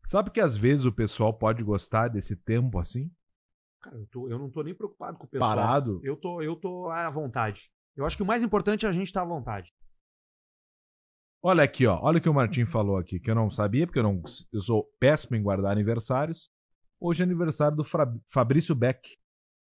B: Sabe que às vezes o pessoal pode gostar desse tempo assim?
A: Cara, eu, tô- eu não tô nem preocupado com o pessoal.
B: Parado?
A: Eu tô, eu tô à vontade. Eu acho que o mais importante é a gente estar à vontade.
B: Olha aqui, ó. Olha o que o
A: Uhum.
B: Martim falou aqui, que eu não sabia, porque eu, não, eu sou péssimo em guardar aniversários. Hoje é aniversário do Fra- Fabrício Beck,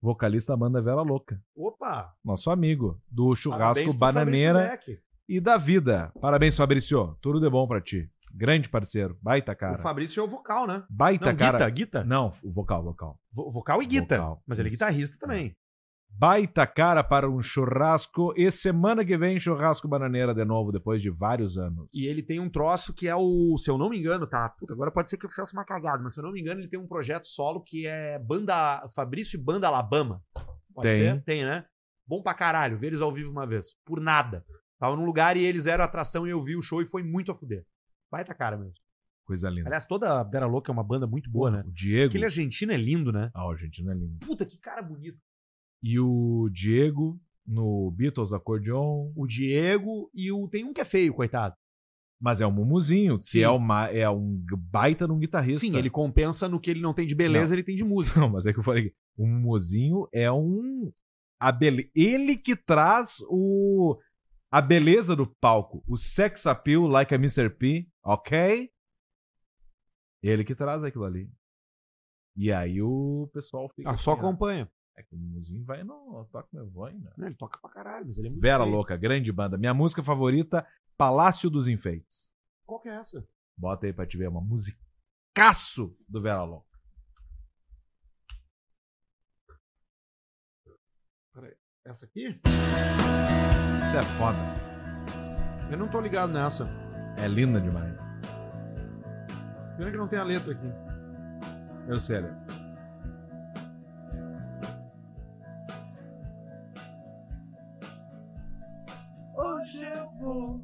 B: vocalista da banda Vela Louca.
A: Opa!
B: Nosso amigo, do
A: parabéns
B: churrasco
A: pro
B: Bananeira
A: Fabrício Beck.
B: e da vida. Parabéns, Fabrício. Tudo de bom pra ti. Grande parceiro. Baita
A: O
B: cara.
A: Fabrício é o vocal, né?
B: Baita
A: Não,
B: cara.
A: Guita, guita.
B: Não, o vocal, vocal.
A: Vo- vocal e guita.
B: Vocal.
A: Mas ele é guitarrista também.
B: Baita cara para um churrasco. E semana que vem, churrasco bananeira de novo, depois de vários anos.
A: E ele tem um troço que é o, se eu não me engano, tá? Puta, agora pode ser que eu faça uma cagada, mas se eu não me engano, ele tem um projeto solo que é Banda Fabrício e Banda Alabama. Pode
B: Tem.
A: ser? Tem, né? Bom pra caralho, ver eles ao vivo uma vez. Por nada. Tava num lugar e eles eram atração e eu vi o show e foi muito a fuder. Vai tá cara mesmo.
B: Coisa linda.
A: Aliás, toda a Bera Louca é uma banda muito boa, né?
B: O Diego.
A: Aquele argentino é lindo, né?
B: Ah, o argentino é lindo.
A: Puta, que cara bonito.
B: E o Diego no Beatles Acordeon.
A: O Diego e o. Tem um que é feio, coitado.
B: Mas é o Mumuzinho, que
A: Sim.
B: é, uma, é um g- baita de um guitarrista.
A: Sim, ele compensa no que ele não tem de beleza,
B: Não.
A: ele tem de música.
B: Não, mas é que eu falei. que O Mumuzinho é um. A bele... Ele que traz o. A beleza do palco. O sex appeal, like a Mr. P, ok? Ele que traz aquilo ali. E aí o pessoal fica.
A: Ah, só
B: assim, ó.
A: acompanha.
B: É que o Mumuzinho vai no. Toca meu voina.
A: Não, ele toca pra caralho, mas ele é muito
B: Vera
A: feio.
B: Louca, grande banda. Minha música favorita, Palácio dos Enfeites.
A: Qual que é essa?
B: Bota aí pra te ver, é uma musicaço do Vera Louca.
A: Essa aqui?
B: Isso é foda.
A: Eu não tô ligado nessa.
B: É linda demais.
A: Pena que não tem a letra aqui.
B: Eu sei, né?
D: Hoje eu vou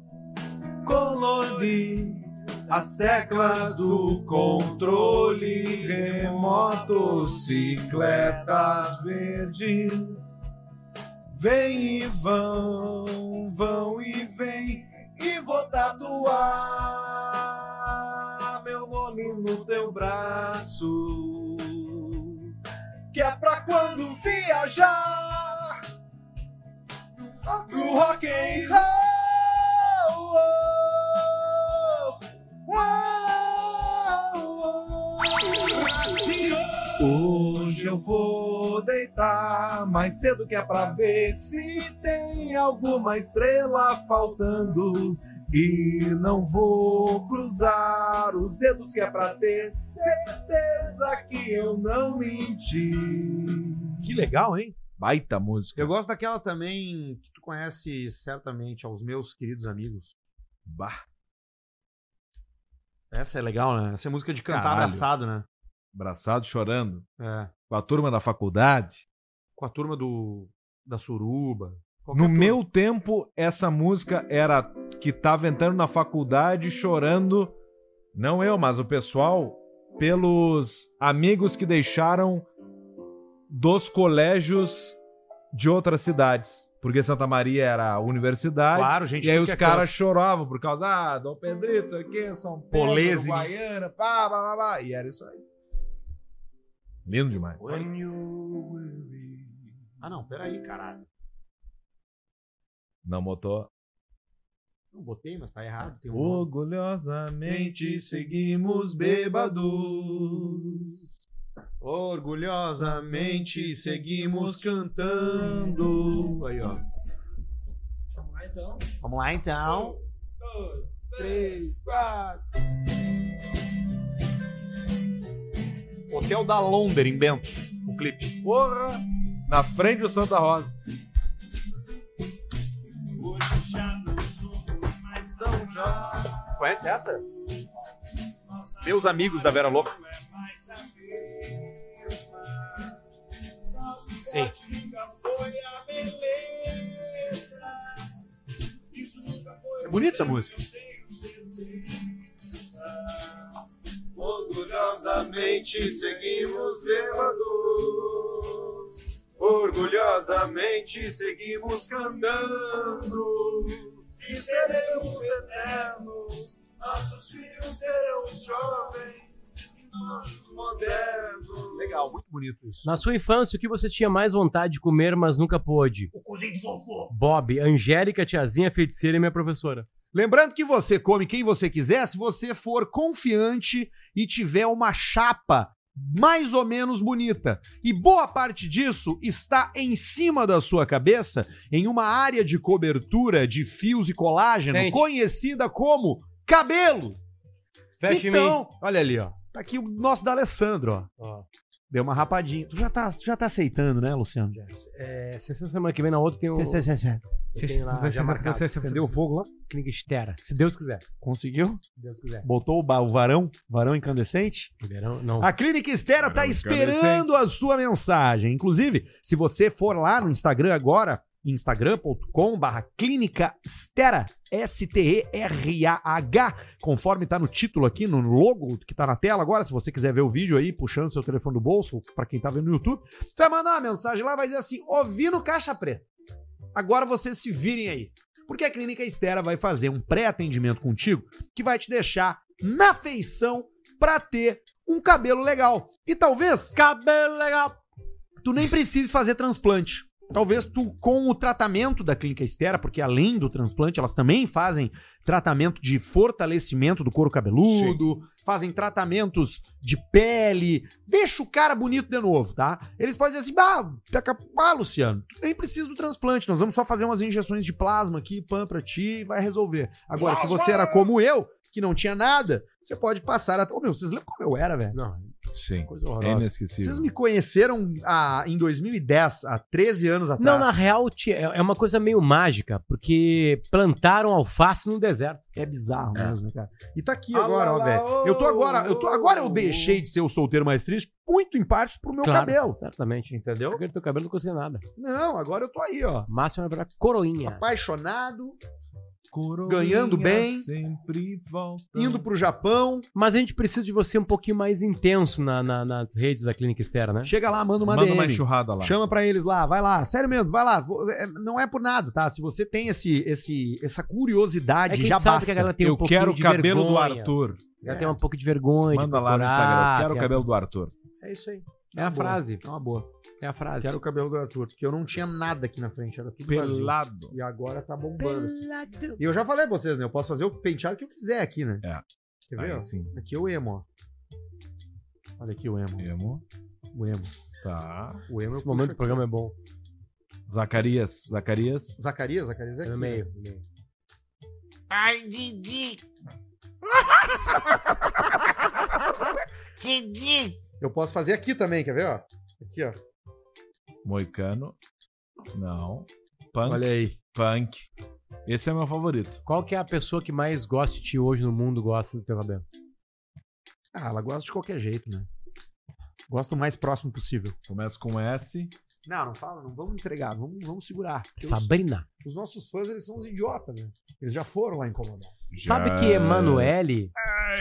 D: colorir as teclas do controle remoto, cicletas verdes. Vem e vão, vão e vem, e vou tatuar meu nome no teu braço. Que é pra quando viajar do rock and roll. Hoje eu vou deitar mais cedo que é pra ver se tem alguma estrela faltando. E não vou cruzar os dedos que é pra ter certeza que eu não menti.
A: Que legal, hein?
B: Baita música.
A: Eu gosto daquela também que tu conhece certamente aos meus queridos amigos.
B: Bah.
A: Essa é legal, né? Essa é música de cantar
B: Caralho.
A: abraçado, né?
B: Abraçado chorando.
A: É.
B: Com a turma da faculdade.
A: Com a turma do da suruba. Qualquer
B: No
A: turma.
B: meu tempo, essa música era que tava entrando na faculdade chorando. Não eu, mas o pessoal. Pelos amigos que deixaram dos colégios de outras cidades. Porque Santa Maria era a universidade.
A: Claro, gente,
B: E aí
A: tudo
B: os
A: que é
B: caras choravam por causa, ah, Dom Pedrito, isso aqui, São Paulo,
A: Polese.
B: Uruguaiana, pá, pá, pá, pá. E era isso aí. Lindo demais.
A: Ah, não, peraí, caralho.
B: Não botou.
A: Não botei, mas tá errado. Tem um nome.
B: Orgulhosamente
A: seguimos
B: bêbados.
A: Orgulhosamente seguimos cantando. Aí, ó.
M: então.
A: Vamos lá então.
M: Dois, três, quatro.
A: Hotel da Londres, em Bento. O clipe.
B: Porra! Na frente do Santa Rosa.
D: Hoje já
A: Conhece essa? Meus amigos da Vera Louca.
D: Sim.
A: É bonita essa música.
D: Orgulhosamente seguimos levados. Orgulhosamente seguimos cantando. E seremos eternos. Nossos filhos serão jovens. e Nós modernos.
A: Legal, muito bonito isso.
C: Na sua infância, o que você tinha mais vontade de comer, mas nunca pôde?
G: Cozinho de vovô.
C: Bob, Angélica, tiazinha, feiticeira e minha professora.
A: Lembrando que você come quem você quiser se você for confiante e tiver uma chapa mais ou menos bonita. E boa parte disso está em cima da sua cabeça, em uma área de cobertura de fios e colágeno
C: Sente.
A: conhecida como cabelo.
C: Fecha em
A: então, olha ali, ó. Tá aqui o nosso D'Alessandro, ó.
C: Ó.
A: Deu uma rapadinha. Tu já tá, tu já tá aceitando, né, Luciano?
C: É, se essa semana que vem na outra tem o.
A: Cê- cê- cê- cê.
C: Eu tenho lá já marcado.
A: Acendeu o fogo lá?
C: Klingstera, se Deus quiser.
A: Conseguiu?
C: Se Deus quiser.
A: Botou o, ba- o varão? Varão incandescente?
C: Verão, não.
A: A Clínica Estera está
C: Caramba,
A: esperando a sua mensagem. Inclusive, se você for lá no Instagram agora, instagram.com barra Clínica Estera, S-T-E-R-A-H, conforme está no título aqui, no logo que está na tela agora, se você quiser ver o vídeo aí, puxando seu telefone do bolso, para quem tá vendo no YouTube, você vai mandar uma mensagem lá, vai dizer assim, ouvi no Caixa Preta. Agora vocês se virem aí. Porque a Clínica Estera vai fazer um pré-atendimento contigo que vai te deixar na feição pra ter um cabelo legal. E talvez.
C: Cabelo legal!
A: Tu nem precise fazer transplante. Talvez tu, com o tratamento da Clínica Estera, porque além do transplante, elas também fazem tratamento de fortalecimento do couro cabeludo, fazem tratamentos de pele, deixa o cara bonito de novo, tá? Eles podem dizer assim, ah, tá cap- ah, Luciano, tu nem precisa do transplante, nós vamos só fazer umas injeções de plasma aqui, pan pra ti e vai resolver. Agora, se você era como eu, que não tinha nada, você pode passar até... Ô, meu, vocês lembram como eu era, velho?
C: Não,
B: Sim.
C: coisa
B: É
C: horrorosa.
B: inesquecível.
A: Vocês me conheceram ah, em 2010, há 13 anos atrás.
C: Não, na real, ti- é é uma coisa meio mágica, porque plantaram alface no deserto.
A: É bizarro mesmo, né, cara? E tá aqui
C: Ah,
A: agora,
C: lá,
A: ó,
C: lá,
A: velho. Eu tô agora, eu tô agora eu deixei de ser o solteiro mais triste, muito em parte pro meu cabelo.
C: Certamente.
A: Entendeu?
C: Porque teu cabelo não conseguia nada.
A: Não, agora eu tô aí, ó.
C: Máximo era pra coroinha.
A: Apaixonado, ganhando bem,
B: Sempre volta.
A: indo pro Japão.
C: Mas a gente precisa de você um pouquinho mais intenso na- na- nas redes da Clínica Estera, né?
A: Chega lá, manda uma
B: Manda
A: DM.
B: uma enxurrada lá.
A: Chama pra eles lá, vai lá, sério mesmo, vai lá. Vou- é, Não é por nada, tá? Se você tem esse, esse, essa curiosidade,
C: É que a gente
A: já
C: sabe
A: basta.
C: que a galera tem um
B: Eu
C: pouquinho
B: quero o
C: de
B: cabelo
C: vergonha.
B: do Arthur.
C: Ela tem um pouco de vergonha.
B: Manda
C: de
B: lá no
C: procurar,
B: Instagram. Eu Quero o
C: tem a-
B: cabelo do Arthur.
C: É isso aí. É
A: Uma
C: a
B: Tá
A: boa.
C: frase.
A: É uma boa.
C: É a frase.
A: Quero o cabelo do Arthur, porque eu não tinha nada aqui na frente, era tudo vazio.
B: Pelado.
A: E agora tá bombando. assim. E eu já falei pra vocês, né? Eu posso fazer o penteado que eu quiser aqui, né?
B: É.
A: Quer ver?
B: Aí
A: ó?
B: sim.
A: Aqui é o emo, ó. Olha aqui o emo.
B: Emo.
A: O emo.
B: Tá.
A: O emo eu
C: Esse
A: puxo
C: momento do
A: aqui.
C: programa é bom.
B: Zacarias. Zacarias.
A: Zacarias, Zacarias é aqui.
C: No
A: né?
C: meio. no meio.
G: Ai, Didi. Didi.
A: Eu posso fazer aqui também, quer ver? Ó? Aqui, ó.
B: Moicano. Não. Punk.
A: Olha aí.
B: Punk. Esse é meu favorito.
C: Qual que é a pessoa que mais gosta de ti hoje no mundo gosta do teu cabelo?
A: Ah, ela gosta de qualquer jeito, né? Gosta o mais próximo possível.
B: Começa com S.
A: Não, não fala, não vamos entregar, vamos, vamos segurar. Porque os-
C: Sabrina.
A: Os, nossos fãs, eles são uns idiotas, né? Eles já foram lá incomodar.
C: Sabe que Emanuele?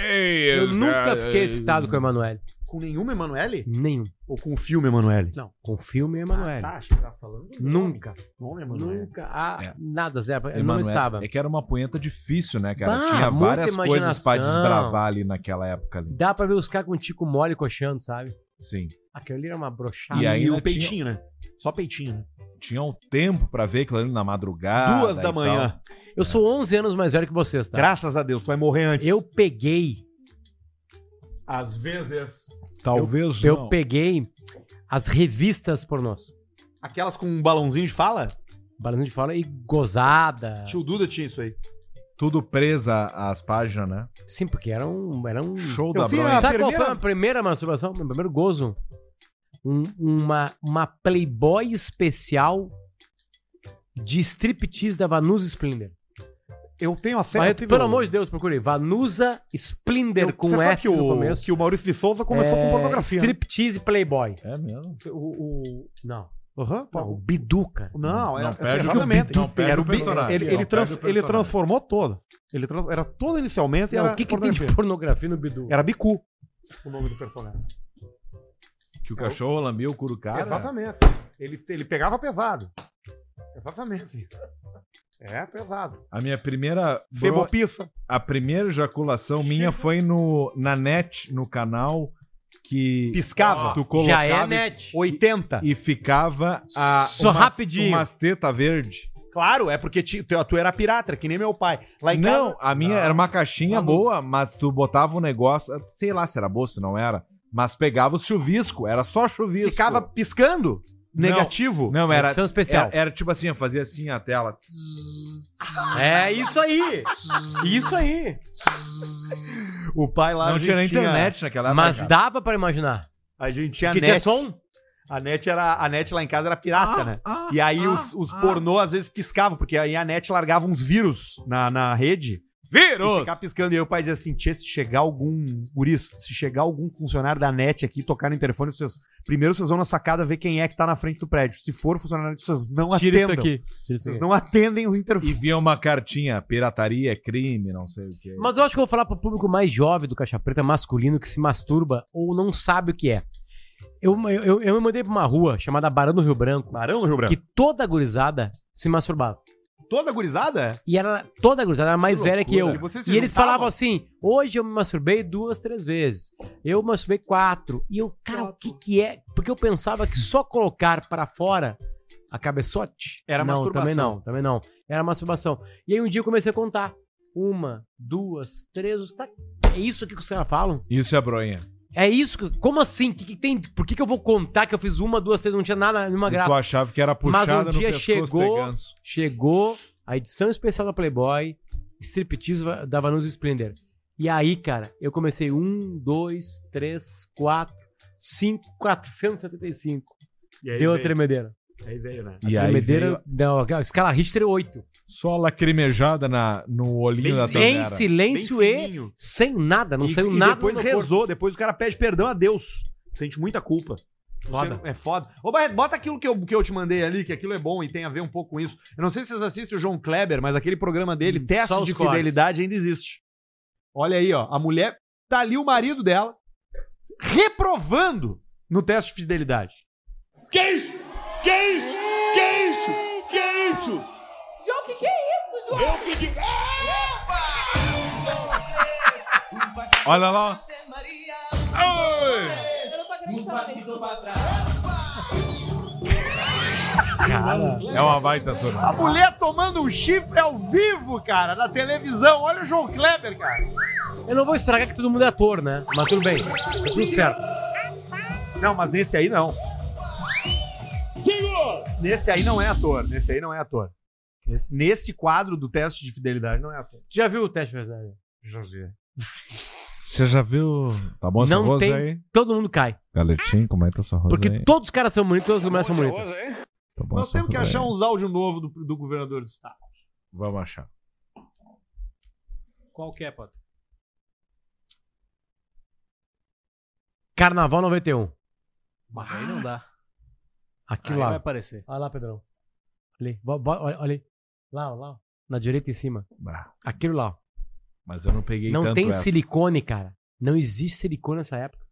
C: Eu nunca fiquei excitado com Emanuele.
A: Com nenhuma Emanuele?
C: Nenhum.
A: Ou com o filme Emanuele?
C: Não. Com filme
A: Ah,
C: Emanuele.
A: tá, achei que tava falando. do nome.
C: Nunca.
A: Nome Emanuele.
C: Nunca. Ah,
B: É.
C: Nada, Zé. Eu não
B: Emanuele.
C: estava.
B: É que era uma punheta difícil, né, cara?
C: Bah,
B: Tinha
C: muita
B: várias coisas pra
C: imaginação.
B: desbravar ali naquela época ali.
C: Dá pra ver os caras com o tico mole coxando, sabe?
B: Sim.
C: Aquilo ali era uma brochada.
B: E
A: E
B: aí
A: aí
B: ainda
A: o peitinho, né? Só peitinho, né?
B: Tinha um tempo pra ver aquilo ali na madrugada.
A: Duas
B: e
A: da
B: tal.
A: manhã.
C: Eu sou 11 anos mais velho que vocês, tá?
A: Graças a Deus, tu vai morrer antes.
C: Eu peguei
A: Às vezes.
B: Talvez
C: Eu
B: não.
C: peguei as revistas pornôs.
A: Aquelas com um balãozinho de fala?
C: Balãozinho de fala e gozada.
A: Tio Duda tinha isso aí.
B: Tudo presa às páginas, né?
C: Sim, porque era um. Era um...
B: Show
A: Eu
B: da
A: tinha-
B: bronha.
C: Sabe qual
A: primeira-
C: foi a primeira masturbação? Meu primeiro gozo? Um- uma, uma Playboy especial de striptease da Vanusa Splinder.
A: eu tenho a fé.
C: Mas,
A: eu tive
C: pelo
A: o-
C: amor de Deus, procurei. Vanusa Splinder
A: Eu- você
C: com
A: sabe
C: S
A: que
C: no
A: o-
C: começo.
A: que o Maurício de Souza começou com pornografia, né?
C: É, Striptease Playboy.
B: É mesmo?
C: O, o- Não.
A: Aham,
C: não, o Bidu, cara.
A: Não, é era,
C: perde o
A: exatamente.
C: Bidu,
A: Ele era o
C: perde o
A: Bi-
C: personagem.
A: ele,
C: Não,
A: ele
C: perde
A: trans-
C: o
A: ele
C: personagem.
A: transformou toda. Ele trans- era toda inicialmente.
C: Não,
A: era
C: o que, que tem de pornografia no Bidu?
A: Era bicu.
C: o nome do personagem.
B: Que o cachorro lambia o né? curo cara.
A: Exatamente. Ele, ele pegava pesado. Exatamente. É pesado.
B: A minha primeira.
A: Febopissa.
B: A primeira ejaculação minha foi no, na net, no canal que.
A: Piscava.
B: Tu colocava
A: Já é
B: e-
A: net. 80.
B: E ficava a.
A: Só
B: umas-
A: rapidinho.
B: Umas teta verde.
A: Claro, é porque ti- tu, tu era pirata, que nem meu pai. Lá em
B: não,
A: casa-
B: a minha era uma caixinha boa, mas tu botava um negócio. Sei lá se era boa, se não era. Mas pegava o chuvisco, era só chuvisco.
A: Ficava piscando? Negativo?
B: Não, era.
A: Edição especial.
B: Era, era tipo assim, eu fazia assim a tela.
C: É isso aí. Isso aí.
A: O pai lá
C: Não
A: a gente
C: tinha nem internet naquela época, Mas cara. dava pra imaginar.
A: A gente tinha
C: Porque tinha
A: net.
C: som?
A: A net, era, a net lá em casa era pirata, né? e aí os, os pornô às vezes piscavam, porque aí a net largava uns vírus na, na rede.
B: Vírus!
A: E ficava piscando. E aí o pai dizia assim: Tchê, se chegar algum. Guris, se chegar algum funcionário da net aqui tocar no telefone, vocês, primeiro vocês vão na sacada ver quem é que tá na frente do prédio. Se for funcionário, vocês não
B: Tira isso
A: atendam.
B: aqui. Tira isso
A: vocês
B: aqui.
A: não atendem os
B: E
A: interfones.
B: vinha uma cartinha, pirataria é crime, não sei o que.
C: Mas eu acho que eu vou falar pro público mais jovem do Caixa Preta, masculino, que se masturba ou não sabe o que é. Eu, eu, eu me mandei pra uma rua chamada Barão do Rio Branco.
A: Barão do Rio Branco.
C: Que toda a gurizada se masturbava.
A: Toda gurizada?
C: E ela, toda a gurizada era mais
A: Que
C: velha que eu.
A: loucura. E vocês se
C: E, eles
A: juntavam?
C: falavam assim: hoje eu me masturbei duas, três vezes. Eu me masturbei quatro. E eu, cara, o que que é? Porque eu pensava que só colocar para fora a cabeçote.
A: Era
C: não,
A: masturbação.
C: Também não, também não. Era masturbação. E aí um dia eu comecei a contar: uma, duas, três. Tá, é isso que os caras falam?
B: Isso é bronha.
C: É isso? que- Como assim? Que, que tem, por que, que eu vou contar que eu fiz uma, duas, três? Não tinha nada, nenhuma
B: E
C: graça.
B: tu achava que era
C: Mas
B: puxada
C: um
B: no
C: dia
B: pescoço de
C: chegou,
B: ganso.
C: chegou a edição especial da Playboy, striptease va- da Vanusa Splendor. E aí, cara, eu comecei um, dois, três, quatro, cinco, 475.
A: E aí
C: Deu a
A: veio.
C: tremedeira.
A: Aí veio, né?
C: A tremedeira deu a escala Richter 8.
B: Só lacrimejada na, no olhinho da
C: Em
B: Tandera.
C: silêncio
A: Bem
C: e
A: fininho.
C: sem nada, não
A: E-
C: saiu
A: e
C: nada.
A: depois
C: do meu
A: rezou, depois o cara pede perdão a Deus. Sente muita culpa.
C: Foda.
A: Você- É foda. Ô, Barreto, bota aquilo que eu, que eu te mandei ali, que aquilo é bom e tem a ver um pouco com isso. Eu não sei se vocês assistem o João Kleber, mas aquele programa dele,
C: Hum, só
A: Teste
C: os
A: de
C: cortes.
A: Fidelidade, ainda existe. Olha aí, ó. A mulher tá ali o marido dela reprovando no teste de fidelidade.
D: Que isso? Que isso? Que isso? Que é isso? João, que que Ah! é isso, João? Eu pedi...
B: Olha lá. Cara, é uma baita
A: A
B: surpresa.
A: mulher tomando um chifre ao vivo, cara, na televisão. Olha o João Kleber, cara.
C: corpo. Eu não vou estragar que todo mundo é ator, né? Mas tudo bem. Tá tudo certo.
A: Não, mas nesse aí não. Nesse aí não é ator. Nesse aí não é ator. Nesse, nesse quadro do teste de fidelidade não é ator.
C: Já viu o teste de é verdade?
A: Já vi.
B: Você já viu? Tá bom essa
C: não
B: rosa
C: tem.
B: aí?
C: Todo mundo cai.
B: Galetinho, como é que tá essa rosa
C: Porque
B: aí?
C: todos os caras são bonitos,
H: É
C: todas as mulheres são bonitas.
B: Tá bom
A: Nós
B: essa
A: temos que
B: rosa
A: achar
B: aí?
A: uns áudios novos do, do governador do estado.
B: Vamos achar.
H: Qual que é, Pato?
C: Carnaval 91.
H: Aí não dá.
C: Aqui
H: Aí
C: lá.
H: vai aparecer.
C: Olha lá, Pedrão. Ali. Bo- bo- Olha, olha aí. Lá, ó, lá. ó. Na direita em cima.
B: Bah.
C: Aquilo lá. ó.
B: Mas eu não peguei
C: Não
B: tanto
C: tem
B: essa.
C: silicone, cara. Não existe silicone nessa época.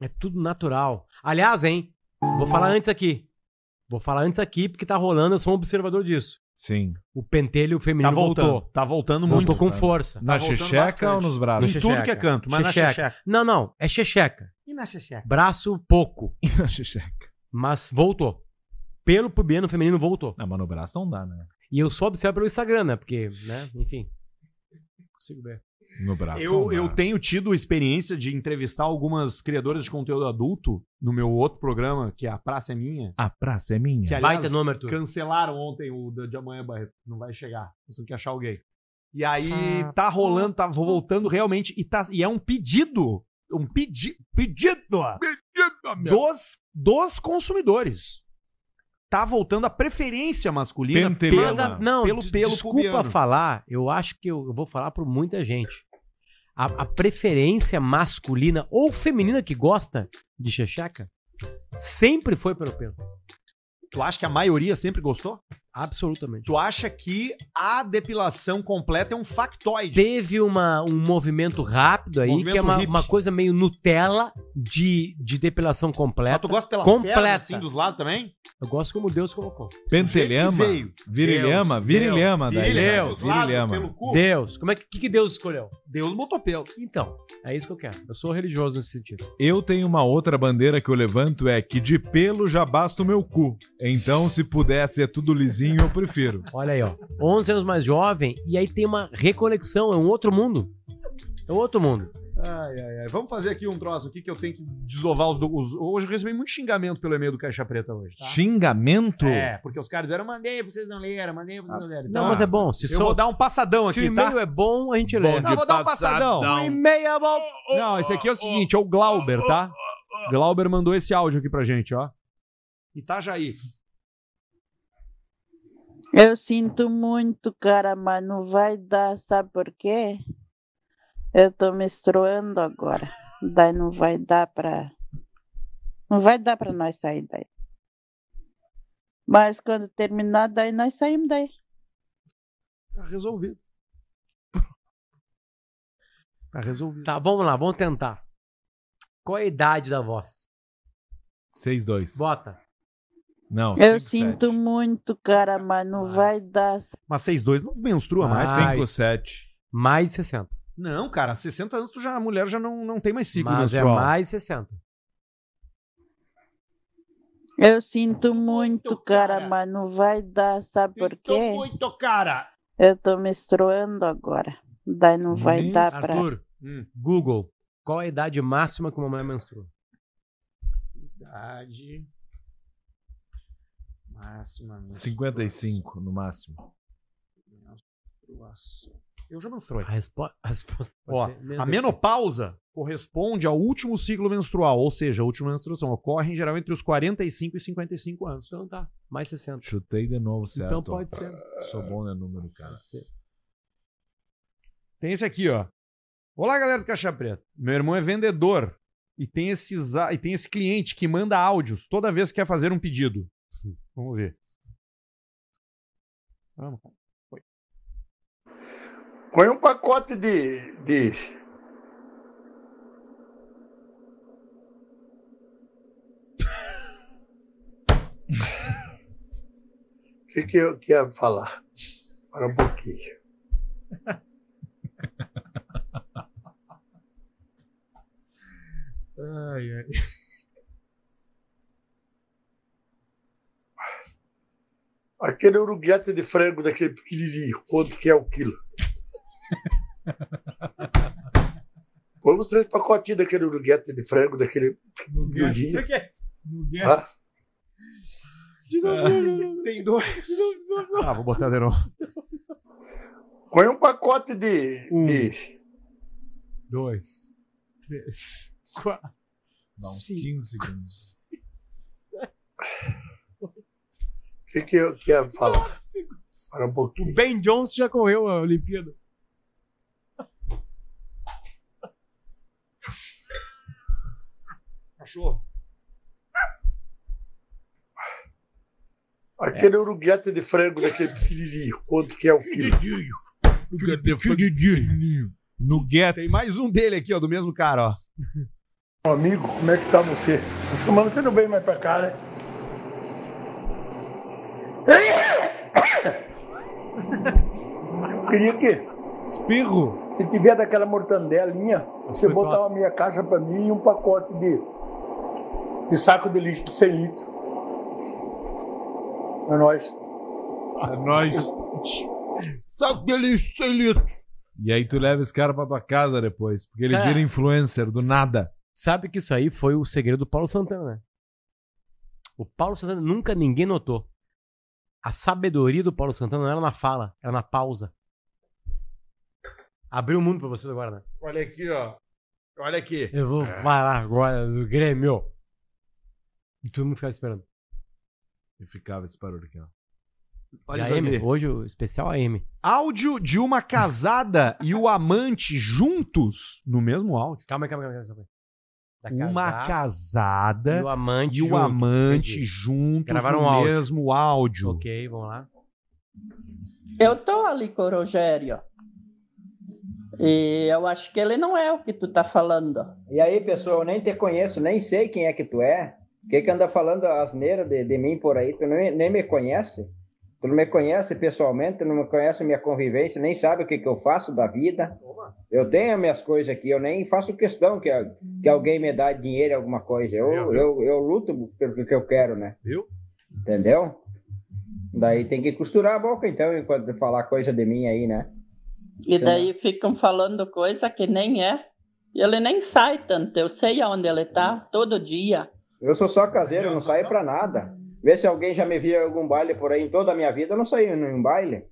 C: É tudo natural. Aliás, hein? Vou falar antes aqui. Vou falar antes aqui porque tá rolando, eu sou um observador disso.
B: Sim.
C: O pentelho feminino
A: Tá voltando,
C: voltou.
A: tá voltando
C: voltou
A: muito. Tá
C: com força.
B: Na
A: voltando
B: checheca
A: bastante.
B: ou nos braços?
A: Em tudo que é canto, mas na xexeca.
C: Não, não, é checheca.
G: E na
C: É.
G: xixeca?
C: Braço pouco,
B: Na checheca.
C: mas voltou. Pelo pubiano feminino voltou.
B: Não, mas no braço não dá, né?
C: E eu só observo pelo Instagram, né? Porque, né? Enfim. Consigo ver.
B: No braço não
A: Eu,
B: dá.
A: eu tenho tido experiência de entrevistar algumas criadoras de conteúdo adulto no meu outro programa, que é A Praça é Minha.
B: A praça é minha.
A: Que,
C: Baita nome, Arthur.
A: cancelaram ontem o da- de amanhã, Barreto. Não vai chegar. Você tem que achar alguém. E aí
C: Ah,
A: tá rolando, tá voltando realmente. E, tá, e é um pedido. Um pedi, pedido,
B: Pedido, meu.
A: dos, dos consumidores. tá voltando a preferência masculina
B: Pentelema.
A: pela-
C: Mas a- não,
A: pelo
C: des-
A: pelo
C: desculpa
A: pubiano.
C: falar, eu acho que eu, eu vou falar por muita gente. A, a preferência masculina ou feminina que gosta de xexeca sempre foi pelo pelo.
A: Tu acha que a maioria sempre gostou?
C: Absolutamente.
A: Tu acha que a depilação completa é um factoide?
C: Teve uma, um movimento rápido aí,
A: Movimento
C: que é uma,
A: hippie.
C: uma coisa meio Nutella de, de depilação completa.
A: Mas tu gosta pelas
C: completa.
A: pernas, assim, dos lados também?
C: Eu gosto como Deus colocou.
B: Pentelhama,
A: Do jeito que veio.
B: virilhama,
C: Deus,
B: virilhama daí.
C: virilhama,
B: né?
C: dos
B: Virilhama.
A: lados, pelo cu.
C: Deus, como é que, que que Deus escolheu?
A: Deus botou pelo.
C: Então, é isso que eu quero. Eu sou religioso nesse sentido.
B: Eu tenho uma outra bandeira que eu levanto é que de pelo já basta o meu cu. Então, se pudesse ser tudo lisinho, eu prefiro.
C: Olha aí, ó. 11 anos mais jovem, e aí tem uma reconexão, é um outro mundo. É um outro mundo.
A: Ai, ai, ai. Vamos fazer aqui um troço aqui que eu tenho que desovar os, do- os- Hoje eu recebi muito xingamento pelo e-mail do Caixa Preta hoje, tá?
B: Xingamento?
A: É, porque os caras eram, mandei pra vocês não leram, mandei pra vocês não leram.
C: Não,
A: Então,
C: mas é bom. Se
A: Eu vou dar um passadão
C: se
A: aqui,
C: o
A: tá?
C: e-mail é bom, a gente lê.
A: Não, vou dar um passadão.
C: O e-mail é bom.
A: Não, esse aqui é o seguinte, é o Glauber, tá? Glauber mandou esse áudio aqui pra gente, ó. Itajaí.
N: Eu sinto muito, cara, mas não vai dar, sabe por quê? Eu tô menstruando agora. Daí não vai dar pra. Não vai dar pra nós sair daí. Mas quando terminar, daí nós saímos daí.
A: Tá resolvido. Tá resolvido.
C: Tá, vamos lá, vamos tentar. Qual é a idade da voz?
B: 6-2.
C: Bota.
B: Não,
N: Eu
B: cinco,
N: sinto muito, cara, mas não vai dar.
A: Mas 6-2 não menstrua mais.
C: Mais.
B: 5, 7.
C: Ah, Mais 60.
A: Não, cara, 60 anos tu já, a mulher já não, não tem mais ciclo
C: Mas é
A: menstrual.
C: mais 60.
N: Eu sinto muito, cara, mas não vai dar, sabe por quê?
A: muito, cara.
N: Eu tô menstruando agora. Daí não vai dar pra.
C: Arthur, hum, Google, qual a idade máxima que uma mulher menstrua?
A: Idade. Máxima
B: 55 no máximo.
A: menstruação. Eu já menstruei.
C: A, respo- a resposta pode
A: Ó,
C: ser menos
A: a
C: de-
A: menopausa corresponde ao último ciclo menstrual, ou seja, a última menstruação ocorre em geral entre os 45 e 55 anos.
C: Então tá, mais 60.
B: Chutei de novo, certo?
C: Então pode ser.
B: Sou bom no número, cara.
A: Tem esse aqui, ó. Olá, galera do Caixa Preta. Meu irmão é vendedor e tem, esses, a- e tem esse cliente que manda áudios toda vez que quer fazer um pedido. Vamos ver. Vamos.
I: Põe um pacote de, de. O que, que eu quero falar? Para um pouquinho.
A: Ai, ai.
I: Aquele uruguete de frango daquele pequenininho, quanto que é o quilo? Põe uns três pacotinhos daquele uruguete de frango daquele miudinho. Ah,
A: Tem dois. Ah, vou botar de novo.
I: põe um pacote de. de...
A: Um. Dois. Três. Quatro.
B: Dá uns 15 segundos.
I: O que, que eu quero falar? Para um pouquinho.
C: O Ben Johnson já correu a Olimpíada.
A: Cachorro.
I: É. Aquele uruguete de frango daquele pequenininho, quanto que é o quilo?
B: Nuggets.
A: Tem mais um dele aqui, ó, do mesmo cara, ó.
I: Meu amigo, como é que tá você? Essa semana você não veio mais pra cá, né? Eu queria que.
B: Espirro.
I: Se tiver daquela mortandelinha, você
B: foi
I: botar
B: tosse.
I: uma meia caixa pra mim e um pacote de. de saco de lixo de 100 litros. É nóis.
B: É nóis.
I: Saco de lixo de 100 litros.
B: E aí tu leva esse cara pra tua casa depois, porque ele
C: Cara,
B: vira influencer do nada.
C: Sabe que isso aí foi o segredo do Paulo Santana, né? O Paulo Santana nunca ninguém notou. A sabedoria do Paulo Santana não era na fala, era na pausa. Abriu o mundo pra vocês agora, né?
A: Olha aqui, ó. Olha aqui.
C: Eu
B: É.
C: vou falar agora do Grêmio. E todo mundo ficava esperando.
B: E ficava esse barulho aqui, ó.
C: E a M, hoje o especial é AM.
A: Áudio de uma casada e o amante juntos no mesmo áudio.
C: Calma aí, calma aí, calma aí. Calma aí. Da
A: Uma
C: casada
A: casada
C: e o amante
A: e o
C: junto.
A: amante
C: Entendi.
A: juntos
C: Gravaram
A: no
C: um áudio.
A: mesmo áudio.
C: Ok, vamos lá.
O: Eu tô ali com o Rogério. E eu acho que ele não é o que tu tá falando.
P: E aí, pessoal, eu nem te conheço, nem sei quem é que tu é. O que que anda falando asneira de, de mim por aí? Tu nem, nem me conhece? Tu não me conhece pessoalmente, tu não me conhece minha convivência, nem sabe o que que eu faço da vida. Eu tenho as minhas coisas aqui, eu nem faço questão que, a- que alguém me dá dinheiro, alguma coisa. Eu, eu, eu luto pelo que eu quero, né?
B: Viu?
P: Entendeu? Daí tem que costurar a boca, então, enquanto falar coisa de mim aí, né?
O: E daí ficam falando coisa que nem é. E ele nem sai tanto. Eu sei aonde ele tá todo dia.
P: Eu sou só caseiro, não saio pra nada. Vê se alguém já me viu em algum baile por aí. Em toda a minha vida eu não saí em nenhum baile.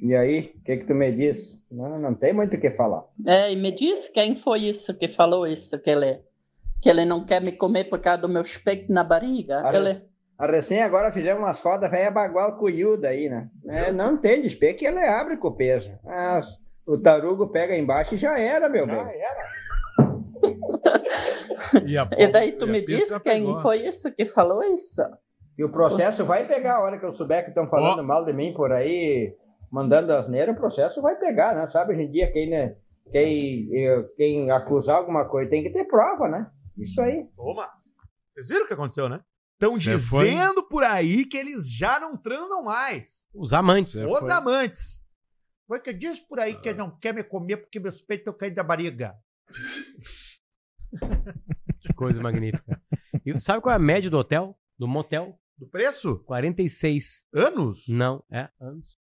P: E aí, o que que tu me diz? Não, não tem muito o que falar.
O: É, e me diz quem foi isso que falou isso, que ele, que ele não quer me comer por causa do meu peito na barriga.
P: A,
O: Ele-
P: rec- a recém agora fizemos umas fodas velha bagual cunhuda aí, né? É, não tem despeito que ele abre com o peso. Mas o tarugo pega embaixo e já era, meu
I: Ah,
P: bem.
O: E daí tu me diz quem foi isso que falou isso?
P: E o processo vai pegar a hora que eu souber que estão falando mal de mim por aí, mandando asneira, o processo vai pegar, né? Sabe, hoje em dia, quem, né, quem, eh, quem acusar alguma coisa tem que ter prova, né? Isso aí.
A: Toma. Vocês viram o que aconteceu, né? Estão
P: Você foi-
A: dizendo por aí que eles já não transam mais.
C: Os amantes.
A: Os amantes. Foi que diz por aí que não quer me comer porque meus peitos estão caindo da barriga.
C: Que coisa magnífica. E sabe qual é a média do hotel? Do motel?
A: Do preço?
C: 46.
A: Anos?
C: Não, é anos.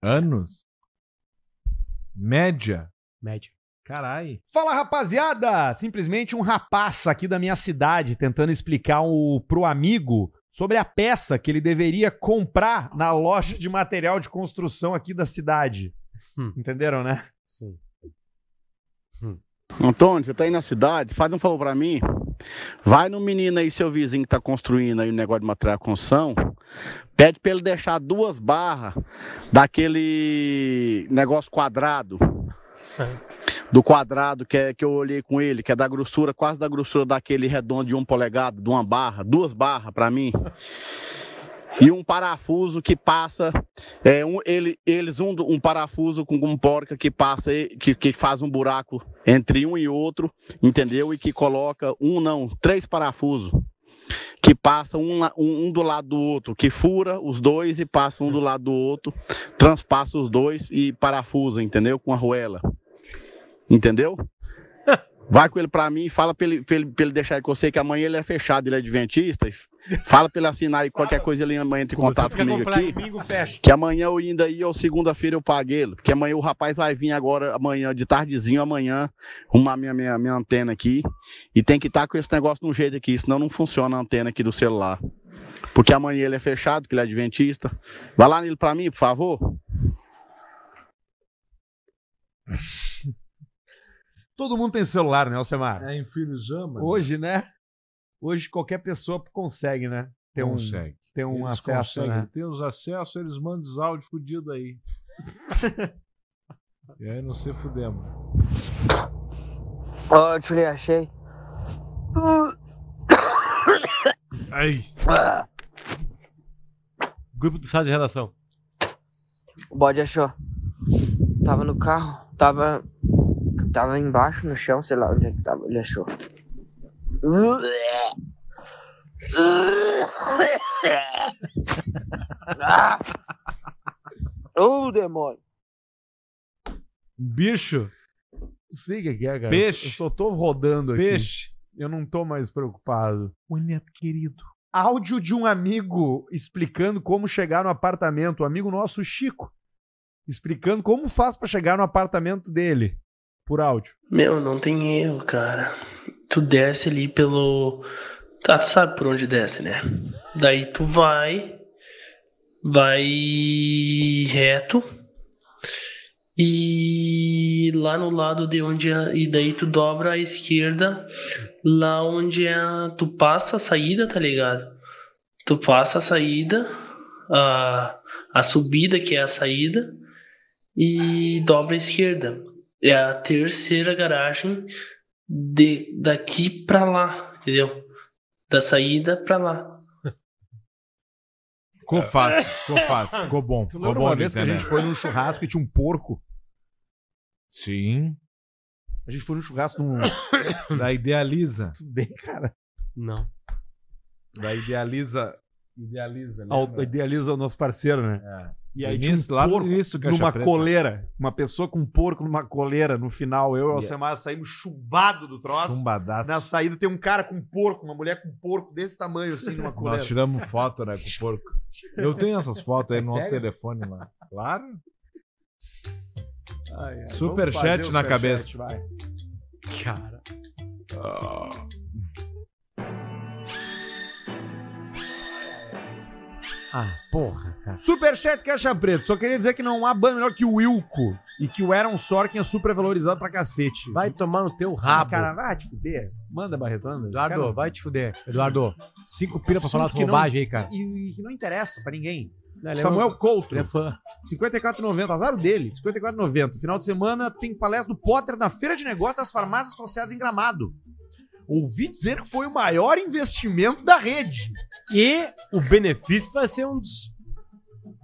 B: Anos? Média?
C: Média.
B: Carai.
A: Fala rapaziada! Simplesmente um rapaz aqui da minha cidade tentando explicar o, pro amigo sobre a peça que ele deveria comprar na loja de material de construção aqui da cidade. Entenderam, né?
C: Hum. Sim. é.
Q: Antônio, você tá aí na cidade? Faz um favor pra mim. Vai no menino aí, seu vizinho que tá construindo aí o negócio de material de construção. Pede pra ele deixar duas barras daquele negócio quadrado. Do quadrado que, é, que eu olhei com ele, que é da grossura, quase da grossura daquele redondo de um polegado, de uma barra, duas barras pra mim. E um parafuso que passa, é, um, ele, eles um, do- um parafuso com um porca que passa, e- que, que faz um buraco entre um e outro, entendeu? E que coloca um não, três parafusos que passa um, la- um- um do lado do outro, que fura os dois e passa um do lado do outro, transpassa os dois e parafusa, entendeu? Com a arruela. Entendeu? Vai com ele pra mim e fala pra ele, pra ele, pra ele deixar aí com você que amanhã ele é fechado, ele é adventista. e Fala pra ele assinar aí qualquer coisa ele amanhã entra em contato comigo aqui. Que amanhã eu ainda aí, ou segunda-feira eu pago ele. Porque amanhã o rapaz vai vir agora, amanhã, de tardezinho, amanhã, arrumar minha, minha, minha antena aqui. E tem que estar com esse negócio no jeito aqui, senão não funciona a antena aqui do celular. Porque amanhã ele é fechado, que ele é adventista. Vai lá nele pra mim, por favor.
A: Todo mundo tem celular, né, Alcemar?
B: É, infeliz-ama.
A: Hoje, né? Hoje qualquer pessoa consegue, né? Ter um,
B: Consegue.
A: Ter um
B: Eles
A: acesso,
B: conseguem
A: né?
B: ter os acessos, eles mandam os áudios fudidos aí. e aí É, não se fudemos.
R: Ó, eu te achei.
B: Ai.
C: Grupo do sala de redação.
R: O bode achou. Tava no carro, tava. Tava embaixo no chão, sei lá onde é que tava, ele achou. Ah! Ô, demônio!
B: Bicho.
A: Sei o que é, cara.
B: Peixe.
A: Eu só tô rodando aqui.
B: Peixe.
A: Eu não tô mais preocupado. O neto querido. Áudio de um amigo explicando como chegar no apartamento. O amigo nosso, o Chico. Explicando como faz pra chegar no apartamento dele. Por áudio.
S: Meu, não tem erro, cara. Tu desce ali pelo. Tá, tu sabe por onde desce, né? Daí tu vai. Vai reto. E lá no lado de onde é. E daí tu dobra à esquerda. Lá onde é. a- Tu passa a saída, tá ligado? tu passa a saída, a, a subida que é a saída, e dobra à esquerda. É a terceira garagem de, daqui pra lá, entendeu? Da saída pra lá.
B: Ficou fácil, ficou fácil, ficou bom.
A: Tu
B: Ficou
A: lembra
B: bom
A: uma
B: de
A: vez que a
B: internet.
A: gente foi num churrasco e tinha um porco?
B: Sim.
A: A gente foi num churrasco num...
B: Da Idealiza.
A: Tudo bem, cara?
C: Não.
B: Da Idealiza. Idealiza, né?
A: Ao- idealiza o nosso parceiro, né? E aí tinha um
B: É. Início- lá no
A: porco
B: início do Caixa
A: numa
B: Preta.
A: coleira. Uma pessoa com um porco numa coleira. No final, eu e o Alcemar saímos chumbado do troço.
B: é. Chumbadaço.
A: Na saída tem um cara com um porco, uma mulher com um porco desse tamanho, assim, numa coleira.
B: Nós tiramos foto, né, com o porco. Eu tenho essas fotos aí
A: É
B: no outro
A: sério?
B: telefone lá. Claro.
A: Ai, ai, É, vamos fazer
B: Superchat
A: o
B: na
A: superchat,
B: cabeça.
A: vai.
C: Cara. Ah, porra, cara.
A: Superchat Caixa Preto. Só queria dizer que não há ban melhor que o Wilco e que o Aaron Sorkin é super valorizado pra cacete. Ah,
C: Vai tomar no teu rabo.
A: Cara, vai te fuder. Manda, Barreto, anda. Esse
C: Eduardo,
A: cara- Hum.
C: vai te fuder. Eduardo, cinco pila pra
A: Assunto
C: falar essa
A: que não-
C: bobagem aí, cara.
A: E, e que não interessa pra ninguém.
C: Não, ele é
A: Samuel
C: um-
A: Couto.
C: ele é fã.
A: 54,90. Azar o dele. 54,90. Final de semana tem palestra do Potter na Feira de Negócios das Farmácias Associadas em Gramado. Ouvi dizer que foi o maior investimento da rede.
C: E o benefício vai ser um dos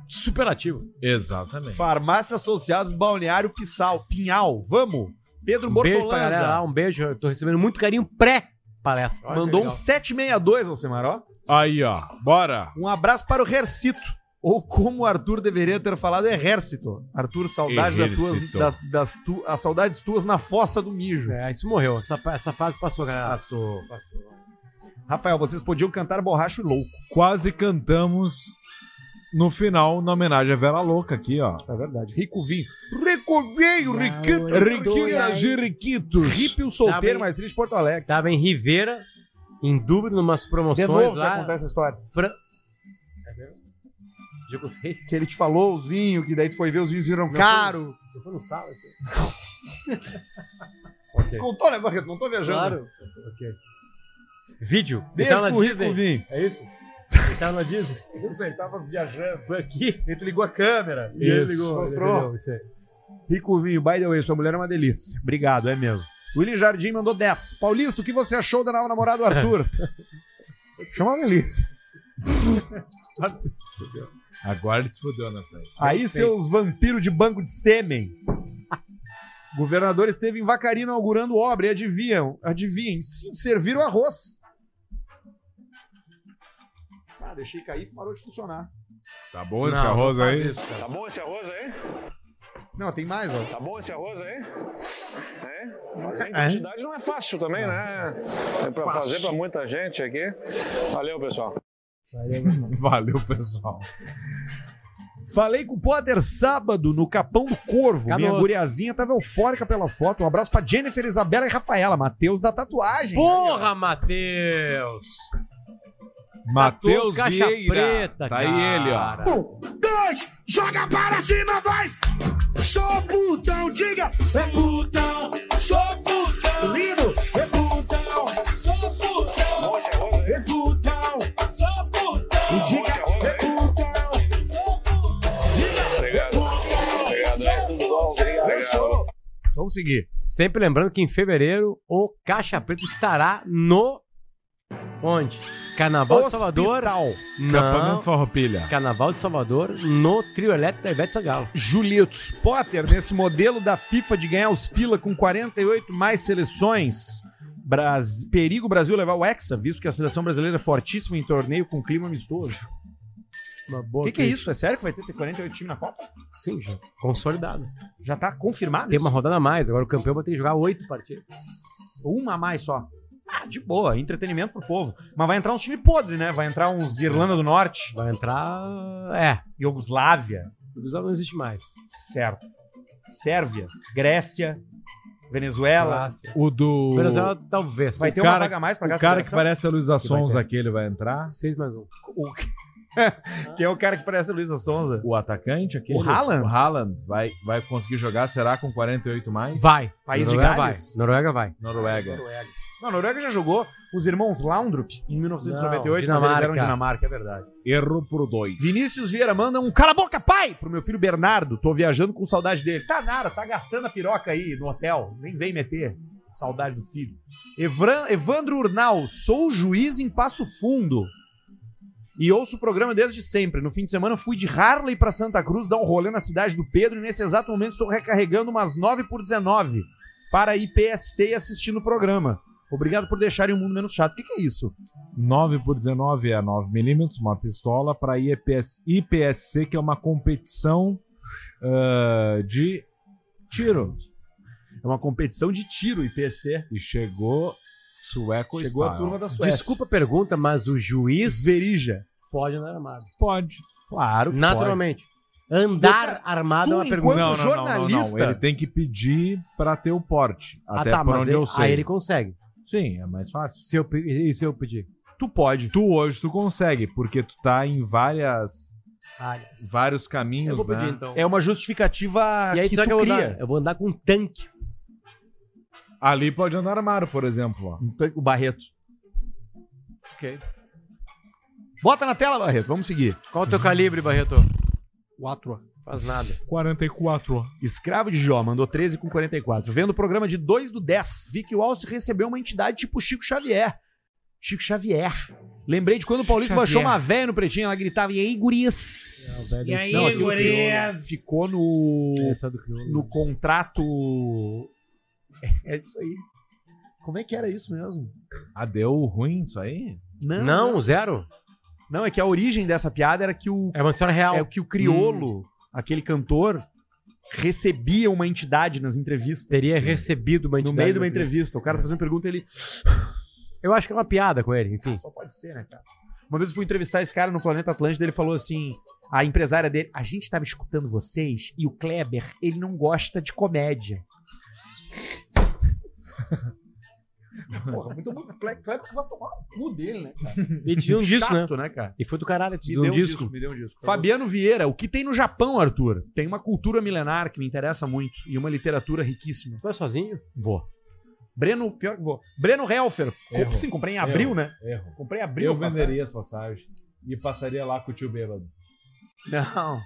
C: superlativo.
B: Exatamente.
A: Farmácias Associadas Balneário Pissal. Pinhal. Vamos. Pedro
C: Um beijo pra galera
A: Bortolanza.
C: lá, um beijo. Eu tô recebendo muito carinho pré-palestra. Olha que
A: Mandou um
C: legal.
A: 762, Alcemar, ó.
B: Aí, ó. Bora.
A: Um abraço para o Hercito. Ou como o Arthur deveria ter falado, é Hercito. Arthur, saudade das tuas,
C: Hercito.
A: da- das tu- as saudades tuas na fossa do mijo.
C: É, isso morreu. Essa, essa fase passou, galera. Passou, passou.
A: Rafael, vocês podiam cantar Borracho e Louco.
B: Quase cantamos no final na homenagem à Vera Louca aqui, ó.
A: É verdade. Rico Vinho. Rico Vinho, Riquito.
C: é. um
B: Riquinhas e Riquitos.
A: Ripio Solteiro, mais triste de Porto Alegre.
C: Tá Tava em Rivera, em dúvida, numas
A: De
C: promoções
A: novo já
C: lá.
A: acontece essa história.
C: Fran...
A: É,
C: Já contei?
A: Que ele te falou os vinhos, que daí tu foi ver os vinhos viram
C: Não,
A: caro.
C: Eu fui no sala, assim.
A: Contou, né, Barreto? Não tô viajando.
C: Claro. Ok. Vídeo.
A: Beijo
C: Ele tava na
A: pro Rico
C: Disney.
A: Vinho.
C: É isso? Ele tava na Disney.
A: Isso, ele tava viajando.
C: É, Foi aqui.
A: Ele te ligou a câmera.
C: E ele ligou.
A: Mostrou.
C: Mostrou. Isso aí.
A: Rico Vinho, by the way, sua mulher é uma delícia. Obrigado, é mesmo. William Jardim mandou 10. Paulista, o que você achou da nova namorada do Arthur? Chama uma delícia.
B: Agora ele se fudeu nessa aí.
A: Aí, seus vampiros de banco de sêmen. Governador esteve em Vacaria inaugurando obra e adivinham, adivinhem, sim, serviram arroz. Ah, deixei cair e parou de funcionar.
B: Tá bom esse
E: Não, não
B: arroz
E: faz
B: aí?
E: isso, cara. Tá bom esse arroz aí?
A: Não, tem mais, ó.
E: Tá bom esse arroz aí? É? Fazer em
A: É.
E: quantidade não é fácil também, né? É pra
B: Fácil.
E: fazer pra muita gente aqui. Valeu, pessoal.
B: Valeu, pessoal.
A: Falei com o Potter sábado no Capão do Corvo.
B: Canoas.
A: Minha guriazinha tava eufórica pela foto. Um abraço pra Jennifer, Isabela e Rafaela. Matheus da tatuagem.
C: Porra, Matheus!
B: Matheus
C: Tatu Caixa
B: Vieira.
C: Preta,
B: tá
C: cara.
B: aí ele, ó.
D: Um, dois, joga para cima, vai! Sou putão, diga! É putão, sou putão! Lindo! É putão, sou putão! É putão, sou putão! Diga! É putão, sou putão! Diga!
E: Obrigado. Obrigado, hein? Tudo bom? Obrigado. Obrigado.
A: Vamos seguir.
C: Sempre lembrando que em fevereiro o Caixa Preta estará no. Onde? Carnaval de Salvador.
B: Acampamento
C: Não.
B: Farroupilha.
C: Carnaval de Salvador no trio elétrico da Ivete Sangalo.
A: Julietos Potter, nesse modelo da FIFA de ganhar os pila com 48 mais seleções. Bras... Perigo o Brasil levar o Hexa, visto que a seleção brasileira é fortíssima em torneio com clima amistoso. O que, que é isso? É sério que vai ter, ter 48 times na Copa?
C: Sim, já. Consolidado.
A: Já tá confirmado?
C: Tem uma rodada a mais. Agora o campeão vai ter que jogar oito partidas.
A: Uma a mais só. Ah, de boa, entretenimento pro povo. Mas vai entrar uns time podre, né? Vai entrar uns Irlanda do Norte.
C: Vai entrar. É.
A: Iugoslávia.
C: Iugoslávia não existe mais.
A: Certo. Sérvia, Grécia, Venezuela.
C: Croácia.
B: O do.
C: Venezuela, talvez.
A: Vai ter uma vaga a mais pra
B: O
A: cada
B: cara que
A: seleção?
B: parece a Luiz Assons
A: Que vai
B: aqui, ele vai entrar.
C: Seis mais um.
A: O... Quem é o cara que parece a Luísa Sonza?
B: O atacante aqui.
A: O Haaland?
B: O Haaland vai, vai conseguir jogar, será, com 48 mais?
C: Vai.
A: País de
C: Noruega
A: Gales?
C: vai. Noruega vai.
B: Noruega.
C: Noruega.
A: Não, Noruega já jogou os irmãos Laundrup em 1998, mas
C: Dinamarca.
A: eles eram Dinamarca, é verdade.
B: Erro por dois.
A: Vinícius Vieira manda um cala a boca, pai, pro meu filho Bernardo. Tô viajando com saudade dele. Tá nada, tá gastando a piroca aí no hotel. Nem vem meter. Saudade do filho. Evran- Evandro Urnal, sou juiz em Passo Fundo. E ouço o programa desde sempre. No fim de semana fui de Harley pra Santa Cruz dar um rolê na cidade do Pedro e nesse exato momento estou recarregando umas 9 por 19 para a IPSC e assistindo o programa. Obrigado por deixarem o mundo menos chato. O que, que é isso?
B: 9 por 19 é 9mm, uma pistola, para IPS, IPSC, que é uma competição ah, de tiro.
A: É uma competição de tiro, IPSC.
B: E chegou sueco
A: Chegou a turma da Suécia.
C: Desculpa a pergunta, mas o juiz.
A: Verija.
C: Pode andar armado.
B: Pode.
A: Claro que
C: Naturalmente. Andar armado é uma pergunta.
B: Não, não, não, não, não. Ele tem que pedir para ter o porte.
C: Ah,
B: até
C: tá,
B: por
C: mas
B: onde
C: ele-
B: eu sei.
C: aí ele consegue.
B: Sim, é mais fácil.
C: Se eu, pe- e se eu pedir?
A: Tu pode.
B: Tu hoje tu consegue, porque tu tá em várias vários caminhos,
C: Eu vou pedir,
B: né?
C: então.
A: É uma justificativa
C: E aí,
A: que
C: sabe
A: tu
C: o que eu vou
A: cria.
C: dar? Eu vou andar com um tanque.
B: Ali pode andar armado, por exemplo, ó.
A: Então, O Barreto.
C: Ok.
A: Bota na tela, Barreto. Vamos seguir.
C: Qual o teu calibre, Barreto?
A: Quatro.
C: Faz nada.
B: 44.
A: Escravo de Jó mandou 13 com 44. Vendo o programa de 2 do 10, vi que o Alce recebeu uma entidade tipo Chico Xavier. Chico Xavier. Lembrei de quando o Paulista
C: Xavier.
A: baixou uma véia no pretinho, ela gritava, e aí, gurias?
C: É, o velho E aí,
A: aquilo ficou,
C: gurias?
A: ficou no,
C: Essa é do crioulo.
A: no contrato... É isso aí. Como é que era isso mesmo?
B: Ah, deu ruim isso aí?
A: Não,
C: Não, zero?
A: Não, é que a origem dessa piada era que o.
C: É uma história real. Hum.
A: É que o criolo, aquele cantor, recebia uma entidade nas entrevistas.
C: Teria recebido uma
A: No
C: entidade.
A: meio de uma
C: no fim.
A: entrevista. O cara fazendo pergunta ele.
C: Eu acho que é uma piada com ele, enfim.
A: Só pode ser, né, cara? Uma vez eu fui entrevistar esse cara no Planeta Atlântida, ele falou assim: a empresária dele, a gente tava escutando vocês e o Kleber, ele não gosta de comédia. Porra, muito bom. Kleber vai tomar no cu dele, né, cara?
C: E te deu um disco, né?
A: Chato, né, cara?
C: E foi do caralho, te
A: Me
C: deu
A: deu
C: um disco.
A: me deu um disco. Fabiano Vieira, o que tem no Japão, Arthur? Tem uma cultura milenar que me interessa muito e uma literatura riquíssima.
C: Foi sozinho?
A: Vou. Breno, pior que vou. Breno Helfer.
B: Erro.
A: Sim, comprei em
B: Erro.
A: abril, né?
B: Erro.
A: Comprei em abril.
B: eu
A: a passagem.
B: venderia as passagens e passaria lá com o tio bêbado.
A: Não.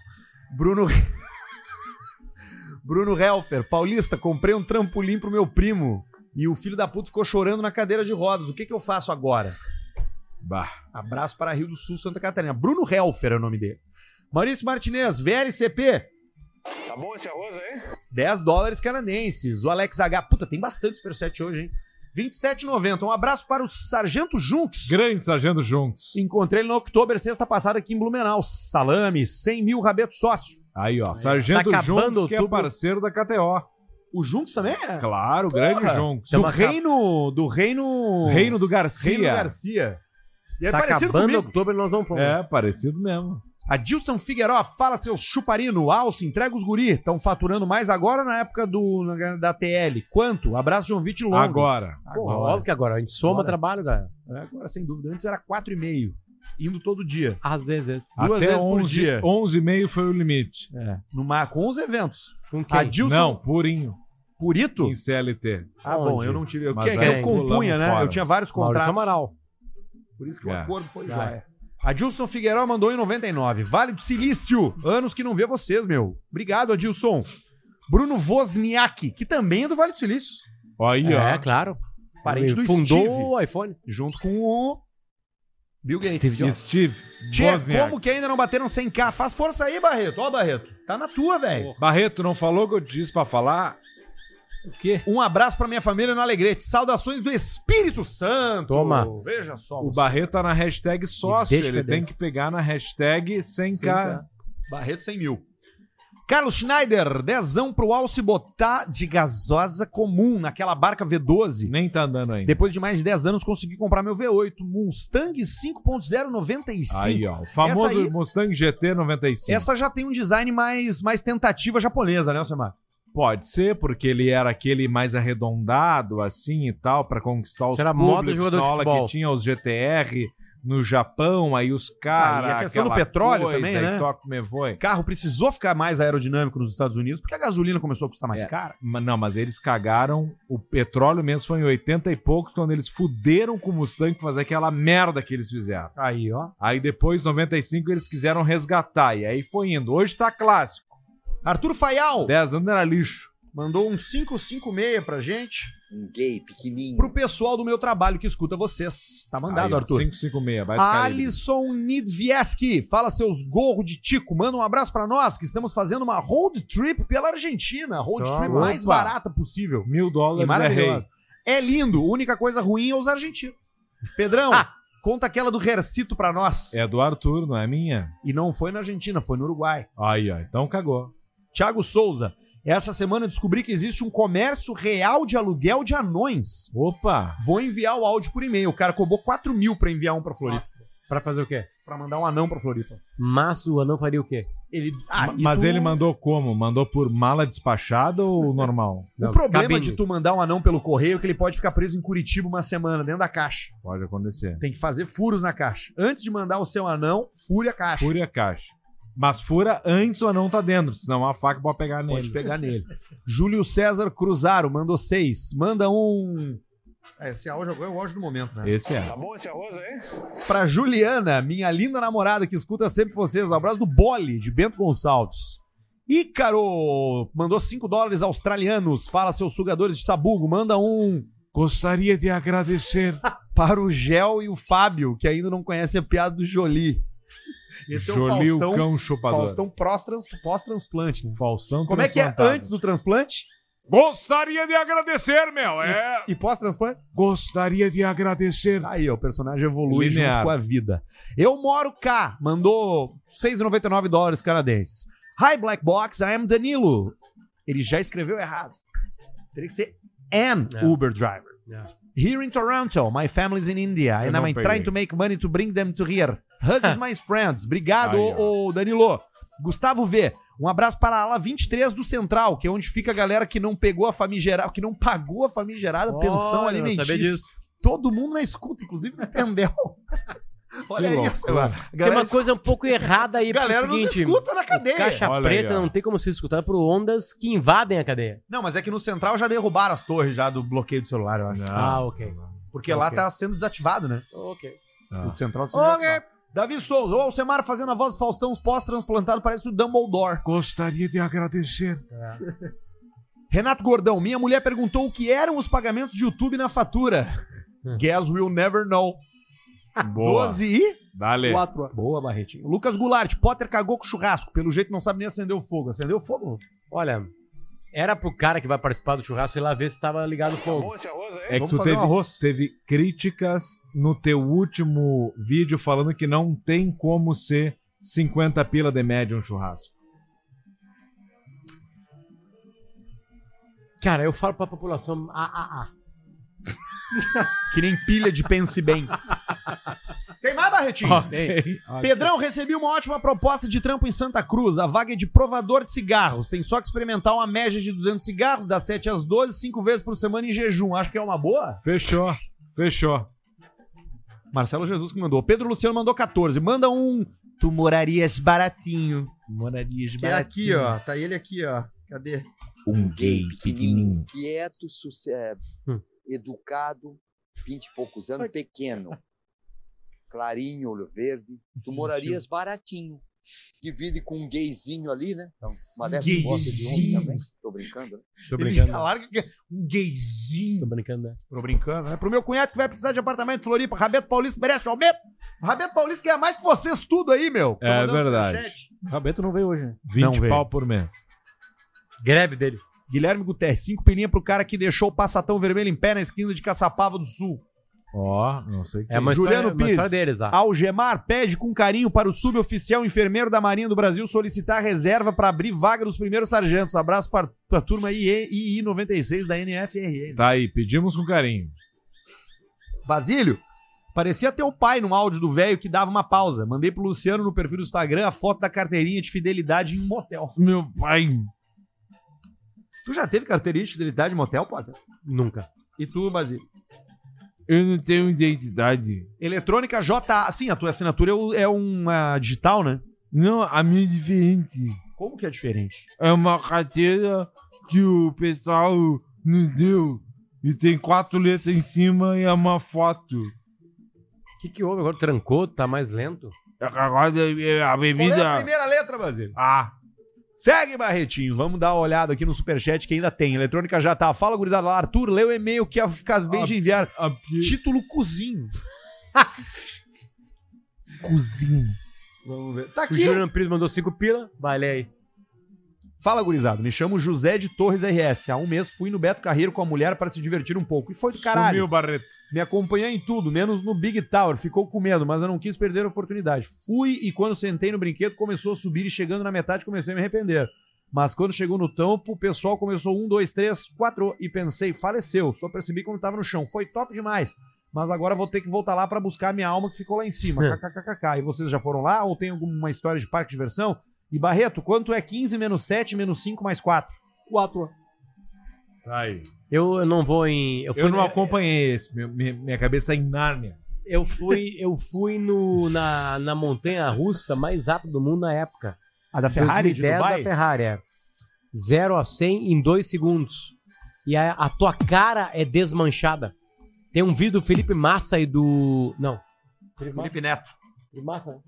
A: Bruno. Bruno Helfer, paulista, comprei um trampolim pro meu primo. E o filho da puta ficou chorando na cadeira de rodas. O que, que eu faço agora?
B: Bah.
A: Abraço para Rio do Sul, Santa Catarina. Bruno Helfer é o nome dele. Maurício Martinez, VLCP,
E: Tá bom esse arroz aí?
A: 10 dólares canadenses. O Alex H. Puta, tem bastante superchat hoje, hein? 27,90. Um abraço para o Sargento Junks.
B: Grande sargento juntos.
A: Encontrei ele no Oktober, sexta passada, aqui em Blumenau. Salame, 100 mil rabeto sócio.
B: Aí, ó. Sargento
C: Tá acabando
B: Juntos, que é
C: outubro.
B: parceiro da KTO.
A: O Junks também é?
B: Claro, grande
A: Porra.
B: Juntos.
A: Do reino, do reino...
B: Reino do Garcia.
A: Reino Garcia. E é
C: Tá
A: parecido
C: acabando
A: comigo.
C: outubro e nós vamos falar.
B: É, parecido mesmo.
A: A Dilson Figueiró fala seus chuparino, alça, entrega os guri. Estão faturando mais agora ou na época do, na- da TL? Quanto? Abraço, João Vite Longos.
B: Agora.
A: Porra,
C: Porra, óbvio que agora. A gente soma
A: Bora.
C: trabalho, galera.
A: É, agora, sem dúvida. Antes era 4,5. Indo todo dia.
C: Às vezes.
A: Duas
B: Até
A: vezes por
B: 11,
A: dia.
B: 11 e meio foi o limite.
A: É. No mar, com os eventos.
C: Com
A: A
C: quem?
A: Dilson
B: Não, purinho.
A: Purito?
B: Em CLT.
A: Ah, bom,
C: Onde?
A: eu não tive. Eu,
B: Mas
A: que, que
B: aí
A: eu compunha,
B: pulamos
A: né?
B: fora.
A: Eu tinha vários
C: Maurício
A: contratos.
C: Amaral.
A: Por isso que o
B: É.
A: acordo foi
C: Já
A: jóia. Adilson Figueiró mandou em 99. Vale do Silício. Anos que não vê vocês, meu. Obrigado, Adilson. Bruno Wozniak, que também é do Vale do Silício.
B: Aí, ó.
C: É, claro.
A: Parente do
C: Fundou
A: Steve.
C: o iPhone.
A: Junto com o Bill Gates.
B: Steve, Steve
A: Tchê,
B: Wozniak.
A: como que ainda não bateram 100k? Faz força aí, Barreto. Ó, Barreto. Tá na tua, velho.
B: Barreto, não falou o que eu disse pra falar?
C: O quê?
A: Um abraço pra minha família no Alegrete. Saudações do Espírito Santo.
C: Toma.
A: Veja só.
B: O
A: você.
B: Barreto tá na hashtag sócio.
C: deixa
B: Ele
C: feder.
B: tem que pegar na hashtag 100k.
A: Barreto 100 mil. Carlos Schneider, dezão pro Alce botar de gasosa comum naquela barca V12.
B: Nem tá andando ainda.
A: Depois de mais de 10 anos, consegui comprar meu V8 Mustang 5.095.
B: Aí, ó. O famoso
A: Essa aí-
B: Mustang GT 95.
A: Essa já tem um design mais, mais tentativa japonesa, né, Alcemar?
B: Pode ser, porque ele era aquele mais arredondado, assim e tal, pra conquistar os
C: Isso era moda
B: públicos
C: jogador de
B: na aula
C: futebol.
B: que tinha os GTR. no Japão, aí os caras.
A: Ah, e a questão do petróleo também, né?
B: O
A: carro precisou ficar mais aerodinâmico nos Estados Unidos porque a gasolina começou a custar mais cara.
B: É, Não, mas eles cagaram. O petróleo mesmo foi em 80 e poucos, quando eles fuderam com o Mustang pra fazer aquela merda que eles fizeram.
A: Aí, ó.
B: Aí depois, em 95, eles quiseram resgatar. E aí foi indo. Hoje tá clássico.
A: Arthur Faial.
B: 10 anos era lixo.
A: Mandou um 556 pra gente. Um gay pequenininho. Pro pessoal do meu trabalho que escuta vocês. Tá mandado,
B: Aí, ó,
A: Arthur.
B: 556, vai ficar aí.
A: Alisson Nidvieski, fala seus gorro de tico, manda um abraço pra nós que estamos fazendo uma road trip pela Argentina, road
B: Toma.
A: trip mais
B: Opa.
A: barata possível.
B: Mil
A: E
B: dólares é rei.
A: maravilhosa. É lindo, única coisa ruim é os argentinos. Pedrão, conta aquela do Hercito pra nós.
B: É do Arthur, não é minha?
A: E não foi na Argentina, foi no Uruguai.
B: Aí, ó, então cagou.
A: Tiago Souza, essa semana eu descobri que existe um comércio real de aluguel de anões.
B: Opa!
A: Vou enviar o áudio por e-mail. O cara cobrou 4 mil pra enviar um pra Floripa.
C: Pra fazer o quê?
A: Pra mandar um anão pra Floripa.
C: Mas o anão faria o quê?
A: Ele. ah,
B: Ma- Mas ele mandou como? Mandou por mala despachada ou normal?
A: O problema de tu mandar um anão pelo correio é que ele pode ficar preso em Curitiba uma semana, dentro da caixa.
B: Pode acontecer.
A: Tem que fazer furos na caixa. Antes de mandar o seu anão, fure a caixa.
B: Fure a caixa. Mas fura antes o anão tá dentro, senão a faca pode pegar nele.
A: Pode pegar nele. Júlio César Cruzaro mandou seis. Manda um. Esse áudio agora é o áudio do momento, né?
B: Esse é.
E: Tá bom esse arroz aí?
A: Pra Juliana, minha linda namorada que escuta sempre vocês. um Abraço do Bole, de Bento Gonçalves. Ícaro mandou 5 dólares australianos. Fala, seus sugadores de sabugo. Manda um.
B: Gostaria de agradecer
A: para o Gel e o Fábio, que ainda não conhecem a piada do Jolie. Esse
B: Jolie,
A: é
B: o
A: o Faustão,
B: cão chupador.
A: Faustão prós-trans- pós-transplante. né?
B: Faustão
A: Como é que é
B: transplantado.
A: antes do transplante?
B: Gostaria de agradecer, meu. É.
A: E pós-transplante?
B: Gostaria de agradecer.
A: Tá Aí, ó, o personagem evolui
B: Linear.
A: junto com a vida. Eu moro cá, mandou 6,99 dólares canadenses. Hi, Black Box, I am Danilo. Ele já escreveu errado. Teria que ser an
D: É.
A: Uber driver. Here in Toronto, my family's in India, and
D: não
A: I'm
D: peguei.
A: trying to make money to bring them to here. Hugs my friends. Obrigado,
D: Aí,
A: ô, ô, Danilo. Gustavo V. Um abraço para a ala 23 do Central, que é onde fica a galera que não pegou a famigerada, que não pagou a famigerada
C: Olha,
A: pensão
C: eu não sabia
A: alimentícia.
C: disso.
A: Todo mundo na escuta, inclusive, entendeu. Olha
C: Que loucura.
A: isso, mano.
C: Tem uma coisa um pouco errada aí, porque é
A: Galera
C: o
A: não se
C: seguinte,
A: escuta na cadeia.
C: Caixa
A: Olha aí,
C: preta
A: ó.
C: não tem como ser escutada por ondas que invadem a cadeia.
A: Não, mas é que no Central já derrubaram as torres já do bloqueio do celular, eu acho.
C: Ah, ok.
A: Porque lá
C: Ok. Ah.
A: tá sendo desativado, né?
C: Ok.
A: O Central tá sendo desativado. Davi Souza, o Alcemar fazendo a voz do Faustão pós-transplantado, parece o Dumbledore.
B: Gostaria de agradecer.
A: Renato Gordão, minha mulher perguntou o que eram os pagamentos de YouTube na fatura. Guess we'll never know.
B: Boa.
A: 12 e...
B: Dale.
A: Quatro. Boa, Barretinho. Lucas Goulart, Potter cagou com churrasco. Pelo jeito não sabe nem acender o fogo. Acendeu o fogo?
C: Olha, era pro cara que vai participar do churrasco ir lá ver se tava ligado o fogo.
B: É que
A: Vamos
B: tu
A: fazer um
B: teve, teve críticas no teu último vídeo falando que não tem como ser 50 pila de média um churrasco.
C: Cara, eu falo pra população, ah, ah, ah.
A: Que nem pilha de pense bem. Tem mais, Barretinho?
B: Ok.
A: Tem.
B: Ok.
A: Pedrão, recebi uma ótima proposta de trampo em Santa Cruz. A vaga é de provador de cigarros. Tem só que experimentar uma média de 200 cigarros, das 7 às 12, 5 vezes por semana em jejum. Acho que é uma boa.
B: Fechou. Fechou.
A: Marcelo Jesus que mandou. Pedro Luciano mandou 14. Manda um. Tu morarias baratinho. Morarias
G: Que é aqui, ó. Tá ele aqui, ó. Cadê?
B: Um gay pequenininho.
T: quieto, suce- é, educado, vinte e poucos anos, pequeno. Clarinho, olho verde. Tu morarias baratinho. Divide com um gayzinho ali, né? Então, uma dessas gosta de homem
A: Gayzinho.
T: também. Tô brincando, né?
C: Tô
A: Ele
C: brincando.
A: já larga que é um gayzinho.
C: Tô brincando, né?
A: Tô brincando, né? Pro meu cunhado que vai precisar de apartamento em Floripa, Rabeto Paulista merece o aumento. Rabeto Paulista ganha mais que vocês tudo aí, meu. Tô
B: É
A: mandando
B: verdade.
A: superchat.
H: Rabeto não veio hoje, né?
B: 20
A: Não veio.
B: pau por mês.
C: Greve dele.
A: Guilherme Guterres, cinco pilinha pro cara que deixou o passatão vermelho em pé na esquina de Caçapava do Sul.
B: Ó, não sei o que.
C: É uma história-
A: Juliano
C: uma
A: Pires,
C: história deles, ah.
A: Algemar pede com carinho para o suboficial enfermeiro da Marinha do Brasil solicitar reserva para abrir vaga dos primeiros sargentos. Abraço para a turma II 96 da NFRN.
B: Tá aí, pedimos com carinho.
A: Basílio, parecia teu pai num áudio do velho que dava uma pausa. Mandei pro Luciano no perfil do Instagram a foto da carteirinha de fidelidade em um motel.
B: Meu pai.
A: Tu já teve carteirinha de fidelidade em motel, Potter?
C: Nunca.
A: E tu, Basílio?
U: Eu não
C: um
U: tenho identidade.
A: Eletrônica J. Sim, a tua assinatura é o- é uma digital, né?
U: Não, a minha é diferente.
A: Como que é diferente?
U: É uma carteira que o pessoal nos deu. E tem quatro letras em cima e é uma foto.
C: O que, que houve agora? Trancou? Tá mais lento?
U: Agora eh,
A: Qual é
U: a
A: a
U: bebida.
A: primeira letra, Basílio?
U: Ah.
A: Segue, Barretinho. Vamos dar uma olhada aqui no superchat que ainda tem. Eletrônica já tá. Fala, gurizada. lá. Arthur, lê o e-mail que acabei de enviar. Título Cozinho. Cozinho. Vamos ver. Tá
C: O
A: aqui.
C: Júnior Pires mandou cinco pila. Vai, lê aí.
A: Fala, gurizada. Me chamo José de Torres RS. Há um mês fui no Beto Carreiro com a mulher para se divertir um pouco. E foi do caralho.
U: Sumiu, Barreto.
A: Me acompanhou em tudo, menos no Big Tower. Ficou com medo, mas eu não quis perder a oportunidade. Fui e quando sentei no brinquedo, começou a subir e chegando na metade comecei a me arrepender. Mas quando chegou no tampo, o pessoal começou um, dois, três, quatro e pensei, faleceu. Só percebi quando tava no chão. Foi top demais. Mas agora vou ter que voltar lá para buscar a minha alma que ficou lá em cima. KKKKK. E vocês já foram lá ou tem alguma história de parque de diversão? E Barreto, quanto é 15 menos 7 menos 5 mais 4?
V: 4.
U: Aí.
C: ah." Eu, eu não vou em. Eu,
U: Eu,
C: fui
U: não
C: na-
U: acompanhei esse. Minha, minha- minha cabeça é em Nárnia.
C: Eu fui, eu fui no, na, na montanha russa mais rápida do mundo na época.
A: A da Ferrari de
C: 2010
A: Dubai?
C: da Ferrari, é. 0 a 100 em 2 segundos. E a, a tua cara é desmanchada. Tem um vídeo do Felipe Massa e do. Não.
A: Felipe Neto.
C: Felipe Massa, né?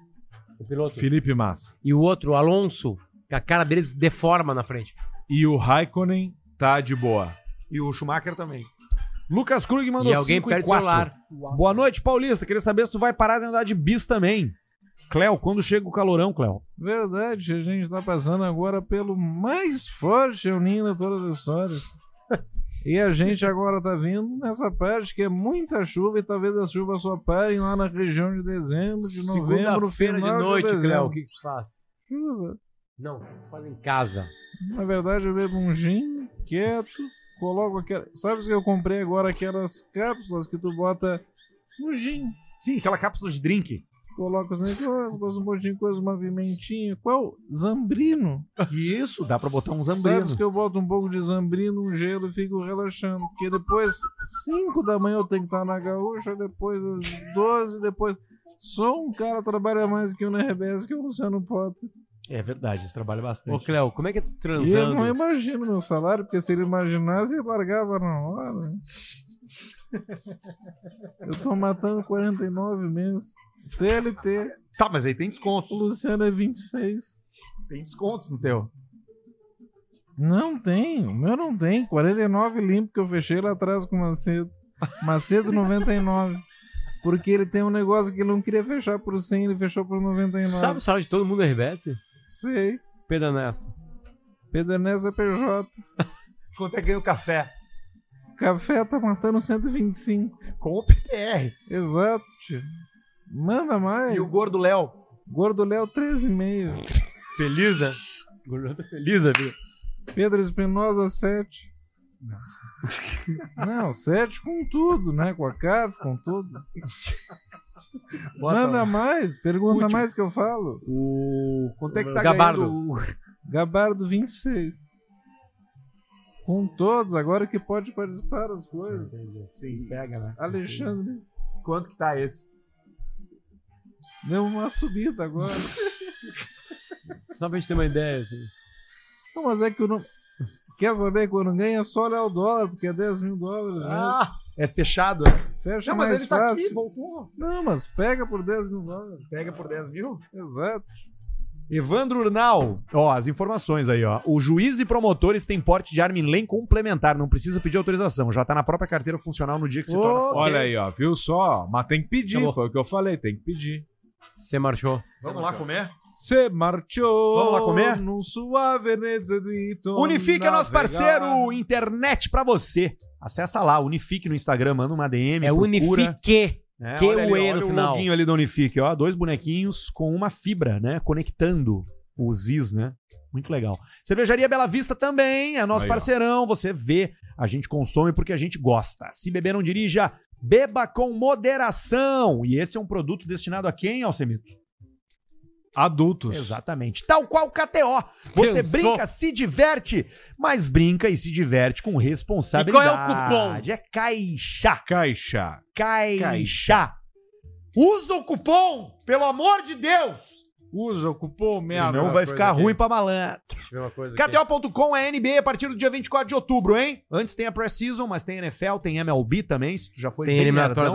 C: O piloto.
U: Felipe Massa.
C: E o outro, Alonso, que a cara deles deforma na frente.
U: E o Raikkonen tá de boa.
A: E o Schumacher também. Lucas Krug mandou
C: E alguém
A: cinco
C: perde
A: e quatro.
C: celular.
A: Boa noite, Paulista. Queria saber se tu vai parar de andar de bis também. Cléo, quando chega o calorão, Cléo?
U: Verdade, a gente tá passando agora pelo mais forte Euninho de todas as histórias. E a gente agora tá vindo nessa parte que é muita chuva e talvez as chuvas só parem lá na região de dezembro, de novembro,
C: Segunda-feira
U: final
C: de noite,
U: dezembro.
C: Cléo, o que, que se faz?
U: Chuva.
C: Não, faz em casa.
U: Na verdade, eu bebo um gin quieto, coloco aquela. Sabe que eu comprei agora aquelas cápsulas que tu bota no gin?
A: Sim, aquela cápsula de drink.
U: Coloca os negócios, bota um monte de coisa, uma pimentinha. Qual? Zambrino?
A: Isso, dá pra botar um
U: Sabe que eu boto um pouco de zambrino, um gelo e fico relaxando. Porque depois, 5 da manhã eu tenho que estar na gaúcha, depois às 12, depois. Só um cara trabalha mais que eu na RBS, que é o Luciano Potter.
A: É verdade, eles trabalham bastante.
C: Ô, Cléo, como é que é
U: E
C: tu
U: eu não
C: transando?
U: imagino meu salário, porque se ele imaginasse, ele largava na hora. Eu tô matando 49 meses. CLT.
A: Tá, mas aí tem descontos.
U: O Luciano é 26.
A: Tem descontos no teu.
U: Não tem, o meu não tem. 49 limpo que eu fechei lá atrás com o Macedo. Macedo 99. Porque ele tem um negócio que ele não queria fechar por 100, ele fechou por 99.
C: Tu Sabe o salário de todo mundo da RBS?
U: né? Sei.
C: Pedro Nessa.
U: Pedro Ernesto é PJ.
A: Quanto é que ganha o café?
U: Café tá matando 125.
A: Com o PTR.
U: Exato. tio. Manda mais.
A: E o Gordo Léo?
U: Gordo Léo 13,5.
C: Feliz, né? Gordão feliz, né, filho?
U: Pedro Espinosa 7. Não, 7 com tudo, né? Com a cave, com tudo.
A: Bota
U: Manda
A: um.
U: mais, pergunta
A: Último.
U: mais que eu falo.
A: O. Quanto é que tá
U: Gabardo.
A: ganhando o-
U: Gabardo 26. Com todos, agora que pode participar das coisas.
A: Sim, pega, né?
U: Alexandre,
A: Quanto que tá esse?
U: deu uma subida agora.
C: Só pra gente ter uma ideia, assim.
U: Não, mas é que eu não. Quer saber quando ganha? é Só olhar o dólar, porque é 10 mil dólares.
A: Ah,
U: mesmo.
A: É fechado, né?
U: Fecha
A: Não, mas
U: mais
A: ele tá
U: fácil.
A: aqui, voltou.
U: Não, mas pega por 10 mil dólares.
A: Pega por 10 mil?
U: Exato.
A: Evandro Urnal, ó, as informações aí, ó. O juiz e promotores têm porte de arma em lei complementar, não precisa pedir autorização, já tá na própria carteira funcional no dia que se torna.
U: Ô, Olha aí, ó, viu só? Mas tem que pedir,
A: Acabou.
U: foi o que eu falei, tem que pedir.
C: Você marchou.
A: Vamos lá comer?
U: Você marchou.
A: Vamos lá comer?
U: Num suave negrito
A: Unifica, nosso
U: navegar.
A: parceiro, internet pra você. Acessa lá, Unifique no Instagram, manda uma DM,
C: É Unifique.
A: É,
C: que
A: olha ali, ó,
C: o E
A: olha
C: no
A: o
C: final.
A: loginho ali da Unifique, ó, dois bonequinhos com uma fibra, né, conectando os is, né? Muito legal. Cervejaria Bela Vista também é nosso
U: Aí, ó.
A: parceirão, você vê, a gente consome porque a gente gosta. Se beber não dirija, beba com moderação. E esse é um produto destinado a quem, Alcemito?
B: Adultos.
A: Exatamente. Tal qual KTO. Você
B: Pensou?
A: brinca, se diverte, mas brinca e se diverte com responsabilidade.
B: E qual é o cupom?
A: É Caixa.
B: Caixa.
A: Caixa. Usa o cupom, pelo amor de Deus.
B: Usa o cupom mesmo.
A: Senão vai ficar ruim pra malandro.
C: Deixa eu ver uma coisa aqui.
A: KTO.com é NBA a partir do dia 24 de outubro, hein? Antes tem a Precision, mas tem NFL, tem MLB também, se tu já foi
C: Tem
A: bem
C: eliminatórias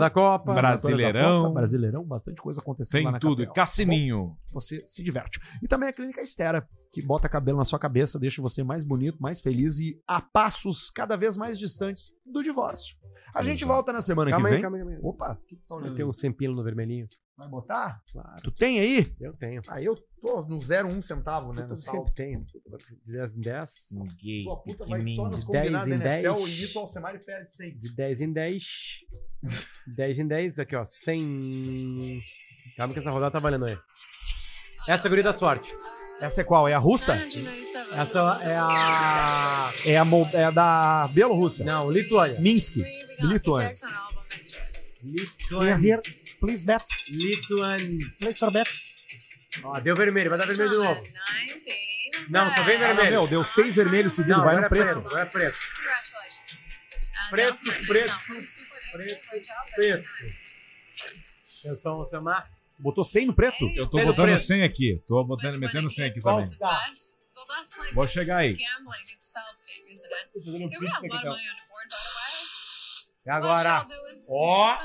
A: nerdão.
C: da Copa.
B: Brasileirão.
A: Copa, Brasileirão, bastante coisa acontecendo lá
B: Tem
A: na
B: tudo.
A: KTO.
B: Cassininho.
A: Então, Você se diverte. E também a Clínica Estera, que bota cabelo na sua cabeça, deixa você mais bonito, mais feliz e a passos cada vez mais distantes do divórcio. A gente volta na semana
C: Calma
A: que
C: aí,
A: vem.
C: calma aí, calma aí.
A: Opa, que que tá olhando?
C: Tem um sem pila no vermelhinho.
A: vai botar?
C: Claro.
A: Tu tem aí?
C: Eu tenho.
A: Ah, eu tô no 0,1 centavo, né?
C: Puta,
A: no saldo.
C: sempre tem. 10 em 10. Ninguém.
A: Tua puta vai só nas
C: de 10
A: combinadas
C: em
A: NFL
C: 10.
A: e Ito Alcemari perde sempre.
C: De 10 em 10. 10 em 10. Aqui, ó. 100. Calma que essa rodada tá valendo aí. Essa é a guria da sorte.
A: Essa é qual? É a russa?
C: Essa é a.
A: É a, Mol- é a da Bielorrússia.
C: Não, Lituânia.
A: Minsk. Lituânia.
C: Lituânia.
A: please bet.
C: Lituânia.
A: Please for bets.
C: Ó, deu vermelho. Vai dar vermelho de novo. Não, só vem vermelho.
A: Ah, meu, deu seis vermelhos seguidos,
C: Não,
A: vai
C: agora
A: um
C: é
A: preto.
C: Agora é preto. Preto, preto, preto, preto. Atenção, Samar.
A: Botou 100 no preto?
B: Eu tô
C: Sendo
B: botando
C: preto.
B: 100 aqui. Tô botando, metendo 100 aqui também. Vou chegar aí.
C: E agora? Ó.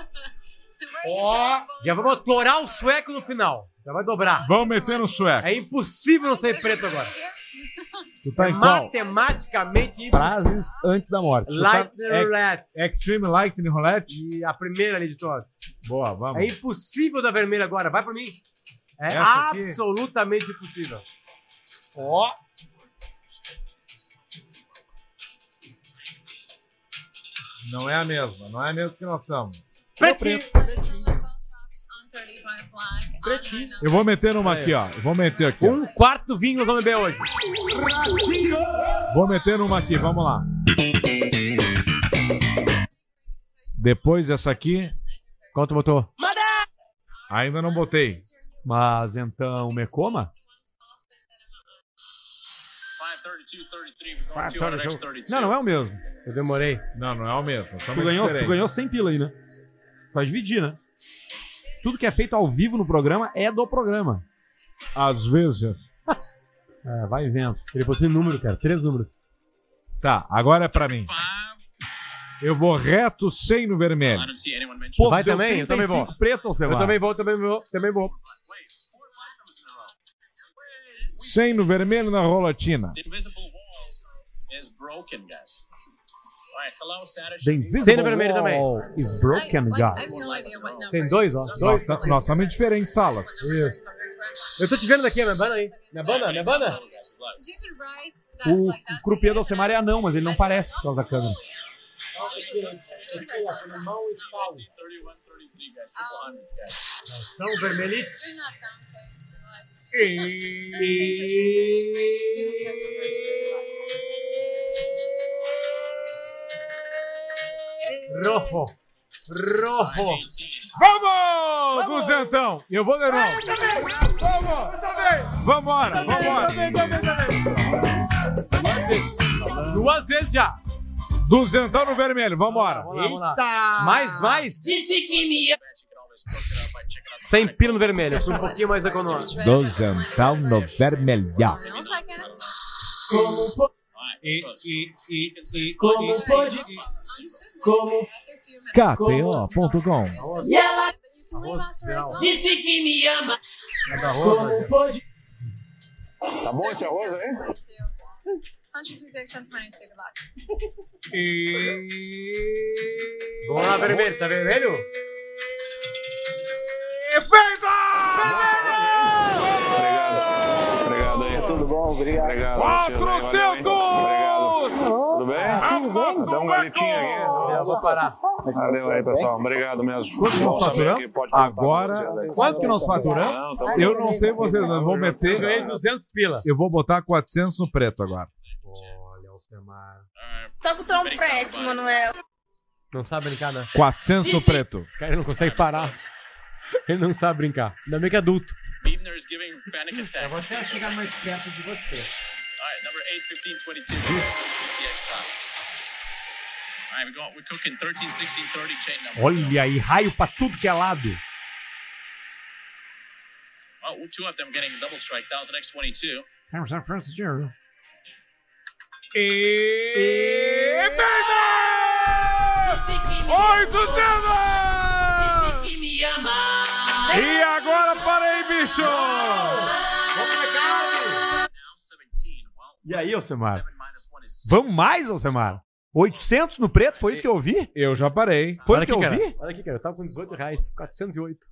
C: Ó. Já vamos torar o sueco no final. Já vai dobrar.
B: Vão metendo o sueco.
C: É impossível não sair preto agora.
B: Tu tá
C: É
B: em qual?
C: matematicamente impossível.
A: Frases antes da morte.
B: Tu tá-
C: Lightning Roulette.
B: Extreme Lightning Roulette?
C: E a primeira ali de todas.
B: Boa, vamos.
C: É impossível da vermelha agora. Vai pra mim. É
B: Essa aqui?
C: absolutamente impossível. Ó.
B: Não é a mesma, não é a mesma que nós somos.
C: Pretinho.
B: Eu vou meter uma aqui, ó. Eu Vou meter aqui. ó.
C: Um quarto do vinho nós vamos beber hoje.
B: Vou meter uma aqui, vamos lá. Depois essa aqui.
A: Quanto botou?
B: Ainda não botei.
A: Mas então, me coma? Não, não é o mesmo.
C: Eu demorei.
B: Não, não é o mesmo.
A: Tu ganhou, tu ganhou 100 pila aí, né? Vai dividir, né? Tudo que é feito ao vivo no programa é do programa.
B: Às vezes.
A: É, vai vendo.
C: Ele fosse número, cara. Três números.
B: Tá, agora é pra mim. Eu vou reto 100 no vermelho.
C: Pô, Vai também? Eu também vou.
A: Preto ou
C: Eu também vou, também vou, também vou.
B: 100 no vermelho na rolatina.
A: Sem
C: no vermelho também.
A: Is broken, guys.
C: Sem dois, ó.
B: Nós, tá- nós estamos em diferentes salas.
C: Eu tô te vendo daqui, né? minha banda aí. Minha banda, minha banda.
A: O, o croupier do Alcemar é anão, mas ele não parece por causa da câmera.
C: São vermelhito. Rojo. Rojo.
B: Vamos! Duzentão! Eu vou, Nerão! Vambora, vambora!
C: Duas vezes já.
B: Duzentão no vermelho, vambora!
C: Vamos lá, vamos lá. Mais, mais?
D: Disse que me
C: Sem pila no vermelho. Eu fui um pouquinho mais econômico.
B: Duzentão no vermelho.
D: Como pode? Como?
B: KTO.com
D: E ela disse que me ama.
B: É
D: Como pode?
T: Tá bom esse arroz aí?
C: Vamos lá, vermelho. Tá vermelho?
E: Obrigado aí. Tudo bom? Obrigado. Obrigado. Luciano.
B: 400!
E: Obrigado. Tudo bem?
B: Ah,
E: Dá um galitinho aqui.
C: Eu vou parar.
E: Valeu aí, pessoal. Obrigado mesmo.
B: Quanto que
E: Bom
B: nós
E: saber
B: faturamos?
E: que pode contar com vocês aí.
B: Agora, quanto que nós
E: Não,
B: faturamos?
E: tamo
B: Eu
E: junto.
B: não sei vocês, mas vou
C: Eu
B: meter.
C: tá ganhei 200 pila.
B: Eu vou botar 400 no preto agora.
C: Olha, Alcemar.
W: Tá com tão prete, Manuel.
C: Não sabe brincar, né?
B: 400 no preto.
C: Cara, ele não consegue parar. Ele não sabe brincar. Ainda bem que é adulto.
X: Midner's giving panic attack.
D: Eu vou até chegar mais perto de você.
X: Alright, number 8, 15, 22, DX top. Alright, we're going, we're cooking 13, 16, 30 chain number.
A: Olha aí, raio pra tudo que é lado.
X: Oh, two of them getting double strike, 1000 x 22.
D: E...
B: Oi, Duzena!
D: Que me ama!
B: E agora parei, bicho!
A: E aí, Alcemar? Vamos mais, Alcemar? 800 no preto, foi isso que eu ouvi?
B: Eu já parei.
A: Foi
C: Olha
A: o que eu
C: aqui, cara.
A: ouvi?
C: Olha aqui, cara. Eu tava com 18 reais, 408.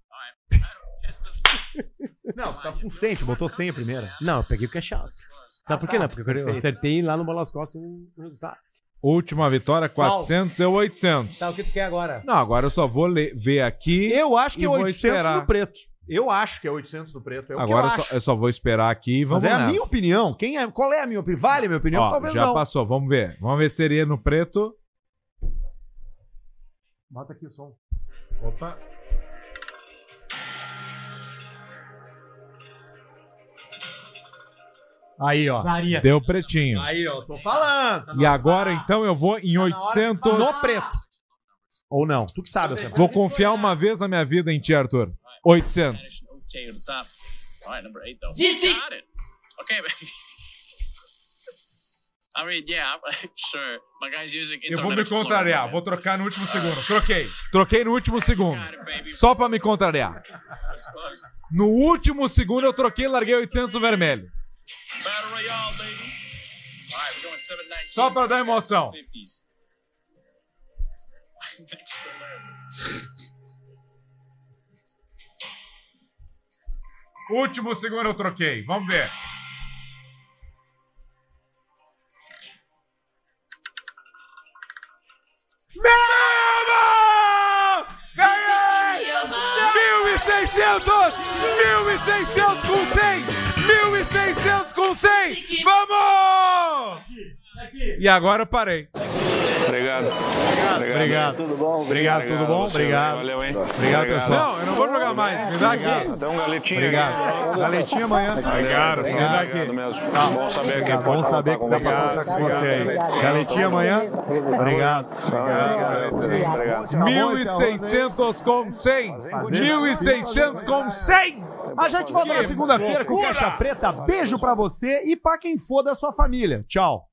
A: Não, tava Tá com 100, tu botou 100 a primeira.
C: Não, eu peguei o cash out. Sabe por que não? Porque eu acertei lá no Bola das Costas o resultado.
B: Última vitória, 400, deu 800.
C: Tá, o que tu quer agora?
B: Não, agora eu só vou le- ver aqui.
A: Eu acho que
B: e
A: é
B: vou
A: 800
B: esperar.
A: no preto. Eu acho que é 800 no preto. É o
B: Agora
A: que eu
B: eu
A: acho.
B: só, eu só vou esperar aqui e vamos
A: Mas é
B: ver.
A: a minha opinião. Quem é, qual é a minha opinião? Vale a minha opinião? Talvez
B: já
A: não.
B: passou, vamos ver. Vamos ver se seria no preto.
A: Bota aqui o som.
B: Opa.
A: Aí, ó.
B: Deu um pretinho.
A: Aí, ó, tô falando.
B: E agora então eu
A: Tá
B: vou em 800.
A: No preto. Ou não. Tu que sabe, Alcemar.
B: Vou confiar uma vez na minha vida em ti, Arthur. 800.
X: Okay, to the top. Alright, number 8 though.
D: Dizzy!
X: Got it. Okay, but- I mean, yeah, I'm- sure. My guy's using
B: Eu vou
X: Internet
B: me
X: Explorer,
B: contrariar,
X: man.
B: vou trocar no último segundo. Troquei. Troquei no último segundo. Só pra me contrariar.
X: It's close.
B: No último segundo eu troquei e larguei 800 no vermelho.
X: Battle Royale, baby. Alright, we're going 7-9.
B: Só pra dar emoção.
X: Next to learn.
B: Último segundo eu troquei. Vamos ver. Ganhei! 1.600! 1.600 com 100! 1.600 com 100! Vamos! E agora eu parei.
E: Obrigado.
A: Obrigado.
E: Tudo bom?
A: Obrigado, tudo bom?
E: você,
A: Obrigado.
E: Valeu, hein?
A: Obrigado, pessoal.
B: Não, eu não vou jogar mais. Me dá aqui.
E: Dá um galetinho
B: Obrigado.
E: aqui.
B: Galetinho amanhã.
E: Obrigado,
B: Obrigado,
E: obrigado,
B: obrigado.
E: obrigado mesmo. Bom saber que
A: É bom
E: pode
A: saber
E: contar
A: que
E: com
A: dá pra contar com você aí. Galetinha amanhã? Obrigado.
E: Obrigado. Obrigado.
U: é
B: 1.600 com 100! 1.600 com 100!
A: A gente volta na segunda-feira com
B: loucura!
A: Caixa Preta. Beijo pra você e pra quem for da sua família. Tchau.